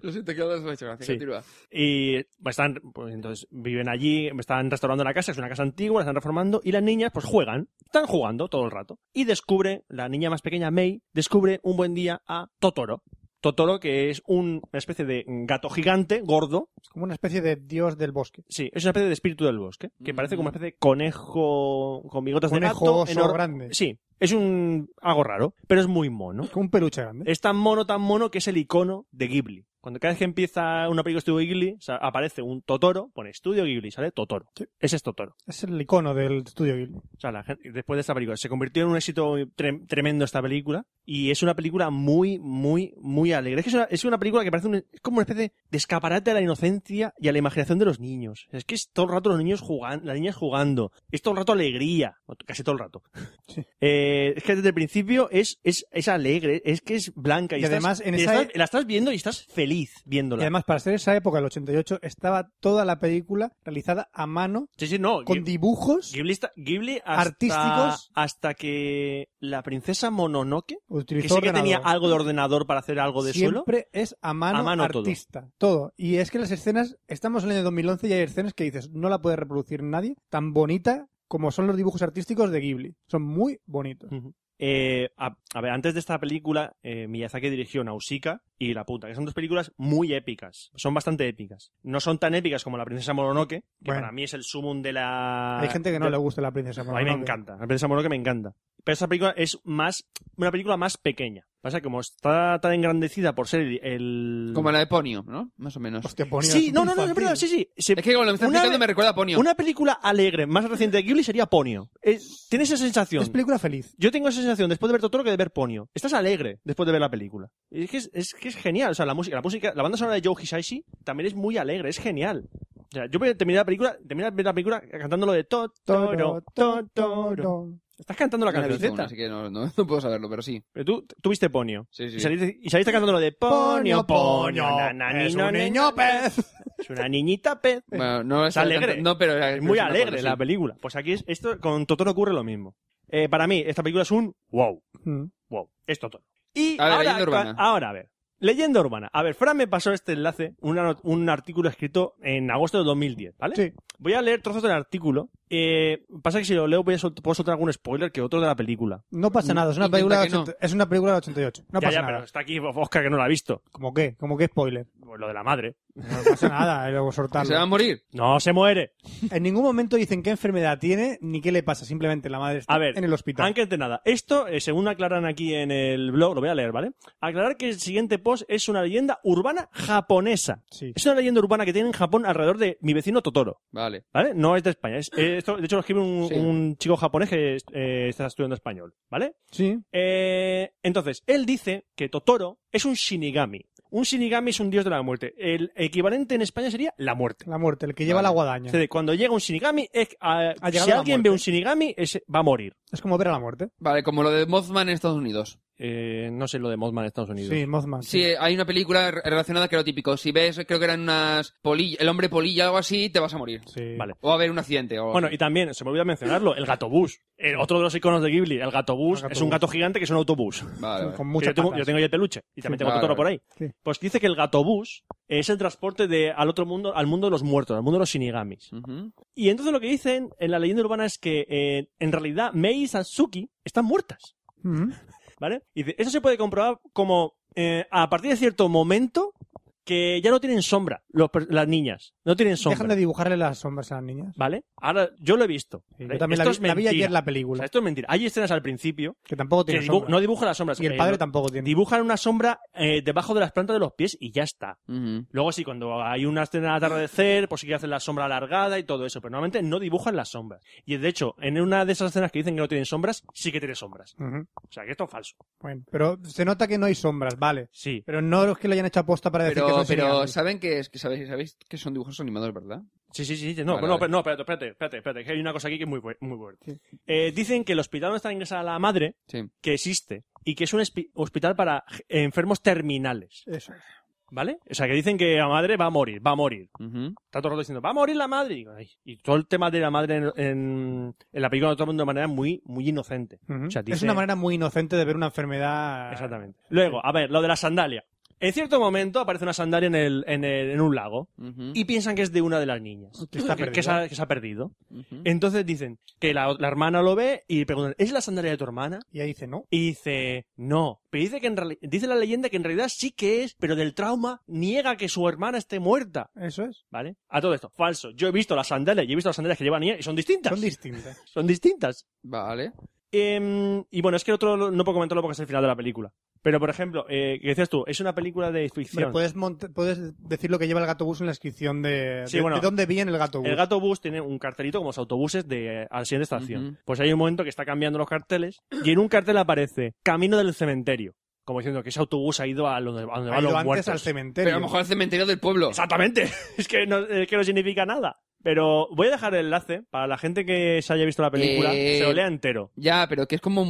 [SPEAKER 6] Lo siento, que ahora os he hecho gracia.
[SPEAKER 4] Sí.
[SPEAKER 6] Continúa.
[SPEAKER 4] y están, pues entonces viven allí, están restaurando la casa, es una casa antigua, la están reformando y las niñas pues juegan, están jugando todo el rato y descubre, la niña más pequeña May, descubre un buen día a Totoro. Totoro que es un- una especie de gato gigante, gordo,
[SPEAKER 5] Es como una especie de dios del bosque.
[SPEAKER 4] sí, es una especie de espíritu del bosque, que parece como una
[SPEAKER 6] Mm.
[SPEAKER 4] especie de conejo con bigotes
[SPEAKER 5] Conejo
[SPEAKER 4] de
[SPEAKER 5] oso
[SPEAKER 4] gato, enorme.
[SPEAKER 5] grande.
[SPEAKER 4] Sí, es un algo raro, pero es muy mono.
[SPEAKER 5] Es como un peluche grande.
[SPEAKER 4] Es tan mono, tan mono que es el icono de Ghibli. Cuando cada vez que empieza una película de estudio Ghibli, sa- aparece un Totoro, pone estudio Ghibli, sale Totoro. Ese es Totoro.
[SPEAKER 5] Es el icono del estudio Ghibli.
[SPEAKER 4] O sea, la gente- después de esta película se convirtió en un éxito tre- tremendo esta película y es una película muy, muy, muy alegre. Es que es una, es una película que parece un- es como una especie de escaparate a la inocencia y a la imaginación de los niños. Es que es todo el rato los niños jugando, las niñas jugando. Es todo el rato alegría, o casi todo el
[SPEAKER 5] [laughs]
[SPEAKER 4] rato. Eh, es que desde el principio es, es, es alegre, es que es blanca. Y,
[SPEAKER 5] Y además,
[SPEAKER 4] estás-
[SPEAKER 5] en
[SPEAKER 4] y
[SPEAKER 5] esa e-
[SPEAKER 4] estás- la estás viendo y estás feliz
[SPEAKER 5] Y
[SPEAKER 4] viéndola.
[SPEAKER 5] además, para ser esa época, el 88, estaba toda la película realizada a mano,
[SPEAKER 4] sí, sí, no.
[SPEAKER 5] con
[SPEAKER 4] Ghib-
[SPEAKER 5] dibujos,
[SPEAKER 4] Ghibli, está- Ghibli hasta,
[SPEAKER 5] Artísticos.
[SPEAKER 4] hasta que la princesa Mononoke, que
[SPEAKER 5] utilizó
[SPEAKER 4] sí que
[SPEAKER 5] ordenador.
[SPEAKER 4] tenía algo de ordenador para hacer algo de suelo.
[SPEAKER 5] Siempre es a mano,
[SPEAKER 4] A mano todo.
[SPEAKER 5] artista. Todo. Y es que las escenas, estamos en el año 2011 y hay escenas que dices, no la puede reproducir nadie, tan bonita como son los dibujos artísticos de Ghibli. Son muy bonitos.
[SPEAKER 4] Ujú. Eh, a, a ver, antes de esta película, eh, Miyazaki dirigió Nausicaa y La Puta, que son dos películas muy épicas. Son bastante épicas. No son tan épicas como La Princesa Mononoke, que
[SPEAKER 5] Bueno.
[SPEAKER 4] para mí es el sumum de la...
[SPEAKER 5] Hay gente que no
[SPEAKER 4] de-
[SPEAKER 5] le gusta la princesa
[SPEAKER 4] Ah, a mí me
[SPEAKER 5] Mononoke.
[SPEAKER 4] encanta. La princesa Mononoke me encanta. Pero esta película es más una película más pequeña. Pasa que como está tan engrandecida por ser el... el-
[SPEAKER 6] Como la de Ponio, ¿no? Más o menos.
[SPEAKER 5] Hostia, ponía
[SPEAKER 4] Sí,
[SPEAKER 5] súper
[SPEAKER 4] no, no, no, es
[SPEAKER 5] infantil.
[SPEAKER 4] verdad, sí, sí. Se-
[SPEAKER 6] Es que como lo me estás
[SPEAKER 4] Una
[SPEAKER 6] explicando
[SPEAKER 4] vez-
[SPEAKER 6] me recuerda a Ponio.
[SPEAKER 4] Una película alegre, más reciente de Ghibli sería Ponio. Eh, tiene esa sensación.
[SPEAKER 5] Es película feliz.
[SPEAKER 4] Yo tengo esa sensación después de ver Totoro que de ver Ponio. Estás alegre después de ver la película. Y Es que es, es que es genial. O sea, la música, la música, la banda sonora de Joe Hisaishi también es muy alegre, es genial. O sea, yo terminé la película, terminé de ver la película cantando lo de Totoro, Totoro. Estás cantando la
[SPEAKER 6] No la he visto aún,
[SPEAKER 4] cancionceta.
[SPEAKER 6] así que no, no- [laughs] no puedo saberlo, pero sí.
[SPEAKER 4] Pero tú tuviste Ponio.
[SPEAKER 6] Sí, sí.
[SPEAKER 4] Y, saliste, y saliste cantando lo de Ponio, Ponio. na, na, ni,
[SPEAKER 5] es
[SPEAKER 4] no,
[SPEAKER 5] un
[SPEAKER 4] ni,
[SPEAKER 5] niño pez.
[SPEAKER 4] Es una niñita pez.
[SPEAKER 6] Bueno, no
[SPEAKER 4] Es alegre.
[SPEAKER 6] No, pero
[SPEAKER 4] Es muy
[SPEAKER 6] pero sí me
[SPEAKER 4] alegre
[SPEAKER 6] acuerdo,
[SPEAKER 4] la
[SPEAKER 6] sí.
[SPEAKER 4] película. Pues aquí es- esto con Totoro ocurre lo mismo. Eh, para mí, esta película es un wow.
[SPEAKER 5] Mm.
[SPEAKER 4] Wow, es Totoro. Y
[SPEAKER 6] A ver,
[SPEAKER 4] ahora,
[SPEAKER 6] leyenda urbana.
[SPEAKER 4] cua- ahora, a ver. Leyenda urbana. A ver, Fran me pasó este enlace, una not- un artículo escrito en agosto de 2010, ¿vale?
[SPEAKER 5] Sí.
[SPEAKER 4] Voy a leer trozos del artículo. Eh, pasa que si lo leo voy a sol- puedo soltar algún spoiler que otro de la película.
[SPEAKER 5] No pasa nada, es una
[SPEAKER 6] Intenta
[SPEAKER 5] película, de
[SPEAKER 6] que no.
[SPEAKER 5] 80 es una película de 88. No
[SPEAKER 4] ya,
[SPEAKER 5] pasa
[SPEAKER 4] ya,
[SPEAKER 5] nada.
[SPEAKER 4] pero está aquí Oscar que no la ha visto.
[SPEAKER 5] ¿Cómo qué? ¿Cómo qué spoiler?
[SPEAKER 4] Pues lo de la madre.
[SPEAKER 5] No pasa nada, y luego
[SPEAKER 6] ¿Que ¿Se va a
[SPEAKER 5] soltarlo.
[SPEAKER 6] morir?
[SPEAKER 4] No, se muere.
[SPEAKER 5] En ningún momento dicen qué enfermedad tiene ni qué le pasa, simplemente la madre está
[SPEAKER 4] A ver,
[SPEAKER 5] en el hospital.
[SPEAKER 4] Antes de nada, esto, eh, según aclaran aquí en el blog, lo voy a leer, ¿vale? Aclarar que el siguiente post es una leyenda urbana japonesa.
[SPEAKER 5] Sí.
[SPEAKER 4] Es una leyenda urbana que tiene en Japón alrededor de mi vecino Totoro,
[SPEAKER 6] Vale.
[SPEAKER 4] ¿vale? No es de España. Es, eh, esto, de hecho, lo escribe un,
[SPEAKER 6] Sí.
[SPEAKER 4] un chico japonés que eh, está estudiando español, ¿vale?
[SPEAKER 5] Sí.
[SPEAKER 4] Eh, entonces, él dice que Totoro es un Shinigami. Un Shinigami es un dios de la muerte. El equivalente en España sería la muerte.
[SPEAKER 5] La muerte, el que lleva
[SPEAKER 6] Vale.
[SPEAKER 5] la guadaña.
[SPEAKER 4] O sea, cuando llega un Shinigami, es, ah,
[SPEAKER 5] Ha llegado
[SPEAKER 4] si
[SPEAKER 5] la
[SPEAKER 4] alguien ve
[SPEAKER 5] muerte.
[SPEAKER 4] un Shinigami, ese va a morir.
[SPEAKER 5] Es como ver a la muerte.
[SPEAKER 6] Vale, como lo de Mothman en Estados Unidos.
[SPEAKER 4] Eh, no sé lo de Mothman en Estados Unidos.
[SPEAKER 5] Sí, Mothman.
[SPEAKER 6] Sí,
[SPEAKER 5] sí.
[SPEAKER 6] hay una película re- relacionada que era lo típico. Si ves, creo que eran unas polillas, el hombre polilla o algo así, te vas a morir.
[SPEAKER 5] Sí.
[SPEAKER 4] Vale.
[SPEAKER 6] O va a haber un accidente. O...
[SPEAKER 4] Bueno, y también, se me olvidó mencionarlo, el gatobús. El otro de los iconos de Ghibli, el gatobús,
[SPEAKER 5] El
[SPEAKER 4] es un
[SPEAKER 5] gatobús.
[SPEAKER 4] gato gigante que es un autobús.
[SPEAKER 6] Vale, vale.
[SPEAKER 5] Con
[SPEAKER 4] Que
[SPEAKER 5] muchas
[SPEAKER 4] yo, tengo,
[SPEAKER 5] patas.
[SPEAKER 4] yo tengo ya el peluche y también
[SPEAKER 5] Sí.
[SPEAKER 4] tengo
[SPEAKER 6] Vale,
[SPEAKER 4] Totoro por ahí.
[SPEAKER 5] Sí.
[SPEAKER 4] Pues dice que el gatobús es el transporte de, al otro mundo, al mundo de los muertos, al mundo de los shinigamis.
[SPEAKER 6] Ujú.
[SPEAKER 4] Y entonces lo que dicen en la leyenda urbana es que eh, en realidad Mei y Satsuki están muertas,
[SPEAKER 5] Ujú.
[SPEAKER 4] ¿vale? Y dice, eso se puede comprobar como eh, a partir de cierto momento que ya no tienen sombra los per- las niñas, no tienen sombra.
[SPEAKER 5] Dejan de dibujarle las sombras a las niñas.
[SPEAKER 4] ¿Vale? Ahora, yo lo he visto.
[SPEAKER 5] Sí,
[SPEAKER 4] ¿vale?
[SPEAKER 5] Yo también la
[SPEAKER 4] Esto
[SPEAKER 5] vi,
[SPEAKER 4] es
[SPEAKER 5] la vi
[SPEAKER 4] mentira.
[SPEAKER 5] ayer la
[SPEAKER 4] O sea,
[SPEAKER 5] película,
[SPEAKER 4] esto es mentira. Hay escenas al principio
[SPEAKER 5] que tampoco
[SPEAKER 4] que
[SPEAKER 5] tiene
[SPEAKER 4] dibu-
[SPEAKER 5] sombra.
[SPEAKER 4] no dibujan las sombras.
[SPEAKER 5] Y el
[SPEAKER 4] Eh,
[SPEAKER 5] padre
[SPEAKER 4] no-
[SPEAKER 5] tampoco tiene.
[SPEAKER 4] dibujan una sombra eh, debajo de las plantas de los pies y ya está.
[SPEAKER 6] Ujú.
[SPEAKER 4] Luego sí, cuando hay una escena de atardecer, pues sí que hacen la sombra alargada y todo eso, pero normalmente no dibujan las sombras. Y de hecho, en una de esas escenas que dicen que no tienen sombras, sí que tiene sombras.
[SPEAKER 5] Ujú.
[SPEAKER 4] O sea, que esto es falso.
[SPEAKER 5] Bueno, pero se nota que no hay sombras, vale.
[SPEAKER 4] Sí.
[SPEAKER 5] Pero no es que lo hayan hecho aposta para decir que
[SPEAKER 6] Pero,
[SPEAKER 5] son
[SPEAKER 6] pero
[SPEAKER 5] similares.
[SPEAKER 6] saben que, es, que sabéis, sabéis que son dibujos animados, ¿verdad?
[SPEAKER 4] Sí, sí, sí. sí. No,
[SPEAKER 6] Vale,
[SPEAKER 4] no,
[SPEAKER 6] vale.
[SPEAKER 4] pero- no, espérate, espérate, espérate, espérate, que hay una cosa aquí que es muy, bu- muy fuerte. Eh, dicen que el hospital donde está ingresada la madre,
[SPEAKER 6] Sí.
[SPEAKER 4] que existe, y que es un espi- hospital para eh, enfermos terminales.
[SPEAKER 5] Eso.
[SPEAKER 4] ¿Vale? O sea, que dicen que la madre va a morir, va a morir.
[SPEAKER 6] Ujú.
[SPEAKER 4] Está todo el rato diciendo, va a morir la madre. Y, digo, "Ay". Y todo el tema de la madre en, en- en la película lo toman de una manera muy, muy inocente.
[SPEAKER 5] Ujú.
[SPEAKER 4] O sea,
[SPEAKER 5] Es
[SPEAKER 4] dice-
[SPEAKER 5] una manera muy inocente de ver una enfermedad.
[SPEAKER 4] Exactamente. Luego, a ver, lo de la sandalia. En cierto momento aparece una sandalia en, el, en, el- en un lago
[SPEAKER 6] Ujú.
[SPEAKER 4] y piensan que es de una de las niñas.
[SPEAKER 5] Que está
[SPEAKER 4] que,
[SPEAKER 5] perdida.
[SPEAKER 4] se ha, que se ha perdido.
[SPEAKER 6] Ujú.
[SPEAKER 4] Entonces dicen que la, la hermana lo ve y preguntan, ¿es la sandalia de tu hermana?
[SPEAKER 5] Y ahí dice, no.
[SPEAKER 4] Y dice, no. Pero dice, que en reali- dice la leyenda que en realidad sí que es, pero del trauma niega que su hermana esté muerta.
[SPEAKER 5] Eso es.
[SPEAKER 4] ¿Vale? A todo esto, falso. Yo he visto las sandalias y he visto las sandalias que llevan niñas y son distintas.
[SPEAKER 5] Son distintas.
[SPEAKER 4] Son distintas.
[SPEAKER 6] Vale.
[SPEAKER 4] Em, y bueno, es que el otro lo- no puedo comentarlo porque es el final de la película. Pero, por ejemplo, eh, que decías tú, es una película de
[SPEAKER 5] Pero
[SPEAKER 4] ficción.
[SPEAKER 5] puedes, monta- puedes decir lo que lleva el gato bus en la descripción de,
[SPEAKER 4] Sí,
[SPEAKER 5] de,
[SPEAKER 4] bueno.
[SPEAKER 5] de dónde viene el gato bus.
[SPEAKER 4] El gato bus tiene un cartelito como los autobuses de eh, a la siguiente estación.
[SPEAKER 6] Ujú.
[SPEAKER 4] Pues hay un momento que está cambiando los carteles y en un cartel aparece Camino del cementerio. Como diciendo que ese autobús ha ido a donde, a donde
[SPEAKER 5] Ha
[SPEAKER 4] van
[SPEAKER 5] ido
[SPEAKER 4] los
[SPEAKER 5] antes
[SPEAKER 4] muertos.
[SPEAKER 5] al cementerio.
[SPEAKER 6] Pero a lo mejor el cementerio del pueblo.
[SPEAKER 4] Exactamente. [laughs] Es que no, es que no significa nada. Pero voy a dejar el enlace para la gente que se haya visto la película,
[SPEAKER 6] Eh,
[SPEAKER 4] se lo lea entero.
[SPEAKER 6] Ya, pero que es como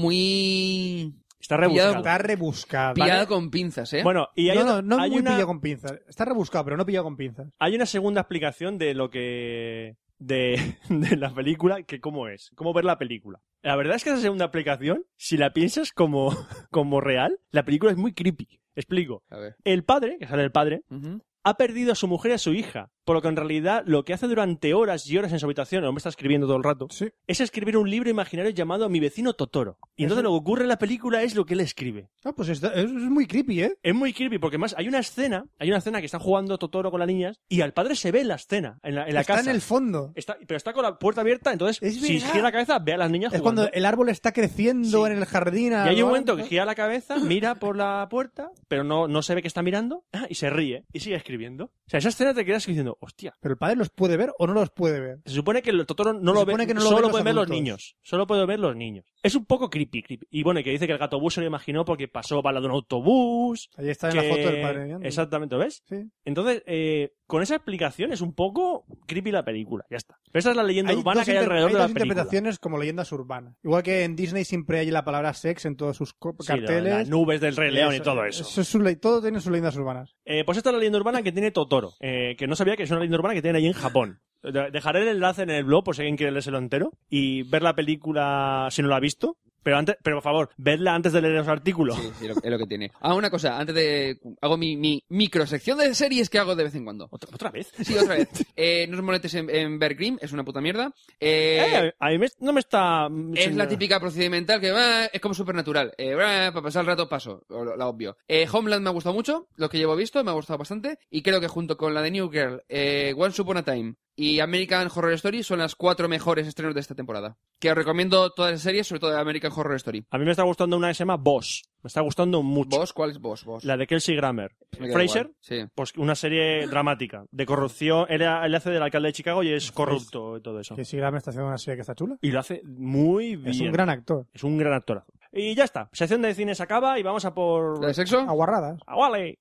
[SPEAKER 6] muy...
[SPEAKER 4] Está
[SPEAKER 6] pillado
[SPEAKER 4] rebuscado.
[SPEAKER 5] Está rebuscado.
[SPEAKER 6] Pillado con pinzas, ¿eh?
[SPEAKER 4] Bueno, y hay,
[SPEAKER 5] no,
[SPEAKER 4] otra-
[SPEAKER 5] no, no
[SPEAKER 4] hay
[SPEAKER 5] muy
[SPEAKER 4] una,
[SPEAKER 5] pillado con pinzas. Está rebuscado, pero no pillado con pinzas.
[SPEAKER 4] hay una segunda explicación de lo que. De, [laughs] de la película, que cómo es, cómo ver la película. La verdad es que esa segunda explicación, si la piensas como, [laughs] como real, la película es muy creepy. Explico.
[SPEAKER 6] A ver.
[SPEAKER 4] El padre, que sale el padre,
[SPEAKER 6] Ujú.
[SPEAKER 4] ha perdido a su mujer y a su hija. Por lo que en realidad lo que hace durante horas y horas en su habitación, el hombre está escribiendo todo el rato,
[SPEAKER 5] Sí.
[SPEAKER 4] es escribir un libro imaginario llamado Mi vecino Totoro. Y entonces lo que ocurre en la película es lo que él escribe.
[SPEAKER 5] Ah, pues está- es, es muy creepy, ¿eh?
[SPEAKER 4] Es muy creepy porque más hay una escena, hay una escena que está jugando Totoro con las niñas y al padre se ve en la escena, en la, en la
[SPEAKER 5] está
[SPEAKER 4] casa.
[SPEAKER 5] en el fondo.
[SPEAKER 4] Está- pero está con la puerta abierta, entonces
[SPEAKER 5] Es
[SPEAKER 4] si
[SPEAKER 5] verdad.
[SPEAKER 4] gira la cabeza ve a las niñas
[SPEAKER 5] Es
[SPEAKER 4] jugando.
[SPEAKER 5] cuando el árbol está creciendo
[SPEAKER 4] Sí.
[SPEAKER 5] en el jardín.
[SPEAKER 4] Y hay un momento que gira la
[SPEAKER 5] [laughs]
[SPEAKER 4] cabeza, mira por la puerta, pero no, no se ve que está mirando ah, y se ríe y sigue escribiendo. O sea, esa escena te quedas diciendo, hostia.
[SPEAKER 5] Pero el padre los puede ver o no los puede ver.
[SPEAKER 4] Se supone que el Totoro no
[SPEAKER 5] Se
[SPEAKER 4] lo
[SPEAKER 5] supone
[SPEAKER 4] ve,
[SPEAKER 5] que no lo
[SPEAKER 4] solo
[SPEAKER 5] ven los
[SPEAKER 4] pueden ver los
[SPEAKER 5] adultos.
[SPEAKER 4] niños. Solo pueden ver los niños. Es un poco creepy, creepy. Y bueno, y que dice que el gato bus se lo imaginó porque pasó para de un autobús.
[SPEAKER 5] Ahí está en
[SPEAKER 4] que-
[SPEAKER 5] la foto del padre. mirando.
[SPEAKER 4] Exactamente, ¿lo ¿ves?
[SPEAKER 5] Sí.
[SPEAKER 4] Entonces, eh, con esa explicación es un poco creepy la película, ya está. Pero esa es la leyenda
[SPEAKER 5] Hay
[SPEAKER 4] urbana
[SPEAKER 5] dos
[SPEAKER 4] que hay
[SPEAKER 5] inter-
[SPEAKER 4] alrededor
[SPEAKER 5] hay
[SPEAKER 4] de la
[SPEAKER 5] dos
[SPEAKER 4] película.
[SPEAKER 5] interpretaciones como leyendas urbanas. Igual que en Disney siempre hay la palabra sex en todos sus co-
[SPEAKER 4] Sí, la-
[SPEAKER 5] carteles.
[SPEAKER 4] las nubes del Rey León y todo eso.
[SPEAKER 5] es su ley- todo tiene sus leyendas urbanas.
[SPEAKER 4] Eh, pues esta es la leyenda urbana que tiene Totoro, eh, que no sabía que es una leyenda urbana que tienen ahí en Japón. De- Dejaré el enlace en el blog por si alguien quiere leérselo entero y ver la película si no la ha visto. Pero antes, pero por favor, vedla antes de leer los artículos.
[SPEAKER 6] Sí, sí, lo- es lo que tiene. Ah, una cosa, antes de... Hago mi, mi microsección de series que hago de vez en cuando.
[SPEAKER 4] ¿Otra, otra vez?
[SPEAKER 6] Sí, otra
[SPEAKER 5] [laughs]
[SPEAKER 6] vez. Eh, no os molestes en, en Bear Grylls, es una puta mierda. Eh,
[SPEAKER 4] Eh, a mí me- no me está... mm,
[SPEAKER 6] es
[SPEAKER 4] sin-
[SPEAKER 6] la típica procedimental que va, es como supernatural. Eh, bah, para pasar el rato paso, o lo- la obvio. Eh, Homeland me ha gustado mucho, lo que llevo visto, me ha gustado bastante. Y creo que junto con la de New Girl, eh, Once Upon a Time y American Horror Story son las cuatro mejores estrenos de esta temporada. Que os recomiendo todas las series, sobre todo de American Horror Story.
[SPEAKER 4] A mí me está gustando una que se llama Boss. Me está gustando mucho.
[SPEAKER 6] ¿Vos? ¿Cuál es vos? ¿Vos?
[SPEAKER 4] La de Kelsey Grammer.
[SPEAKER 6] Me queda
[SPEAKER 4] Fraser,
[SPEAKER 6] igual. Sí.
[SPEAKER 4] pues una serie dramática, de corrupción. Él, él hace del alcalde de Chicago y es corrupto y todo eso.
[SPEAKER 5] Que si Graham está haciendo una serie que está chula.
[SPEAKER 4] Y lo hace muy bien.
[SPEAKER 5] Es un gran actor.
[SPEAKER 4] Es un gran actorazo. Y ya está. Sección de cine se acaba y vamos a por.
[SPEAKER 6] ¿La de sexo?
[SPEAKER 5] Aguarradas.
[SPEAKER 4] ¡Aguale!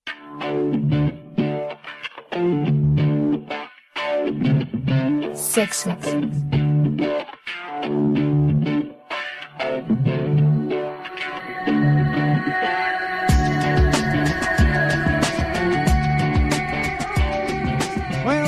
[SPEAKER 3] Sexo.
[SPEAKER 5] Bueno,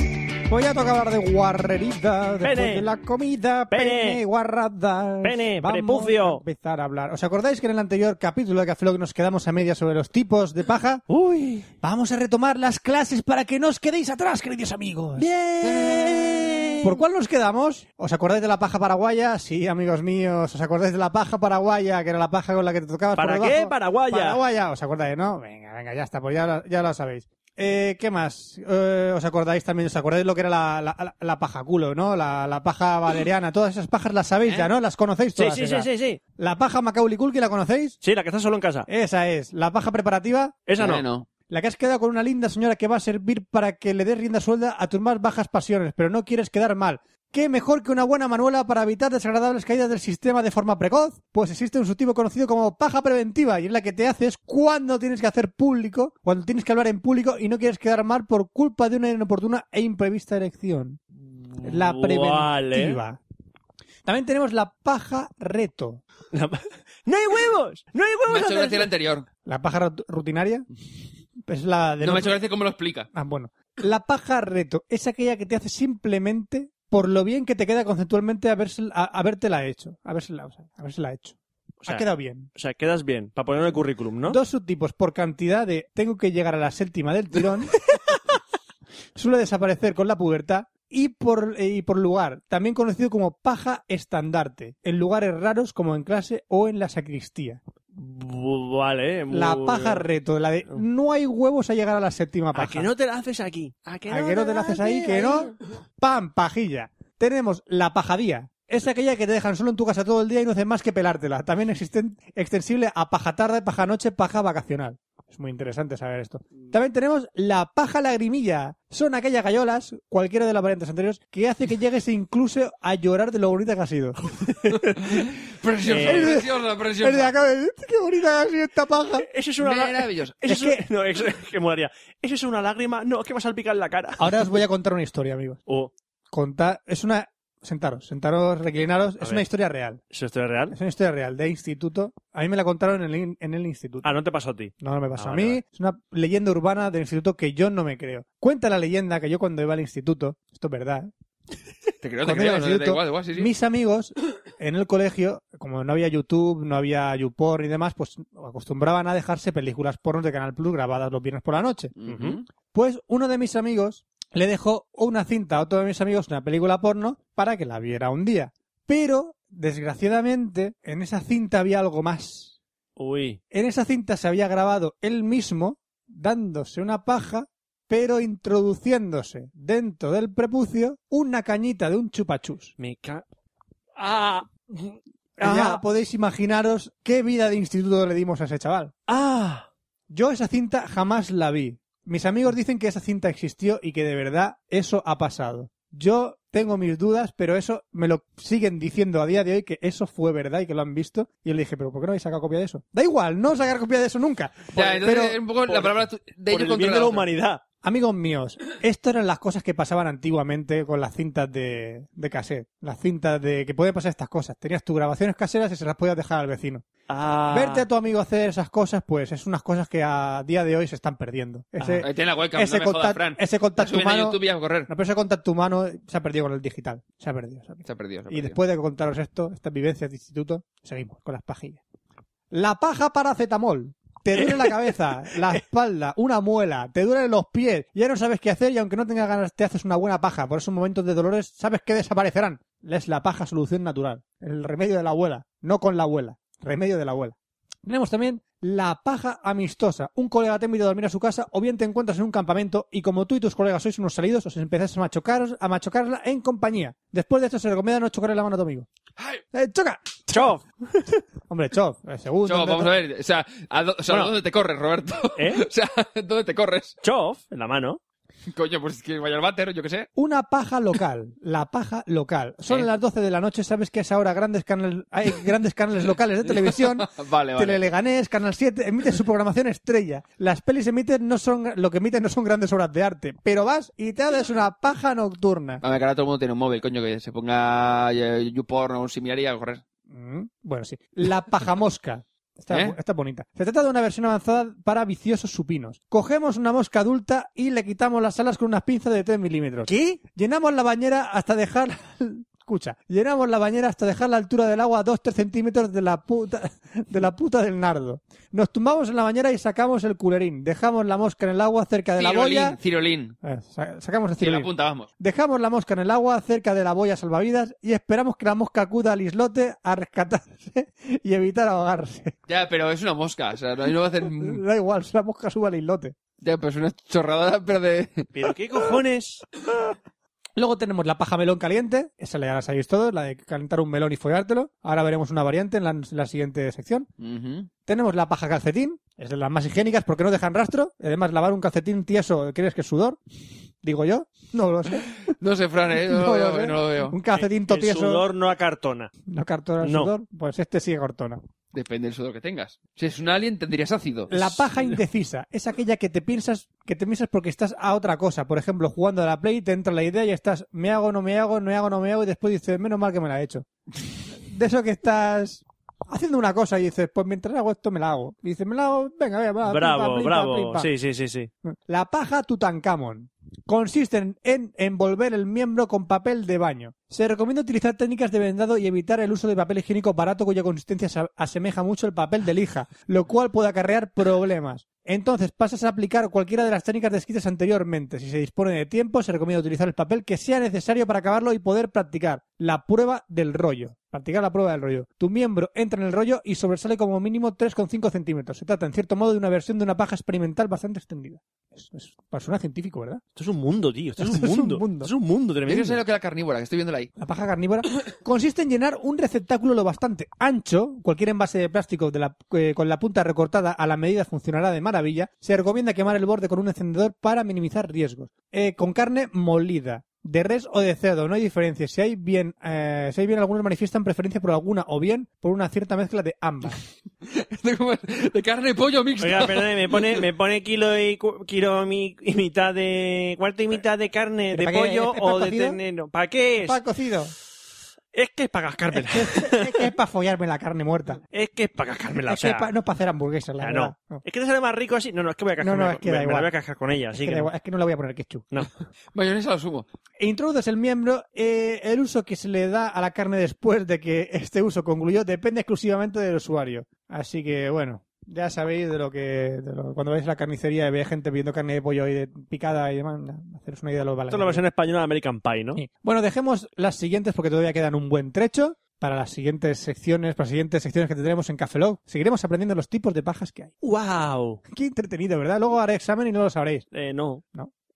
[SPEAKER 5] pues ya toca hablar de guarrerita, después
[SPEAKER 4] Pene.
[SPEAKER 5] de la comida, pene,
[SPEAKER 4] Pene.
[SPEAKER 5] guarradas.
[SPEAKER 4] Pene,
[SPEAKER 5] Vamos
[SPEAKER 4] prepucio.
[SPEAKER 5] a empezar a hablar. ¿Os acordáis que en el anterior capítulo de Café Lock nos quedamos a media sobre los tipos de paja?
[SPEAKER 4] ¡Uy!
[SPEAKER 5] Vamos a retomar las clases para que no os quedéis atrás, queridos amigos. ¡Bien! ¿Por cuál nos quedamos? ¿Os acordáis de la paja paraguaya? Sí, amigos míos, ¿os acordáis de la paja paraguaya, que era la paja con la que te tocabas
[SPEAKER 4] ¿Para
[SPEAKER 5] por
[SPEAKER 4] qué?
[SPEAKER 5] debajo?
[SPEAKER 4] Paraguaya.
[SPEAKER 5] Paraguaya, ¿os acordáis, no? Venga, venga, ya está, pues ya lo, ya lo sabéis. Eh, ¿Qué más? Eh, ¿Os acordáis también? ¿Os acordáis lo que era la, la, la paja culo, no? La, la paja valeriana. Todas esas pajas las sabéis ya, ¿no? Las conocéis
[SPEAKER 4] ¿Eh? Sí,
[SPEAKER 5] todas.
[SPEAKER 4] sí, sí,
[SPEAKER 5] esas.
[SPEAKER 4] sí, sí.
[SPEAKER 5] La paja Macaulay Culkin, ¿la conocéis?
[SPEAKER 4] Sí, la que está solo en casa.
[SPEAKER 5] Esa es. La paja preparativa.
[SPEAKER 4] Esa no.
[SPEAKER 6] Eh,
[SPEAKER 5] La que has quedado con una linda señora que va a servir para que le des rienda suelda a tus más bajas pasiones, pero no quieres quedar mal. ¿Qué mejor que una buena manuela para evitar desagradables caídas del sistema de forma precoz? Pues existe un sustituto conocido como paja preventiva y es la que te haces cuando tienes que hacer público, cuando tienes que hablar en público y no quieres quedar mal por culpa de una inoportuna e imprevista erección. La preventiva.
[SPEAKER 4] Vale.
[SPEAKER 5] También tenemos la paja reto.
[SPEAKER 4] La- ¡No hay huevos! ¡No hay
[SPEAKER 6] Me ha
[SPEAKER 4] huevos!
[SPEAKER 6] hecho gracia
[SPEAKER 4] Andrés!
[SPEAKER 6] el anterior.
[SPEAKER 5] ¿La paja rut- rutinaria? Es la de
[SPEAKER 6] No
[SPEAKER 5] no-
[SPEAKER 6] me ha hecho gracia cómo lo
[SPEAKER 4] Eh,
[SPEAKER 6] explica.
[SPEAKER 5] Ah, bueno. La paja reto es aquella que te hace simplemente por lo bien que te queda conceptualmente haberse- a- habértela hecho. Habérsela, o sea, habérsela hecho.
[SPEAKER 4] O sea,
[SPEAKER 5] ha quedado bien.
[SPEAKER 4] o sea, quedas bien, para poner en el currículum, ¿no?
[SPEAKER 5] Dos subtipos por cantidad de tengo que llegar a la séptima del tirón. suele desaparecer con la pubertad. Y por, eh, y por lugar, también conocido como paja estandarte, en lugares raros como en clase o en la sacristía.
[SPEAKER 4] Bu- Vale. Eh, muy
[SPEAKER 5] La
[SPEAKER 4] bien.
[SPEAKER 5] paja reto, la de no hay huevos a llegar a la séptima paja.
[SPEAKER 4] A que no te la haces aquí. A que
[SPEAKER 5] ¿A
[SPEAKER 4] no,
[SPEAKER 5] que no te la haces ahí? ¿Que no? ¡Pam! Pajilla. Tenemos la pajadía. Es aquella que te dejan solo en tu casa todo el día y no hacen más que pelártela. También existen, extensible a paja tarde, paja noche, paja vacacional. Es muy interesante saber esto. También tenemos la paja lagrimilla. Son aquellas gallolas, cualquiera de las variantes anteriores, que hace que llegues incluso a llorar de lo bonita que
[SPEAKER 4] [laughs]
[SPEAKER 5] ha sido.
[SPEAKER 6] Preciosa,
[SPEAKER 4] Eh,
[SPEAKER 6] preciosa, preciosa.
[SPEAKER 5] Es de acá, ¿eh? ¡Qué bonita ha sido esta paja!
[SPEAKER 4] Eso es una... la-
[SPEAKER 6] Maravillosa.
[SPEAKER 4] Eso
[SPEAKER 5] Es
[SPEAKER 4] es, un- [laughs] No, eso que molaría. Eso es una lágrima. No, que va a salpicar en la cara.
[SPEAKER 5] Ahora os voy a contar una historia, amigos.
[SPEAKER 4] Oh,
[SPEAKER 5] Contar, es una... Sentaros, sentaros, reclinaros.
[SPEAKER 4] A
[SPEAKER 5] Es
[SPEAKER 4] ver.
[SPEAKER 5] una historia real.
[SPEAKER 4] ¿eso esto es real?
[SPEAKER 5] Es una historia real de instituto. A mí me la contaron en el, in- en el instituto.
[SPEAKER 4] Ah, no te pasó a ti.
[SPEAKER 5] No, no me pasó
[SPEAKER 4] Ah,
[SPEAKER 5] a
[SPEAKER 4] vale,
[SPEAKER 5] mí.
[SPEAKER 4] vale.
[SPEAKER 5] Es una leyenda urbana del instituto que yo no me creo. Cuenta la leyenda que yo cuando iba al instituto, esto es verdad,
[SPEAKER 6] Te creo, te
[SPEAKER 5] Cuando iba
[SPEAKER 6] creo.
[SPEAKER 5] al
[SPEAKER 6] no, da
[SPEAKER 5] instituto,
[SPEAKER 6] igual, da igual, sí, sí.
[SPEAKER 5] mis amigos en el colegio, como no había YouTube, no había YouPorn y demás, pues acostumbraban a dejarse películas pornos de Canal Plus grabadas los viernes por la noche.
[SPEAKER 6] Ujú.
[SPEAKER 5] Pues uno de mis amigos le dejó una cinta a otro de mis amigos, una película porno, para que la viera un día. Pero, desgraciadamente, en esa cinta había algo más.
[SPEAKER 4] Uy.
[SPEAKER 5] En esa cinta se había grabado él mismo dándose una paja, pero introduciéndose dentro del prepucio una cañita de un chupachus.
[SPEAKER 4] Me ca... ¡Ah!
[SPEAKER 5] Ya podéis imaginaros qué vida de instituto le dimos a ese chaval.
[SPEAKER 4] ¡Ah!
[SPEAKER 5] Yo esa cinta jamás la vi. Mis amigos dicen que esa cinta existió y que de verdad eso ha pasado. Yo tengo mis dudas, pero eso me lo siguen diciendo a día de hoy que eso fue verdad y que lo han visto. Y yo le dije, pero ¿por qué no habéis sacado copia de eso? Da igual, no sacar copia de eso nunca.
[SPEAKER 6] Ya, entonces
[SPEAKER 5] pero-
[SPEAKER 6] es un poco la
[SPEAKER 4] por-
[SPEAKER 6] palabra tu- de
[SPEAKER 4] Por
[SPEAKER 6] ellos
[SPEAKER 4] el bien de
[SPEAKER 6] contra la
[SPEAKER 4] la
[SPEAKER 6] otra.
[SPEAKER 4] humanidad.
[SPEAKER 5] Amigos míos, estas eran las cosas que pasaban antiguamente con las cintas de, de cassette. Las cintas de que pueden pasar estas cosas. Tenías tus grabaciones caseras y se las podías dejar al vecino.
[SPEAKER 4] ¡Ah!
[SPEAKER 5] Verte a tu amigo hacer esas cosas, pues es unas cosas que a día de hoy se están perdiendo. Ese,
[SPEAKER 6] Ahí tiene la webcam,
[SPEAKER 5] ese
[SPEAKER 6] no me jodas,
[SPEAKER 5] contacto,
[SPEAKER 6] Fran.
[SPEAKER 5] ese
[SPEAKER 6] La
[SPEAKER 5] contacto
[SPEAKER 6] suben a
[SPEAKER 5] humano.
[SPEAKER 6] YouTube y a correr.
[SPEAKER 5] No, pero ese contacto humano se ha perdido con el digital. Se ha perdido. se ha perdido.
[SPEAKER 6] Se ha perdido. se
[SPEAKER 5] Y
[SPEAKER 6] ha perdido.
[SPEAKER 5] después de contaros esto, estas vivencias de instituto, seguimos con las pajillas. La paja paracetamol. Te duele la
[SPEAKER 6] [laughs]
[SPEAKER 5] cabeza, la espalda, una muela, te duelen los pies, ya no sabes qué hacer y aunque no tengas ganas te haces una buena paja. Por esos momentos de dolores sabes que desaparecerán. Es la paja solución natural. El remedio de la abuela, no con la abuela. Remedio de la abuela. Tenemos también la paja amistosa. Un colega te invita a dormir a su casa o bien te encuentras en un campamento y como tú y tus colegas sois unos salidos, os empezáis a machocaros, a machocarla en compañía. Después de esto se recomienda no chocarle la mano a tu amigo.
[SPEAKER 6] ¡Ay!
[SPEAKER 5] ¡Eh, ¡Choca!
[SPEAKER 4] ¡Chof!
[SPEAKER 5] Hombre, chof, eh, segundo.
[SPEAKER 6] Chavo, vamos
[SPEAKER 5] tercero.
[SPEAKER 6] a ver. O sea, ¿a, do- o sea,
[SPEAKER 4] Bueno.
[SPEAKER 6] ¿dónde te corres, [laughs] Roberto?
[SPEAKER 4] ¿Eh?
[SPEAKER 6] O sea, ¿dónde te corres?
[SPEAKER 4] ¡Chof! En la mano.
[SPEAKER 6] Coño, pues que vaya al váter, yo qué sé.
[SPEAKER 5] Una paja local, la paja local. Son
[SPEAKER 6] ¿Eh?
[SPEAKER 5] las 12 de la noche, sabes que es ahora grandes canales, hay grandes canales locales de
[SPEAKER 6] [laughs]
[SPEAKER 5] televisión.
[SPEAKER 6] Vale, vale.
[SPEAKER 5] Teleganés, Canal 7, emiten su programación estrella. Las pelis emiten no son lo que emiten no son grandes obras de arte, pero vas y te haces una paja nocturna.
[SPEAKER 6] A ver, que ahora todo el mundo tiene un móvil, coño, que se ponga eh, YouPorn o un similar y a correr.
[SPEAKER 5] Mm, Bueno, sí. La
[SPEAKER 6] [laughs]
[SPEAKER 5] pajamosca. Está,
[SPEAKER 6] ¿Eh?
[SPEAKER 5] está bonita. Se trata de una versión avanzada para viciosos supinos. Cogemos una mosca adulta y le quitamos las alas con unas pinzas de 3 milímetros.
[SPEAKER 4] ¿Qué?
[SPEAKER 5] Llenamos la bañera hasta dejar... Escucha. Llenamos la bañera hasta dejar la altura del agua a 2-3 centímetros de la, puta, de la puta del nardo. Nos tumbamos en la bañera y sacamos el culerín. Dejamos la mosca en el agua cerca de la boya...
[SPEAKER 6] Cirolín.
[SPEAKER 5] Eh, sa- sacamos el
[SPEAKER 6] Sí, la
[SPEAKER 5] cirulín.
[SPEAKER 6] punta, vamos.
[SPEAKER 5] Dejamos la mosca en el agua cerca de la boya salvavidas y esperamos que la mosca acuda al islote a rescatarse y evitar ahogarse.
[SPEAKER 6] Ya, pero es una mosca, o sea, no, no va a hacer... mm,
[SPEAKER 5] Da igual, si la mosca sube al islote.
[SPEAKER 6] Ya, pero es una chorrada, pero de...
[SPEAKER 4] ¿Pero qué cojones?
[SPEAKER 5] Luego tenemos la paja melón caliente, esa la sabéis todos, la de calentar un melón y follártelo. Ahora veremos una variante en la, en la siguiente sección.
[SPEAKER 6] Ujú.
[SPEAKER 5] Tenemos la paja calcetín, es de las más higiénicas porque no dejan rastro. Además, lavar un calcetín tieso, ¿crees que es sudor? Digo yo, no lo sé.
[SPEAKER 6] No sé, Fran, [laughs] ¿eh? no,
[SPEAKER 5] No
[SPEAKER 6] lo
[SPEAKER 5] lo
[SPEAKER 6] veo,
[SPEAKER 5] sé.
[SPEAKER 6] no lo [laughs] veo.
[SPEAKER 5] Un calcetín
[SPEAKER 4] El
[SPEAKER 5] totieso,
[SPEAKER 4] sudor no acartona.
[SPEAKER 5] no cartona el
[SPEAKER 4] No.
[SPEAKER 5] sudor, pues este sigue cortona.
[SPEAKER 6] Depende del sudor que tengas. Si es un alien, tendrías ácido.
[SPEAKER 5] La paja indecisa es aquella que te piensas que te piensas porque estás a otra cosa. Por ejemplo, jugando a la Play, te entra la idea y estás, me hago, no me hago, no me hago, no me hago, y después dices, menos mal que me la he hecho. De eso que estás haciendo una cosa y dices, pues mientras hago esto me la hago. Y dices, me la hago, venga, venga, va, pim,
[SPEAKER 4] Bravo,
[SPEAKER 5] Ah, pam, pim, pam, pim,
[SPEAKER 4] bravo.
[SPEAKER 5] pam".
[SPEAKER 4] Sí, sí, sí, sí.
[SPEAKER 5] La paja Tutankamón. Consiste en- en envolver el miembro con papel de baño. Se recomienda utilizar técnicas de vendado y evitar el uso de papel higiénico barato cuya consistencia se asemeja mucho al papel de lija, lo cual puede acarrear problemas. Entonces pasas a aplicar cualquiera de las técnicas descritas anteriormente. Si se dispone de tiempo, se recomienda utilizar el papel que sea necesario para acabarlo y poder practicar la prueba del rollo. Practicar la prueba del rollo. Tu miembro entra en el rollo y sobresale como mínimo 3,5 centímetros. Se trata, en cierto modo, de una versión de una paja experimental bastante extendida. Es, es- persona científico, ¿verdad?
[SPEAKER 4] Esto es un mundo, tío.
[SPEAKER 5] [laughs]
[SPEAKER 4] Esto, es, un
[SPEAKER 5] Esto es un
[SPEAKER 4] mundo.
[SPEAKER 5] mundo.
[SPEAKER 4] Esto es un mundo
[SPEAKER 6] Yo
[SPEAKER 4] tremendo.
[SPEAKER 6] no sé lo que es la carnívora, que estoy viéndola ahí.
[SPEAKER 5] La paja carnívora [coughs] consiste en llenar un receptáculo lo bastante ancho, cualquier envase de plástico de la- eh, con la punta recortada a la medida funcionará de maravilla. Se recomienda quemar el borde con un encendedor para minimizar riesgos. Eh, con carne molida. De res o de cerdo, no hay diferencia. Si hay bien, eh, si hay bien, algunos manifiestan preferencia por alguna o bien por una cierta mezcla de ambas.
[SPEAKER 6] Esto como [laughs] es De carne y pollo mixto.
[SPEAKER 4] Oiga, perdón, me pone, me pone kilo y cu- kilo mi- y mitad de cuarto y mitad de carne,
[SPEAKER 5] ¿Pero
[SPEAKER 4] de
[SPEAKER 5] para qué?
[SPEAKER 4] pollo
[SPEAKER 5] ¿Es para
[SPEAKER 4] o de
[SPEAKER 5] cocido?
[SPEAKER 4] ternero. ¿Para qué [laughs] [laughs] es?
[SPEAKER 5] Para cocido.
[SPEAKER 4] Es que es para cascármela.
[SPEAKER 5] es que es para follarme la carne
[SPEAKER 4] [laughs]
[SPEAKER 5] muerta.
[SPEAKER 4] Es que es para cascármela. o
[SPEAKER 5] Es que
[SPEAKER 4] sea,
[SPEAKER 5] es pa- no es para hacer hamburguesas, la
[SPEAKER 4] ah,
[SPEAKER 5] verdad.
[SPEAKER 4] no.
[SPEAKER 5] No.
[SPEAKER 4] Es que te sale más rico así. No, no, es que voy a
[SPEAKER 5] No,
[SPEAKER 4] cascarme.
[SPEAKER 5] no, es que da
[SPEAKER 4] me, me la
[SPEAKER 5] igual.
[SPEAKER 4] voy a cascar con ella,
[SPEAKER 5] Es
[SPEAKER 4] así
[SPEAKER 5] que
[SPEAKER 4] que.
[SPEAKER 5] da igual, es que no le voy a poner ketchup.
[SPEAKER 6] Mayonesa lo sumo.
[SPEAKER 5] E introduces el miembro, eh, el uso que se le da a la carne después de que este uso concluyó depende exclusivamente del usuario. Así que, bueno, Ya sabéis de lo que. de lo- cuando vais a la carnicería y veis gente pidiendo carne de pollo y de picada y demás, na, haceros una idea de los valores.
[SPEAKER 4] Esta es la versión española de American Pie, ¿no?
[SPEAKER 5] Sí. Bueno, dejemos las siguientes porque todavía quedan un buen trecho para las siguientes secciones, para las siguientes secciones que tendremos en Café Lock. Seguiremos aprendiendo los tipos de pajas que hay. [laughs]
[SPEAKER 4] ¡Wow!
[SPEAKER 5] Qué entretenido, ¿verdad? Luego haré examen y no lo sabréis.
[SPEAKER 4] Eh, no.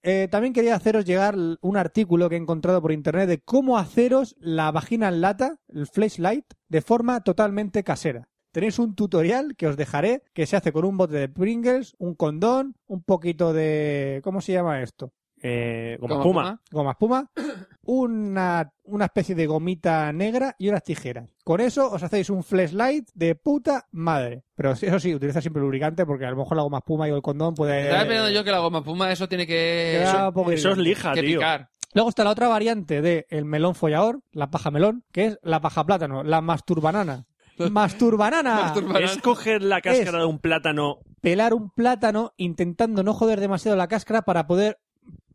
[SPEAKER 5] Eh, también quería haceros llegar l- un artículo que he encontrado por internet de cómo haceros la vagina en lata, el flashlight, de forma totalmente casera. Tenéis un tutorial que os dejaré que se hace con un bote de Pringles, un condón, un poquito de... ¿Cómo se llama esto?
[SPEAKER 4] Eh, como
[SPEAKER 6] Como
[SPEAKER 4] espuma.
[SPEAKER 6] espuma.
[SPEAKER 5] goma espuma, [clears throat] una, una especie de gomita negra y unas tijeras. Con eso os hacéis un flashlight de puta madre. Pero eso sí, utiliza siempre lubricante porque a lo mejor la goma espuma y el condón puede...
[SPEAKER 6] Estaba pensando yo que la goma puma, eso tiene que,
[SPEAKER 5] Queda
[SPEAKER 6] eso-
[SPEAKER 5] un poco
[SPEAKER 4] Eso es lija,
[SPEAKER 6] que
[SPEAKER 4] tío.
[SPEAKER 6] picar.
[SPEAKER 5] Luego está la otra variante de el melón follador, la paja melón, que es la paja plátano,
[SPEAKER 4] [laughs]
[SPEAKER 5] la masturbanana. ¡Masturbanana!
[SPEAKER 6] Masturbar.
[SPEAKER 4] Es coger la cáscara de un plátano.
[SPEAKER 5] Pelar un plátano intentando no joder demasiado la cáscara para poder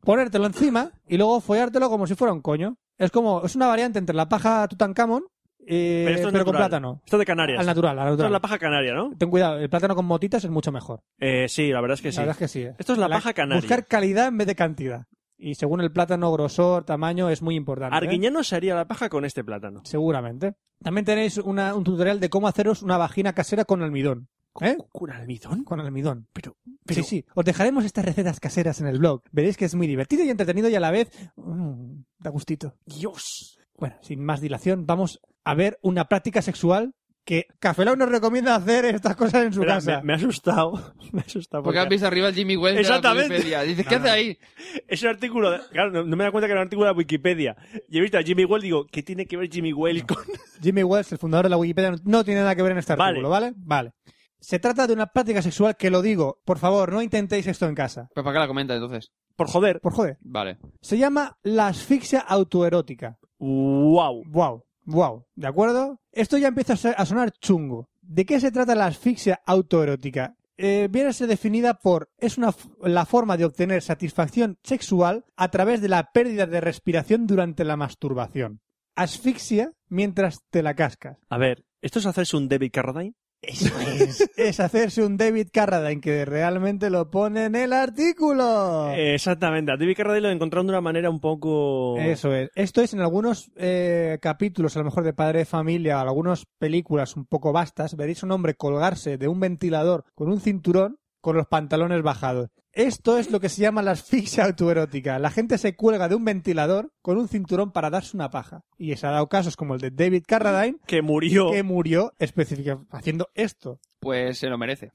[SPEAKER 5] ponértelo encima y luego follártelo como si fuera un coño. Es como, es una variante entre la paja Tutankamón eh,
[SPEAKER 4] Pero esto
[SPEAKER 5] pero,
[SPEAKER 4] es
[SPEAKER 5] con
[SPEAKER 4] natural.
[SPEAKER 5] plátano.
[SPEAKER 4] Esto es de Canarias.
[SPEAKER 5] Al natural,
[SPEAKER 4] Esto
[SPEAKER 5] al
[SPEAKER 4] es
[SPEAKER 5] natural.
[SPEAKER 4] la paja canaria, ¿no?
[SPEAKER 5] Ten cuidado, el plátano con motitas es mucho mejor.
[SPEAKER 4] Eh, sí, la verdad es que sí.
[SPEAKER 5] La verdad es que sí. eh.
[SPEAKER 4] Esto es la, paja canaria.
[SPEAKER 5] Buscar calidad en vez de cantidad. Y según el plátano, grosor, tamaño, es muy importante. ¿eh?
[SPEAKER 4] Arguiñano se haría la paja con este plátano.
[SPEAKER 5] Seguramente. También tenéis una- un tutorial de cómo haceros una vagina casera con almidón. ¿Eh?
[SPEAKER 4] ¿Con almidón?
[SPEAKER 5] Con almidón.
[SPEAKER 4] Pero, pero-
[SPEAKER 5] Sí, sí. Os dejaremos estas recetas caseras en el blog. Veréis que es muy divertido y entretenido y a la vez mm, da gustito.
[SPEAKER 4] Dios.
[SPEAKER 5] Bueno, sin más dilación, vamos a ver una práctica sexual que Cafelau nos recomienda hacer estas cosas en su
[SPEAKER 4] Espera,
[SPEAKER 5] casa.
[SPEAKER 4] me, me ha asustado. [laughs] Me ha asustado.
[SPEAKER 6] Porque has visto arriba el Jimmy Wells
[SPEAKER 4] Exactamente.
[SPEAKER 6] de la Wikipedia. Dices, ¿qué hace ahí?
[SPEAKER 4] Es un artículo. de- claro, no, no me da cuenta que era un artículo de la Wikipedia. Y he visto a Jimmy Wells digo, ¿qué tiene que ver Jimmy Wells con.?
[SPEAKER 5] Jimmy Wells, el fundador de la Wikipedia, no- no tiene nada que ver en este
[SPEAKER 4] Vale.
[SPEAKER 5] artículo, ¿vale? Vale. Se trata de una práctica sexual que lo digo, por favor, no intentéis esto en casa.
[SPEAKER 6] Pues para qué la comenta entonces.
[SPEAKER 4] Por joder.
[SPEAKER 5] Por joder.
[SPEAKER 6] Vale.
[SPEAKER 5] Se llama la asfixia autoerótica.
[SPEAKER 4] ¡Wow!
[SPEAKER 5] Wow, wow, ¿de acuerdo? Esto ya empieza a ser- a sonar chungo. ¿De qué se trata la asfixia autoerótica? Eh, viene a ser definida por es una f- la forma de obtener satisfacción sexual a través de la pérdida de respiración durante la masturbación. Asfixia mientras te la cascas. [laughs]
[SPEAKER 4] A ver, ¿esto es hacerse un David Carradine?
[SPEAKER 5] Eso es. es hacerse un David Carradine que realmente lo pone en el artículo.
[SPEAKER 4] Eh, exactamente. A David Carradine lo encontraron de una manera un poco.
[SPEAKER 5] Eso es. Esto es en algunos eh, capítulos, a lo mejor de Padre de Familia, algunas películas un poco vastas, veréis a un hombre colgarse de un ventilador con un cinturón con los pantalones bajados. Esto es lo que se llama la asfixia autoerótica. La gente se cuelga de un ventilador con un cinturón para darse una paja. Y se ha dado casos como el de David Carradine,
[SPEAKER 4] Que murió.
[SPEAKER 5] que murió específicamente haciendo esto.
[SPEAKER 6] Pues se lo merece.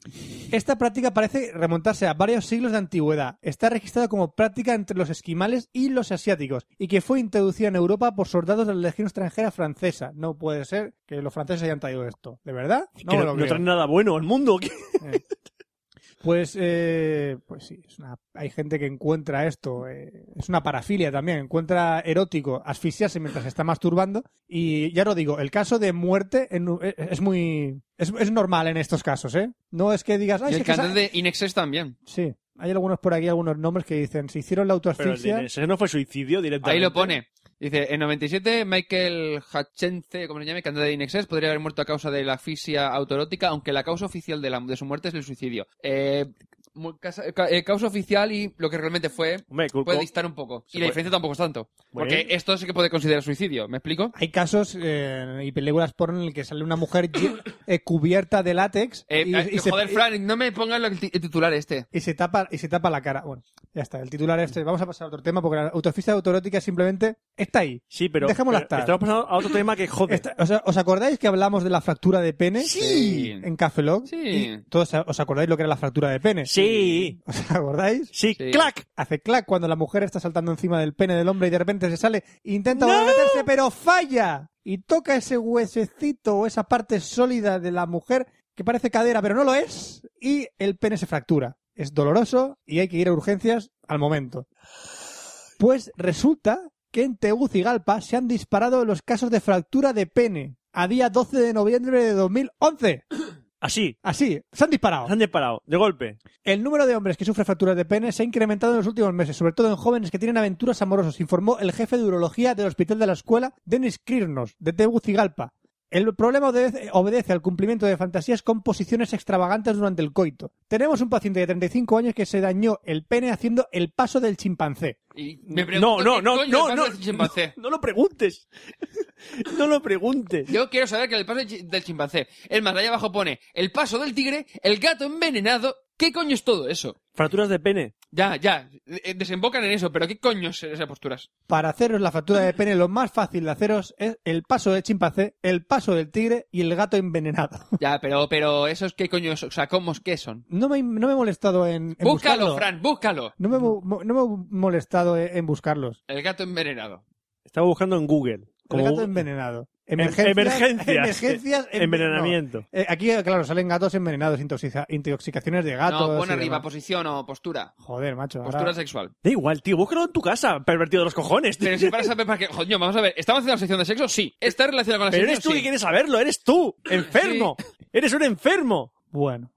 [SPEAKER 5] Esta práctica parece remontarse a varios siglos de antigüedad. Está registrada como práctica entre los esquimales y los asiáticos y que fue introducida en Europa por soldados de la Legión extranjera francesa. No puede ser que los franceses hayan traído esto. ¿De verdad? No
[SPEAKER 4] que
[SPEAKER 5] me
[SPEAKER 4] no,
[SPEAKER 5] lo
[SPEAKER 4] no
[SPEAKER 5] creo.
[SPEAKER 4] trae nada bueno al mundo.
[SPEAKER 5] Pues, eh, pues sí, es una- hay gente que encuentra esto, eh, es una parafilia también, encuentra erótico asfixiarse mientras se está masturbando y ya lo digo, el caso de muerte en un- eh, es muy... Es, es normal en estos casos, ¿eh? No es que digas... "Ay,
[SPEAKER 6] y
[SPEAKER 5] es
[SPEAKER 6] el
[SPEAKER 5] que sa-
[SPEAKER 6] cantante de Inexes también.
[SPEAKER 5] Sí, hay algunos por aquí, algunos nombres que dicen, se hicieron la
[SPEAKER 4] Pero el
[SPEAKER 5] autoasfixia.
[SPEAKER 4] de- ¿eh? ese no fue suicidio directamente.
[SPEAKER 6] Ahí lo pone. Dice, en 97, Michael Hutchense, como se llame, cantante de Inexes, podría haber muerto a causa de la asfixia autoerótica, aunque la causa oficial de, la- de su muerte es el suicidio. Eh, mu- casa- ca- eh, causa oficial y lo que realmente fue
[SPEAKER 4] Hombre, cu-
[SPEAKER 6] puede
[SPEAKER 4] cu-
[SPEAKER 6] distar un poco.
[SPEAKER 4] Se
[SPEAKER 6] Y la
[SPEAKER 4] puede-
[SPEAKER 6] diferencia tampoco es tanto.
[SPEAKER 4] Bueno.
[SPEAKER 6] Porque esto sí que puede considerar suicidio, ¿me explico?
[SPEAKER 5] Hay casos eh, y películas porno en el que sale una mujer lle- eh, cubierta de látex
[SPEAKER 6] Eh,
[SPEAKER 5] y,
[SPEAKER 6] eh,
[SPEAKER 5] y se,
[SPEAKER 6] joder, Fran, no me pongas lo- el, ti- el titular este.
[SPEAKER 5] y se tapa y se tapa la cara. Bueno, ya está, el titular este. Vamos a pasar a otro tema porque la autoasfixia autoerótica simplemente está ahí.
[SPEAKER 4] Sí, pero.
[SPEAKER 5] Dejémosla
[SPEAKER 4] pero
[SPEAKER 5] estar.
[SPEAKER 4] Estamos pasando a otro tema que jode.
[SPEAKER 5] Está- o sea, ¿Os acordáis que hablamos de la fractura de pene?
[SPEAKER 6] Sí.
[SPEAKER 5] En Café Lock.
[SPEAKER 6] Sí.
[SPEAKER 5] Y ¿Todos os acordáis lo que era la fractura de pene?
[SPEAKER 4] Sí.
[SPEAKER 5] ¿Os acordáis?
[SPEAKER 4] Sí,
[SPEAKER 6] Sí.
[SPEAKER 4] clac.
[SPEAKER 5] hace clac cuando la mujer está saltando encima del pene del hombre y de repente se sale, intenta volver a meterse, pero falla y toca ese huesecito o esa parte sólida de la mujer que parece cadera, pero no lo es, y el pene se fractura. Es doloroso y hay que ir a urgencias al momento. Pues resulta que en Tegucigalpa se han disparado los casos de fractura de pene a día 12 de noviembre de 2011.
[SPEAKER 4] Así.
[SPEAKER 5] Así, se han disparado.
[SPEAKER 4] Se han disparado, de golpe.
[SPEAKER 5] El número de hombres que sufren fracturas de pene se ha incrementado en los últimos meses, sobre todo en jóvenes que tienen aventuras amorosas, informó el jefe de urología del Hospital de la Escuela, Denis Kirnos, de Tegucigalpa. El problema obedece, obedece al cumplimiento de fantasías con posiciones extravagantes durante el coito. Tenemos un paciente de 35 años que se dañó el pene haciendo el paso del chimpancé.
[SPEAKER 6] Y me
[SPEAKER 4] No,
[SPEAKER 6] pregunto
[SPEAKER 4] no,
[SPEAKER 6] qué
[SPEAKER 4] no,
[SPEAKER 6] coño
[SPEAKER 4] no,
[SPEAKER 6] le
[SPEAKER 4] no,
[SPEAKER 6] pasa al chimpancé.
[SPEAKER 4] no lo preguntes. [laughs] No lo preguntes.
[SPEAKER 6] Yo quiero saber qué le pasa al chi- del chimpancé. Es más, allá abajo pone el paso del tigre, el gato envenenado. ¿Qué coño es todo eso?
[SPEAKER 4] Fracturas de pene.
[SPEAKER 6] Ya, ya, eh, desembocan en eso, pero ¿qué coño es esas posturas?
[SPEAKER 5] Para haceros la factura de pene, lo más fácil de haceros es el paso del chimpancé, el paso del tigre y el gato envenenado.
[SPEAKER 6] Ya, pero, pero, ¿esos qué coño son? O sea, ¿cómo, qué son?
[SPEAKER 5] No me, no me he molestado en, en
[SPEAKER 6] Búscalo,
[SPEAKER 5] buscarlo.
[SPEAKER 6] Fran, búscalo.
[SPEAKER 5] No me, he mo- mo- no me he molestado e-, en en buscarlos.
[SPEAKER 6] El gato envenenado.
[SPEAKER 4] Estaba buscando en Google.
[SPEAKER 5] El gato envenenado. Emergencias.
[SPEAKER 4] emergencias.
[SPEAKER 5] emergencias, enven-
[SPEAKER 4] Envenenamiento.
[SPEAKER 5] no. Eh, aquí, claro, salen gatos envenenados, intoxica- intoxicaciones de gatos.
[SPEAKER 6] no, pon
[SPEAKER 5] y
[SPEAKER 6] arriba
[SPEAKER 5] demás.
[SPEAKER 6] posición o postura.
[SPEAKER 5] Joder, macho. ahora-
[SPEAKER 6] Postura sexual.
[SPEAKER 4] Da igual, tío, búscalo en tu casa, pervertido de los cojones. tío.
[SPEAKER 6] Pero si para saber para qué. Joder, vamos a ver, ¿estamos haciendo la sección de sexo? Sí. ¿Está relacionada con la
[SPEAKER 4] Pero
[SPEAKER 6] sección?
[SPEAKER 4] eres tú
[SPEAKER 6] Sí.
[SPEAKER 4] que quieres saberlo, eres tú, enfermo. Eres un enfermo.
[SPEAKER 5] Bueno.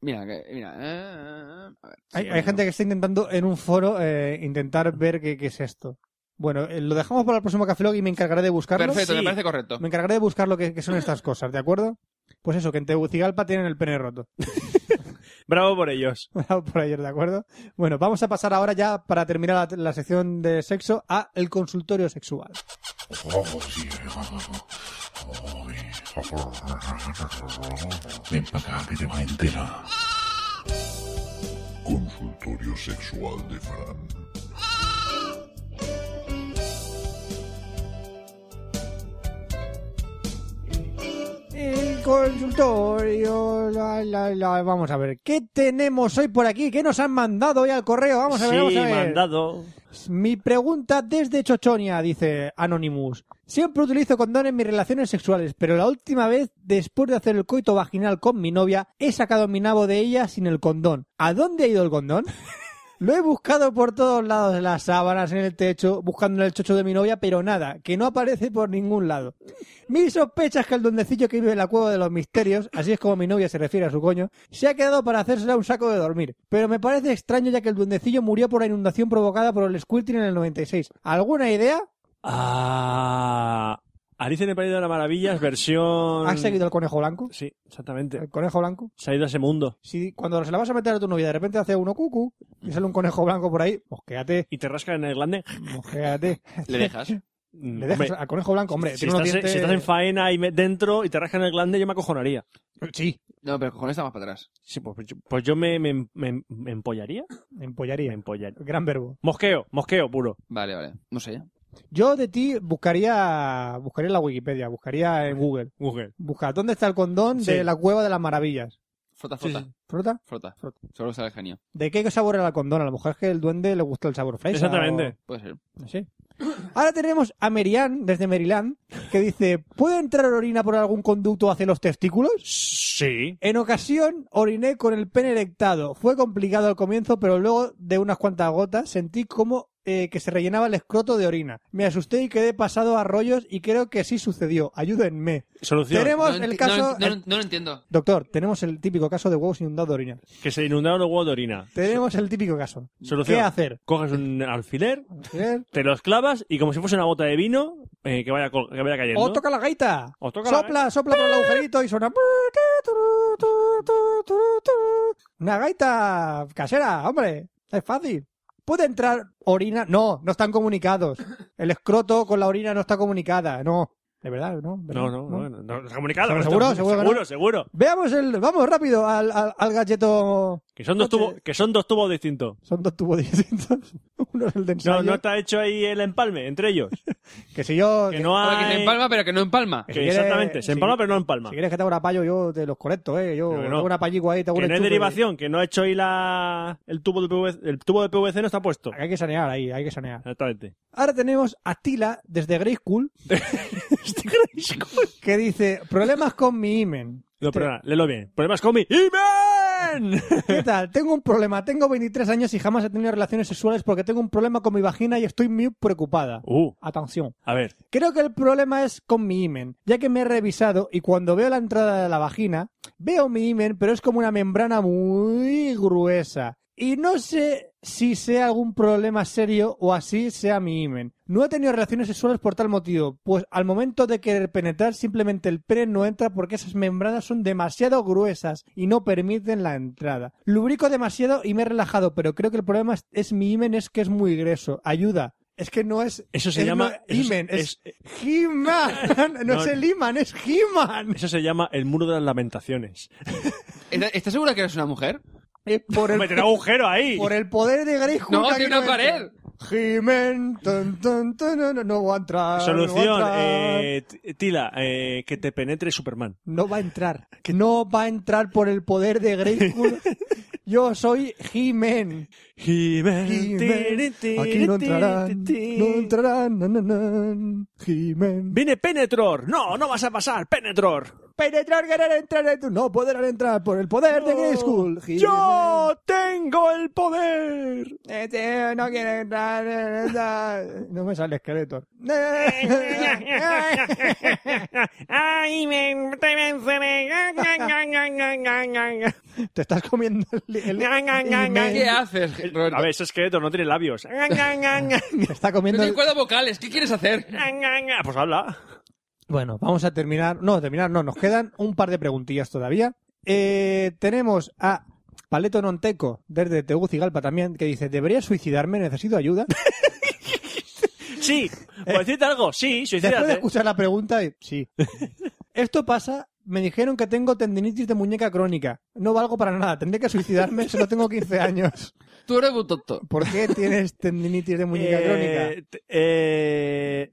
[SPEAKER 6] Mira, que- mira. eh, a ver,
[SPEAKER 5] Hay,
[SPEAKER 6] sí,
[SPEAKER 5] hay
[SPEAKER 6] bueno.
[SPEAKER 5] gente que está intentando en un foro eh, intentar ver qué, qué es esto. Bueno, eh, lo dejamos para el próximo Café Log y me encargaré de buscarlo.
[SPEAKER 6] Perfecto, me
[SPEAKER 5] Sí.
[SPEAKER 6] parece correcto.
[SPEAKER 5] Me encargaré de buscar lo que, que son estas cosas, ¿de acuerdo? Pues eso, que en Tegucigalpa tienen el pene roto.
[SPEAKER 4] Bravo por ellos.
[SPEAKER 5] Bravo por ayer, ¿de acuerdo? Bueno, vamos a pasar ahora ya, para terminar la, la sección de sexo, a el consultorio sexual.
[SPEAKER 9] Ven para acá que te va entera. Consultorio sexual de Fran.
[SPEAKER 5] El consultorio, la, la, la. Vamos a ver, ¿qué tenemos hoy por aquí? ¿Qué nos han mandado hoy al correo? Vamos a ver, vamos
[SPEAKER 4] sí,
[SPEAKER 5] a ver.
[SPEAKER 4] mandado.
[SPEAKER 5] Mi pregunta desde Chochonia, dice Anonymous. Siempre utilizo condón en mis relaciones sexuales, pero la última vez, después de hacer el coito vaginal con mi novia, he sacado mi nabo de ella sin el condón. ¿A dónde ha ido el condón? [laughs] Lo he buscado por todos lados, en las sábanas, en el techo, buscando en el chocho de mi novia, pero nada, que no aparece por ningún lado. Mi sospecha es que el dondecillo que vive en la cueva de los misterios, así es como mi novia se refiere a su coño, se ha quedado para hacérsela un saco de dormir. Pero me parece extraño ya que el duendecillo murió por la inundación provocada por el squirting en el 96. ¿Alguna idea?
[SPEAKER 4] Ah, Alicia en el País de las Maravillas, versión.
[SPEAKER 5] ¿Has seguido al conejo blanco?
[SPEAKER 4] Sí, exactamente.
[SPEAKER 5] ¿El conejo blanco?
[SPEAKER 4] Se ha ido a ese mundo.
[SPEAKER 5] Si cuando se la vas a meter a tu novia de repente hace uno cucu y sale un conejo blanco por ahí, mosquéate,
[SPEAKER 4] ¿Y te rasca en el glande? [laughs]
[SPEAKER 5] mosquéate.
[SPEAKER 6] Le dejas.
[SPEAKER 5] Le dejas al conejo blanco, hombre.
[SPEAKER 4] si,
[SPEAKER 5] tiene unos
[SPEAKER 4] estás,
[SPEAKER 5] dientes-
[SPEAKER 4] si estás en faena y me- dentro y te rascan el glande, yo me acojonaría.
[SPEAKER 5] Sí,
[SPEAKER 6] No, pero cojones está más para atrás.
[SPEAKER 4] Sí, pues, pues yo- pues yo me, me, me- me empollaría. Me
[SPEAKER 5] empollaría.
[SPEAKER 4] empollaría.
[SPEAKER 5] Gran verbo.
[SPEAKER 4] Mosqueo, mosqueo puro.
[SPEAKER 6] Vale, vale. No sé.
[SPEAKER 5] Yo de ti buscaría, buscaría en la Wikipedia, buscaría en Google.
[SPEAKER 4] Google.
[SPEAKER 5] Busca, ¿dónde está el condón
[SPEAKER 4] Sí.
[SPEAKER 5] de la cueva de las maravillas?
[SPEAKER 6] Frota, frota.
[SPEAKER 5] ¿Frota?
[SPEAKER 6] Frota.
[SPEAKER 5] Frota.
[SPEAKER 6] Solo sale el genio.
[SPEAKER 5] ¿De qué sabor era el condón? A lo mejor es que el duende le gusta el sabor fresa.
[SPEAKER 4] Exactamente.
[SPEAKER 6] Puede ser.
[SPEAKER 5] o- no sé. Ahora tenemos a Merian, desde Maryland, que dice, ¿puede entrar orina por algún conducto hacia los testículos?
[SPEAKER 4] Sí.
[SPEAKER 5] En ocasión oriné con el pene erectado. Fue complicado al comienzo, pero luego de unas cuantas gotas sentí como eh, que se rellenaba el escroto de orina. Me asusté y quedé pasado a rollos y creo que sí sucedió. Ayúdenme.
[SPEAKER 4] Solución.
[SPEAKER 5] Tenemos
[SPEAKER 6] No
[SPEAKER 5] el
[SPEAKER 6] enti-
[SPEAKER 5] caso...
[SPEAKER 6] no, ent- no,
[SPEAKER 5] el-
[SPEAKER 6] no- no lo entiendo.
[SPEAKER 5] Doctor, tenemos el típico caso de huevos inundados de orina.
[SPEAKER 4] Que se inundaron los huevos de orina.
[SPEAKER 5] Tenemos el típico caso.
[SPEAKER 4] Solución.
[SPEAKER 5] ¿Qué hacer? ¿Eh?
[SPEAKER 4] Coges un alfiler,
[SPEAKER 5] ¿Hacer?
[SPEAKER 4] te los clavas y como si fuese una gota de vino, eh, que, vaya, col- que vaya cayendo.
[SPEAKER 5] O toca la gaita.
[SPEAKER 4] O toca la
[SPEAKER 5] sopla, sopla por el agujerito y suena. Una gaita casera, hombre. Es fácil. ¿Puede entrar orina? No, no están comunicados. El escroto con la orina no está comunicada. No. De verdad, no. ¿verdad?
[SPEAKER 4] No, no, no, no, no, no, comunicado.
[SPEAKER 5] ¿Seguro?
[SPEAKER 4] Esto-
[SPEAKER 5] ¿Seguro que no?
[SPEAKER 4] seguro, seguro.
[SPEAKER 5] Veamos el. Vamos rápido al, al, al galleto.
[SPEAKER 4] Que son dos
[SPEAKER 5] Coche.
[SPEAKER 4] tubos, que son dos tubos distintos.
[SPEAKER 5] Son dos tubos distintos. [laughs] Uno es el de ensayo.
[SPEAKER 4] No, no está hecho ahí el empalme entre ellos.
[SPEAKER 5] Que si yo.
[SPEAKER 4] Que no
[SPEAKER 6] Ahora que se
[SPEAKER 4] hay.
[SPEAKER 6] empalma, pero que no empalma.
[SPEAKER 5] Que
[SPEAKER 4] que
[SPEAKER 5] si quieres-
[SPEAKER 4] exactamente,
[SPEAKER 5] si-
[SPEAKER 4] se empalma pero no empalma.
[SPEAKER 5] Si quieres que te haga una payo, yo te los conecto, eh. Yo
[SPEAKER 4] Pero que
[SPEAKER 5] te
[SPEAKER 4] no.
[SPEAKER 5] hago una payigua ahí, te hago
[SPEAKER 4] Que
[SPEAKER 5] un
[SPEAKER 4] no hay
[SPEAKER 5] enchufe.
[SPEAKER 4] derivación, que no ha hecho ahí la el tubo de PVC, el tubo de PVC no está puesto.
[SPEAKER 5] Hay que sanear ahí, hay que sanear.
[SPEAKER 4] Exactamente.
[SPEAKER 5] Ahora tenemos a Tila desde Grey School
[SPEAKER 4] [laughs]
[SPEAKER 5] que dice problemas con mi imen.
[SPEAKER 4] No, perdona, léelo bien. Problemas con mi imen.
[SPEAKER 5] ¿Qué tal? Tengo un problema. Tengo 23 años y jamás he tenido relaciones sexuales porque tengo un problema con mi vagina y estoy muy preocupada.
[SPEAKER 4] [laughs] Uh,
[SPEAKER 5] Atención.
[SPEAKER 4] a ver.
[SPEAKER 5] Creo que el problema es con mi imen, ya que me he revisado y cuando veo la entrada de la vagina, veo mi imen, pero es como una membrana muy gruesa. Y no sé si sea algún problema serio o así sea mi imen. No he tenido relaciones sexuales por tal motivo, pues al momento de querer penetrar simplemente el pene no entra porque esas membranas son demasiado gruesas y no permiten la entrada. Lubrico demasiado y me he relajado, pero creo que el problema es, es mi imen es que es muy grueso. Ayuda. Es que no es...
[SPEAKER 4] Eso se
[SPEAKER 5] es
[SPEAKER 4] llama-
[SPEAKER 5] no-
[SPEAKER 4] eso se-
[SPEAKER 5] imen, es, He-Man. No,
[SPEAKER 4] No.
[SPEAKER 5] es el He-Man, es He-Man.
[SPEAKER 4] Eso se llama el muro de las lamentaciones.
[SPEAKER 6] ¿Estás estás segura que eres una mujer?
[SPEAKER 5] Es por el...
[SPEAKER 4] Meter agujero ahí.
[SPEAKER 5] Por el poder de Grey
[SPEAKER 6] No,
[SPEAKER 5] Hulk,
[SPEAKER 6] tiene
[SPEAKER 5] aquí
[SPEAKER 6] una pared.
[SPEAKER 5] entra. Jimen, tan, tan, tan, no, no, no va a entrar. no
[SPEAKER 4] Solución,
[SPEAKER 5] va a entrar.
[SPEAKER 4] eh, t- Tila, eh, que te penetre Superman.
[SPEAKER 5] No va a entrar. Que no va a entrar por el poder de Grey Hulk. Yo soy Jimen. He-Man. Aquí no entrarán. No entrarán. na, na, na. He-Man.
[SPEAKER 4] Viene Penetror. No, no vas a pasar, [laughs] Penetror.
[SPEAKER 5] Penetrar, querer entrar. en tu- No podrán entrar por el poder de Grey Hulk. He-Man.
[SPEAKER 4] Yo tengo el poder.
[SPEAKER 5] Este no quiere entrar. eh, eh, No me sale [laughs] esqueleto.
[SPEAKER 7] Ay, me te venceré.
[SPEAKER 5] Te estás comiendo el. el- He-Man.
[SPEAKER 6] ¿Qué haces, Roberto?
[SPEAKER 4] A ver, ese esqueleto no tiene [laughs] labios.
[SPEAKER 5] Te está
[SPEAKER 6] No
[SPEAKER 5] comiendo
[SPEAKER 6] tiene
[SPEAKER 5] el-
[SPEAKER 6] cuerdas vocales. ¿Qué quieres hacer?
[SPEAKER 4] Pues habla.
[SPEAKER 5] Bueno, vamos a terminar. No, terminar no. Nos quedan un par de preguntillas todavía. Eh, tenemos a Paleto Nonteco, desde Tegucigalpa también, que dice, ¿debería suicidarme? ¿Necesito ayuda?
[SPEAKER 4] Sí, por decirte algo, sí,
[SPEAKER 5] Después de
[SPEAKER 4] suicídate.
[SPEAKER 5] escuchar la pregunta, eh,
[SPEAKER 4] [laughs]
[SPEAKER 5] sí. Esto pasa... Me dijeron que tengo tendinitis de muñeca crónica. No valgo para nada. Tendré que suicidarme. Solo tengo 15 años.
[SPEAKER 6] Tú eres un tonto.
[SPEAKER 5] ¿Por qué tienes tendinitis de muñeca crónica?
[SPEAKER 4] Eh, t- eh,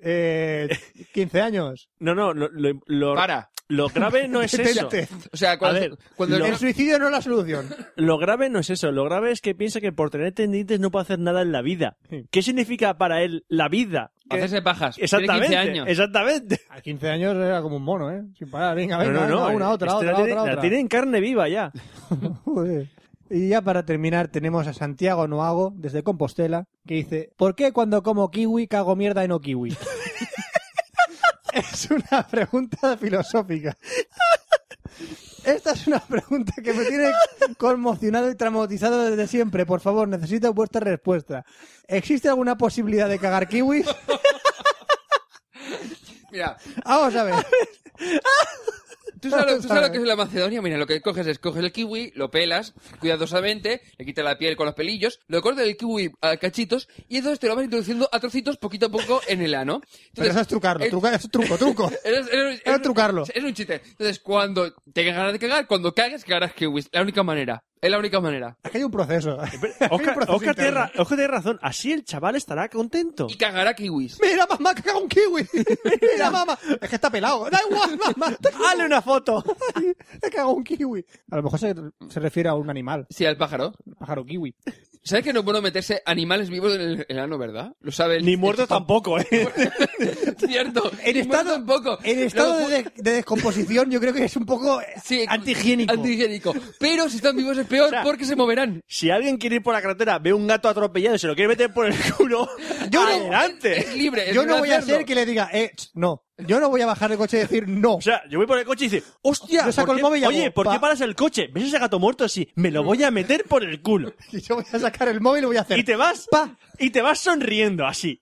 [SPEAKER 5] Eh, 15 años.
[SPEAKER 4] no, no, lo, lo- lo-
[SPEAKER 6] Para.
[SPEAKER 4] lo grave no
[SPEAKER 5] [laughs]
[SPEAKER 4] es eso.
[SPEAKER 5] Espérate.
[SPEAKER 6] O sea,
[SPEAKER 4] A
[SPEAKER 6] cuando,
[SPEAKER 4] ver,
[SPEAKER 6] cuando
[SPEAKER 4] lo-
[SPEAKER 5] El suicidio no es la solución.
[SPEAKER 4] Lo grave no es eso, lo grave es que piensa que por tener tendinitis no puede hacer nada en la vida.
[SPEAKER 5] Sí.
[SPEAKER 4] ¿Qué significa para él la vida?
[SPEAKER 6] hacerse pajas.
[SPEAKER 4] Exactamente,
[SPEAKER 6] Tiene 15 años.
[SPEAKER 4] exactamente.
[SPEAKER 5] A 15 años era como un mono, ¿eh? Sin parar, venga, venga, venga, una, otra,
[SPEAKER 4] este
[SPEAKER 5] otra,
[SPEAKER 4] la tiene,
[SPEAKER 5] otra,
[SPEAKER 4] la
[SPEAKER 5] otra.
[SPEAKER 4] tiene en carne viva ya.
[SPEAKER 5] Joder. Y ya para terminar tenemos a Santiago Noago, desde Compostela, que dice, ¿por qué cuando como kiwi cago mierda y no [laughs] kiwi? es una pregunta filosófica. Esta es una pregunta que me tiene conmocionado y traumatizado desde siempre. Por favor, necesito vuestra respuesta. ¿Existe alguna posibilidad de cagar kiwis?
[SPEAKER 6] Mira,
[SPEAKER 5] Vamos a ver.
[SPEAKER 6] tú sabes, lo- tú sabes lo que es la Macedonia. Mira, lo que coges es coges el kiwi, lo pelas cuidadosamente, le quitas la piel con los pelillos, lo cortas el kiwi a cachitos y entonces te lo vas introduciendo a trocitos poquito a poco en el ano. Entonces,
[SPEAKER 5] Pero eso es trucarlo,
[SPEAKER 6] eh,
[SPEAKER 5] truca- eso es truco, truco.
[SPEAKER 4] eh,
[SPEAKER 6] Eres- eres-
[SPEAKER 5] Era
[SPEAKER 6] eres-
[SPEAKER 5] trucarlo.
[SPEAKER 6] Es un chiste. Entonces, cuando tengas ganas de cagar, cuando cagues, cagarás kiwis. La única manera. Es la única manera.
[SPEAKER 5] Aquí hay un proceso. Aquí hay un
[SPEAKER 4] eh, Oscar,
[SPEAKER 5] proceso
[SPEAKER 4] Oscar tiene,
[SPEAKER 5] interno.
[SPEAKER 4] ra- Oscar tiene razón, así el chaval estará contento.
[SPEAKER 6] Y cagará kiwis.
[SPEAKER 5] Mira, mamá, que caga un [laughs] kiwi. Mira, mamá. Es que está pelado. Da igual, mamá. Dale una foto. He cagado un kiwi. A lo mejor se, se refiere a un animal,
[SPEAKER 6] Sí, al pájaro.
[SPEAKER 5] un pájaro kiwi.
[SPEAKER 6] ¿Sabes que no es bueno meterse animales vivos en el, en el ano, verdad? Lo sabe el-
[SPEAKER 4] Ni muerto tampoco, ¿eh?
[SPEAKER 6] [laughs] Cierto.
[SPEAKER 5] En
[SPEAKER 6] ni muerto
[SPEAKER 5] estado,
[SPEAKER 6] tampoco.
[SPEAKER 5] en
[SPEAKER 6] Lo-
[SPEAKER 5] estado de, de- de descomposición, yo creo que es un poco eh,
[SPEAKER 6] Sí,
[SPEAKER 5] antihigiénico.
[SPEAKER 6] antihigiénico. Pero si están vivos es peor
[SPEAKER 4] O sea,
[SPEAKER 6] porque se moverán.
[SPEAKER 4] Si alguien quiere ir por la carretera, ve un gato atropellado y se lo quiere meter por el [laughs] culo,
[SPEAKER 5] Yo no-
[SPEAKER 4] adelante.
[SPEAKER 6] Es libre. es
[SPEAKER 5] yo
[SPEAKER 6] libre
[SPEAKER 5] no voy a
[SPEAKER 6] hacerlo.
[SPEAKER 5] hacer que le diga, eh, ch, no. Yo no voy a bajar el coche y decir [laughs] no.
[SPEAKER 4] O sea, yo voy por el coche y dice, hostia,
[SPEAKER 5] Yo saco
[SPEAKER 4] ¿por
[SPEAKER 5] el
[SPEAKER 4] qué-
[SPEAKER 5] móvil y hago,
[SPEAKER 4] oye, ¿por
[SPEAKER 5] pa-
[SPEAKER 4] qué paras el coche? ¿Ves ese gato muerto así? Me lo voy a meter por el culo.
[SPEAKER 5] Y yo voy a sacar el móvil y voy a hacer.
[SPEAKER 4] Y te vas,
[SPEAKER 5] Pa.
[SPEAKER 4] y te vas sonriendo así.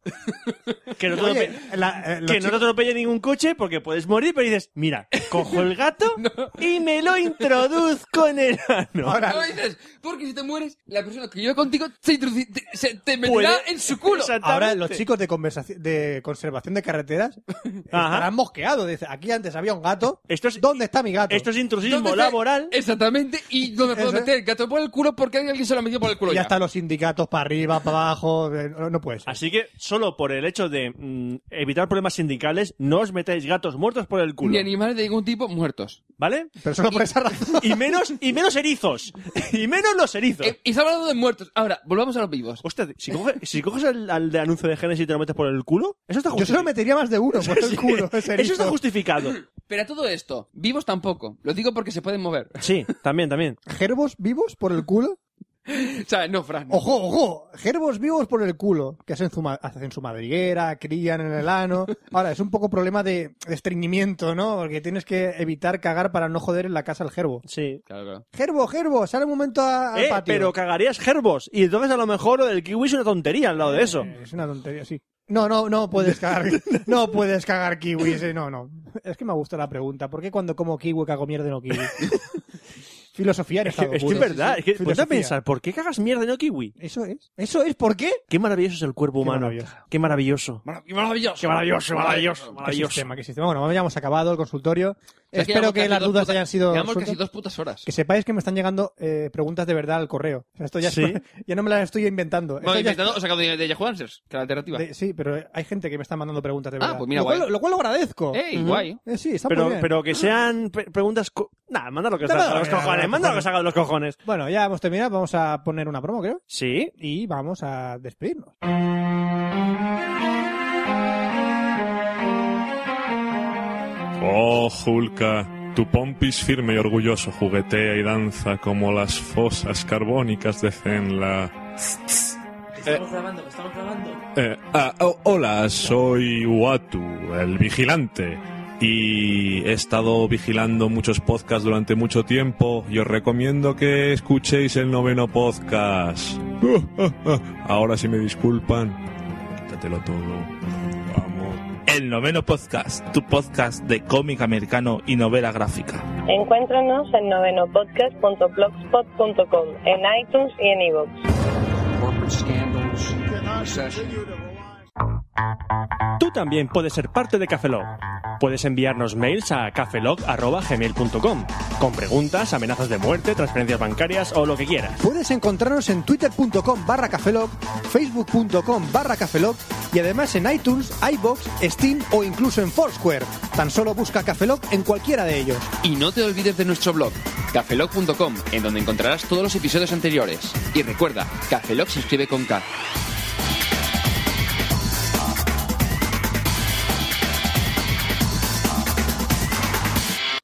[SPEAKER 4] que no te,
[SPEAKER 5] Oye,
[SPEAKER 4] atrope-
[SPEAKER 5] la-
[SPEAKER 4] que
[SPEAKER 5] eh, los
[SPEAKER 4] no te
[SPEAKER 5] chicos-
[SPEAKER 4] atropelle ningún coche porque puedes morir, pero dices, mira, cojo el
[SPEAKER 5] [laughs]
[SPEAKER 4] gato y me lo introduzco en el ano.
[SPEAKER 5] Ahora,
[SPEAKER 6] No dices, porque si te mueres, la persona que yo contigo se, introduci- te, se- te meterá
[SPEAKER 4] Puede-
[SPEAKER 6] en
[SPEAKER 4] [laughs]
[SPEAKER 6] su culo.
[SPEAKER 4] Exactamente.
[SPEAKER 5] Ahora los chicos de, conversaci- de conservación de carreteras estarán mosqueados. Dice, aquí antes había un [laughs] gato.
[SPEAKER 4] Esto es-
[SPEAKER 5] ¿Dónde está mi gato?
[SPEAKER 4] Esto es intrusismo
[SPEAKER 6] ¿Dónde está-
[SPEAKER 4] laboral.
[SPEAKER 6] Exactamente, y no me puedo
[SPEAKER 5] Eso es.
[SPEAKER 6] meter el gato por el culo porque alguien se lo metió por el culo.
[SPEAKER 5] ya
[SPEAKER 6] Ya,
[SPEAKER 5] están los sindicatos para arriba, para abajo. eh, No, no puede ser.
[SPEAKER 4] Así que solo por el hecho de mm, evitar problemas sindicales, no os metáis gatos muertos por el culo.
[SPEAKER 6] Ni animales de ningún tipo muertos.
[SPEAKER 4] ¿Vale?
[SPEAKER 5] Pero solo por esa razón.
[SPEAKER 4] Y menos, y menos erizos. Y menos los erizos.
[SPEAKER 6] Eh, y se ha hablado de muertos. Ahora, volvamos a los vivos.
[SPEAKER 4] Hostia, si coges, si coges al, al de anuncio de Genesis y te lo metes por el culo, eso está
[SPEAKER 5] Yo
[SPEAKER 4] justificado.
[SPEAKER 5] solo metería más de uno por el culo. ese
[SPEAKER 4] Eso está
[SPEAKER 5] erizo.
[SPEAKER 4] justificado.
[SPEAKER 6] Pero a todo esto, vivos tampoco. Lo digo porque se pueden mover. [laughs]
[SPEAKER 4] Sí, también, también.
[SPEAKER 5] ¿Gerbos vivos por el culo?
[SPEAKER 6] O sea, no, Fran.
[SPEAKER 5] Ojo, ojo, gerbos vivos por el culo, que hacen su, ma- hacen su madriguera, crían en el ano. Ahora, es un poco problema de, de estreñimiento, ¿no? Porque tienes que evitar cagar para no joder en la casa al gerbo.
[SPEAKER 4] Sí.
[SPEAKER 6] Claro, claro.
[SPEAKER 5] Gerbo, gerbo, sale un momento a- al
[SPEAKER 4] Eh,
[SPEAKER 5] patio.
[SPEAKER 4] pero cagarías gerbos. Y entonces a lo mejor lo del kiwi es una tontería al lado de eso.
[SPEAKER 5] Eh, Es una tontería, sí. No, no, no puedes
[SPEAKER 4] [laughs]
[SPEAKER 5] cagar. No puedes cagar kiwis, eh, no, no. Es que me gusta la pregunta. ¿Por qué cuando como kiwi cago mierda y
[SPEAKER 4] [laughs]
[SPEAKER 5] no kiwi? Filosofía en
[SPEAKER 4] Es que
[SPEAKER 5] estado
[SPEAKER 4] es que
[SPEAKER 5] puro.
[SPEAKER 4] es verdad.
[SPEAKER 5] Sí,
[SPEAKER 4] Es que,
[SPEAKER 5] sí,
[SPEAKER 4] ponte a
[SPEAKER 5] filosofía.
[SPEAKER 4] pensar, ¿por qué cagas mierda y no kiwi?
[SPEAKER 5] Eso es. ¿Eso es? ¿Por qué?
[SPEAKER 4] Qué maravilloso es el cuerpo humano.
[SPEAKER 5] maravilloso.
[SPEAKER 4] Qué maravilloso.
[SPEAKER 6] Maravilloso.
[SPEAKER 4] Qué maravilloso, maravilloso,
[SPEAKER 5] ¿Qué
[SPEAKER 4] maravilloso.
[SPEAKER 5] sistema? ¿Qué sistema? Bueno, ya hemos acabado el consultorio.
[SPEAKER 6] O sea,
[SPEAKER 5] Espero
[SPEAKER 6] llevamos
[SPEAKER 5] que
[SPEAKER 6] casi
[SPEAKER 5] las
[SPEAKER 6] dos
[SPEAKER 5] dudas
[SPEAKER 6] putas-
[SPEAKER 5] hayan sido
[SPEAKER 6] Llevamos casi
[SPEAKER 5] resueltas.
[SPEAKER 6] dos putas horas.
[SPEAKER 5] Que sepáis que me están llegando eh, preguntas de verdad al correo. O sea, esto ya, es-
[SPEAKER 4] Sí.
[SPEAKER 5] [laughs] ya no me las estoy inventando. Esto
[SPEAKER 6] Bueno,
[SPEAKER 5] ya es-
[SPEAKER 6] inventado, o sacado de, de Yahoo Answers, que la alternativa.
[SPEAKER 5] de- sí, pero hay gente que me está mandando preguntas de
[SPEAKER 6] Ah,
[SPEAKER 5] verdad.
[SPEAKER 6] pues mira,
[SPEAKER 5] lo, cual,
[SPEAKER 6] guay.
[SPEAKER 5] lo cual lo agradezco.
[SPEAKER 6] ¡Ey,
[SPEAKER 4] Ujú.
[SPEAKER 6] guay!
[SPEAKER 5] Eh, sí, está muy
[SPEAKER 4] Pero,
[SPEAKER 5] bien.
[SPEAKER 4] pero que sean pe- preguntas. co- Nada, manda lo que os
[SPEAKER 5] Manda
[SPEAKER 4] salga de
[SPEAKER 5] lo
[SPEAKER 4] los
[SPEAKER 5] que salga de
[SPEAKER 4] cojones.
[SPEAKER 5] los
[SPEAKER 4] Manda lo que
[SPEAKER 5] cojones.
[SPEAKER 4] salga de los cojones.
[SPEAKER 5] Bueno, ya hemos terminado. Vamos a poner una promo, creo.
[SPEAKER 4] Sí.
[SPEAKER 5] Y vamos a despedirnos.
[SPEAKER 10] Oh, Julka, tu pompis firme y orgulloso juguetea y danza como las fosas carbónicas de Zenla.
[SPEAKER 11] Estamos grabando, que estamos grabando.
[SPEAKER 10] Eh, ah, oh, hola, soy Uatu, el vigilante. Y he estado vigilando muchos podcasts durante mucho tiempo y os recomiendo que escuchéis el noveno podcast. [laughs] Ahora si me disculpan, quítatelo todo. Vamos.
[SPEAKER 11] El noveno podcast, tu podcast de cómic americano y novela gráfica.
[SPEAKER 12] Encuéntranos en novenopodcast.blogspot.com, en iTunes y en iVoox.
[SPEAKER 4] Tú también puedes ser parte de Cafelog. Puedes enviarnos mails a cafelog.gmail.com con preguntas, amenazas de muerte, transferencias bancarias o lo que quieras.
[SPEAKER 5] Puedes encontrarnos en twitter.com barra cafelog, facebook.com barra cafelog y además en iTunes, iBox, Steam o incluso en Foursquare. Tan solo busca cafelog en cualquiera de ellos.
[SPEAKER 1] Y no te olvides de nuestro blog, cafelog.com, en donde encontrarás todos los episodios anteriores. Y recuerda, Cafelog se escribe con K.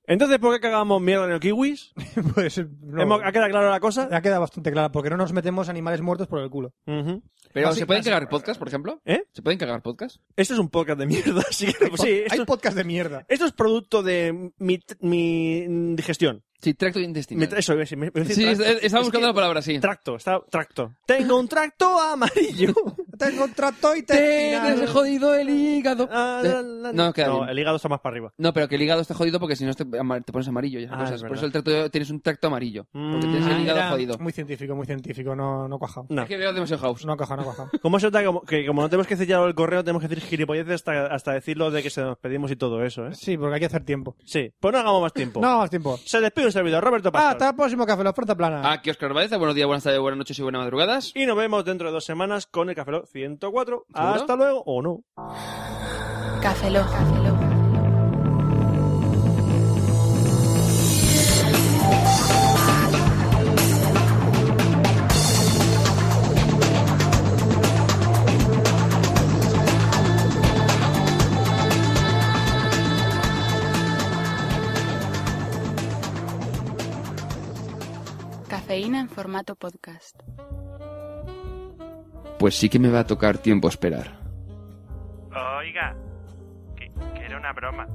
[SPEAKER 4] Entonces, ¿por qué cagamos mierda en el kiwis?
[SPEAKER 5] [laughs] pues no.
[SPEAKER 4] ¿Hemos- ¿Ha quedado clara la cosa?
[SPEAKER 5] Ha quedado bastante clara, porque no nos metemos animales muertos por el culo.
[SPEAKER 4] Ujú.
[SPEAKER 6] Pero,
[SPEAKER 5] Así-
[SPEAKER 6] ¿se pueden
[SPEAKER 5] así-
[SPEAKER 6] cagar podcasts, por ejemplo?
[SPEAKER 4] ¿Eh?
[SPEAKER 6] ¿Se pueden cagar podcasts?
[SPEAKER 4] Esto es un podcast de mierda, [laughs] así que pues sí. Esto,
[SPEAKER 5] Hay podcast de mierda.
[SPEAKER 4] esto es producto de mi, mi digestión.
[SPEAKER 6] Sí, tracto
[SPEAKER 4] Me
[SPEAKER 6] intestinal.
[SPEAKER 4] tra- eso, iba a decir, me- me-
[SPEAKER 6] Sí,
[SPEAKER 4] tracto.
[SPEAKER 6] es- estaba
[SPEAKER 4] Es
[SPEAKER 6] buscando la
[SPEAKER 4] que-
[SPEAKER 6] palabra, sí.
[SPEAKER 4] Tracto, está, tracto. Tengo un tracto
[SPEAKER 5] [laughs]
[SPEAKER 4] amarillo.
[SPEAKER 5] Tengo un trato y
[SPEAKER 6] Te
[SPEAKER 5] te
[SPEAKER 6] has jodido el hígado.
[SPEAKER 4] Ah,
[SPEAKER 6] Eh,
[SPEAKER 4] la, la,
[SPEAKER 6] no, queda
[SPEAKER 4] no
[SPEAKER 6] bien.
[SPEAKER 4] el hígado está más para arriba.
[SPEAKER 6] No, pero que el hígado está jodido porque si no te, ama- te pones amarillo y esas
[SPEAKER 4] Ah,
[SPEAKER 6] cosas.
[SPEAKER 4] es
[SPEAKER 6] Por
[SPEAKER 4] verdad.
[SPEAKER 6] eso el tracto, tienes un tracto amarillo. Porque
[SPEAKER 4] Mm.
[SPEAKER 6] tienes el hígado jodido.
[SPEAKER 5] Muy científico, muy científico, no, no cuajado.
[SPEAKER 4] No.
[SPEAKER 6] Es que veo demasiado house.
[SPEAKER 5] No ha cuajado, no ha cuajado.
[SPEAKER 4] ¿Cómo se nota que como- que como no tenemos que sellar el correo, tenemos que decir gilipolleces hasta, hasta decirlo de que se nos pedimos y todo eso, eh?
[SPEAKER 5] Sí, porque hay que hacer tiempo.
[SPEAKER 4] Sí. Pues no hagamos más tiempo.
[SPEAKER 5] [laughs] No, más tiempo.
[SPEAKER 4] Se despide un servidor, Roberto
[SPEAKER 5] Ah,
[SPEAKER 4] Pastor.
[SPEAKER 5] hasta el próximo café, la puerta plana.
[SPEAKER 1] Ah,
[SPEAKER 6] Aquí Oscar Baeza, buenos días, buenas tardes, buenas noches y buenas madrugadas.
[SPEAKER 4] Y nos vemos dentro de dos semanas con el Café Lock 104.
[SPEAKER 6] ¿Seguro?
[SPEAKER 4] Hasta luego, o no.
[SPEAKER 3] Cafelog. Cafeína en formato podcast.
[SPEAKER 1] Pues sí que me va a tocar tiempo esperar.
[SPEAKER 2] Oiga, que, que era una broma.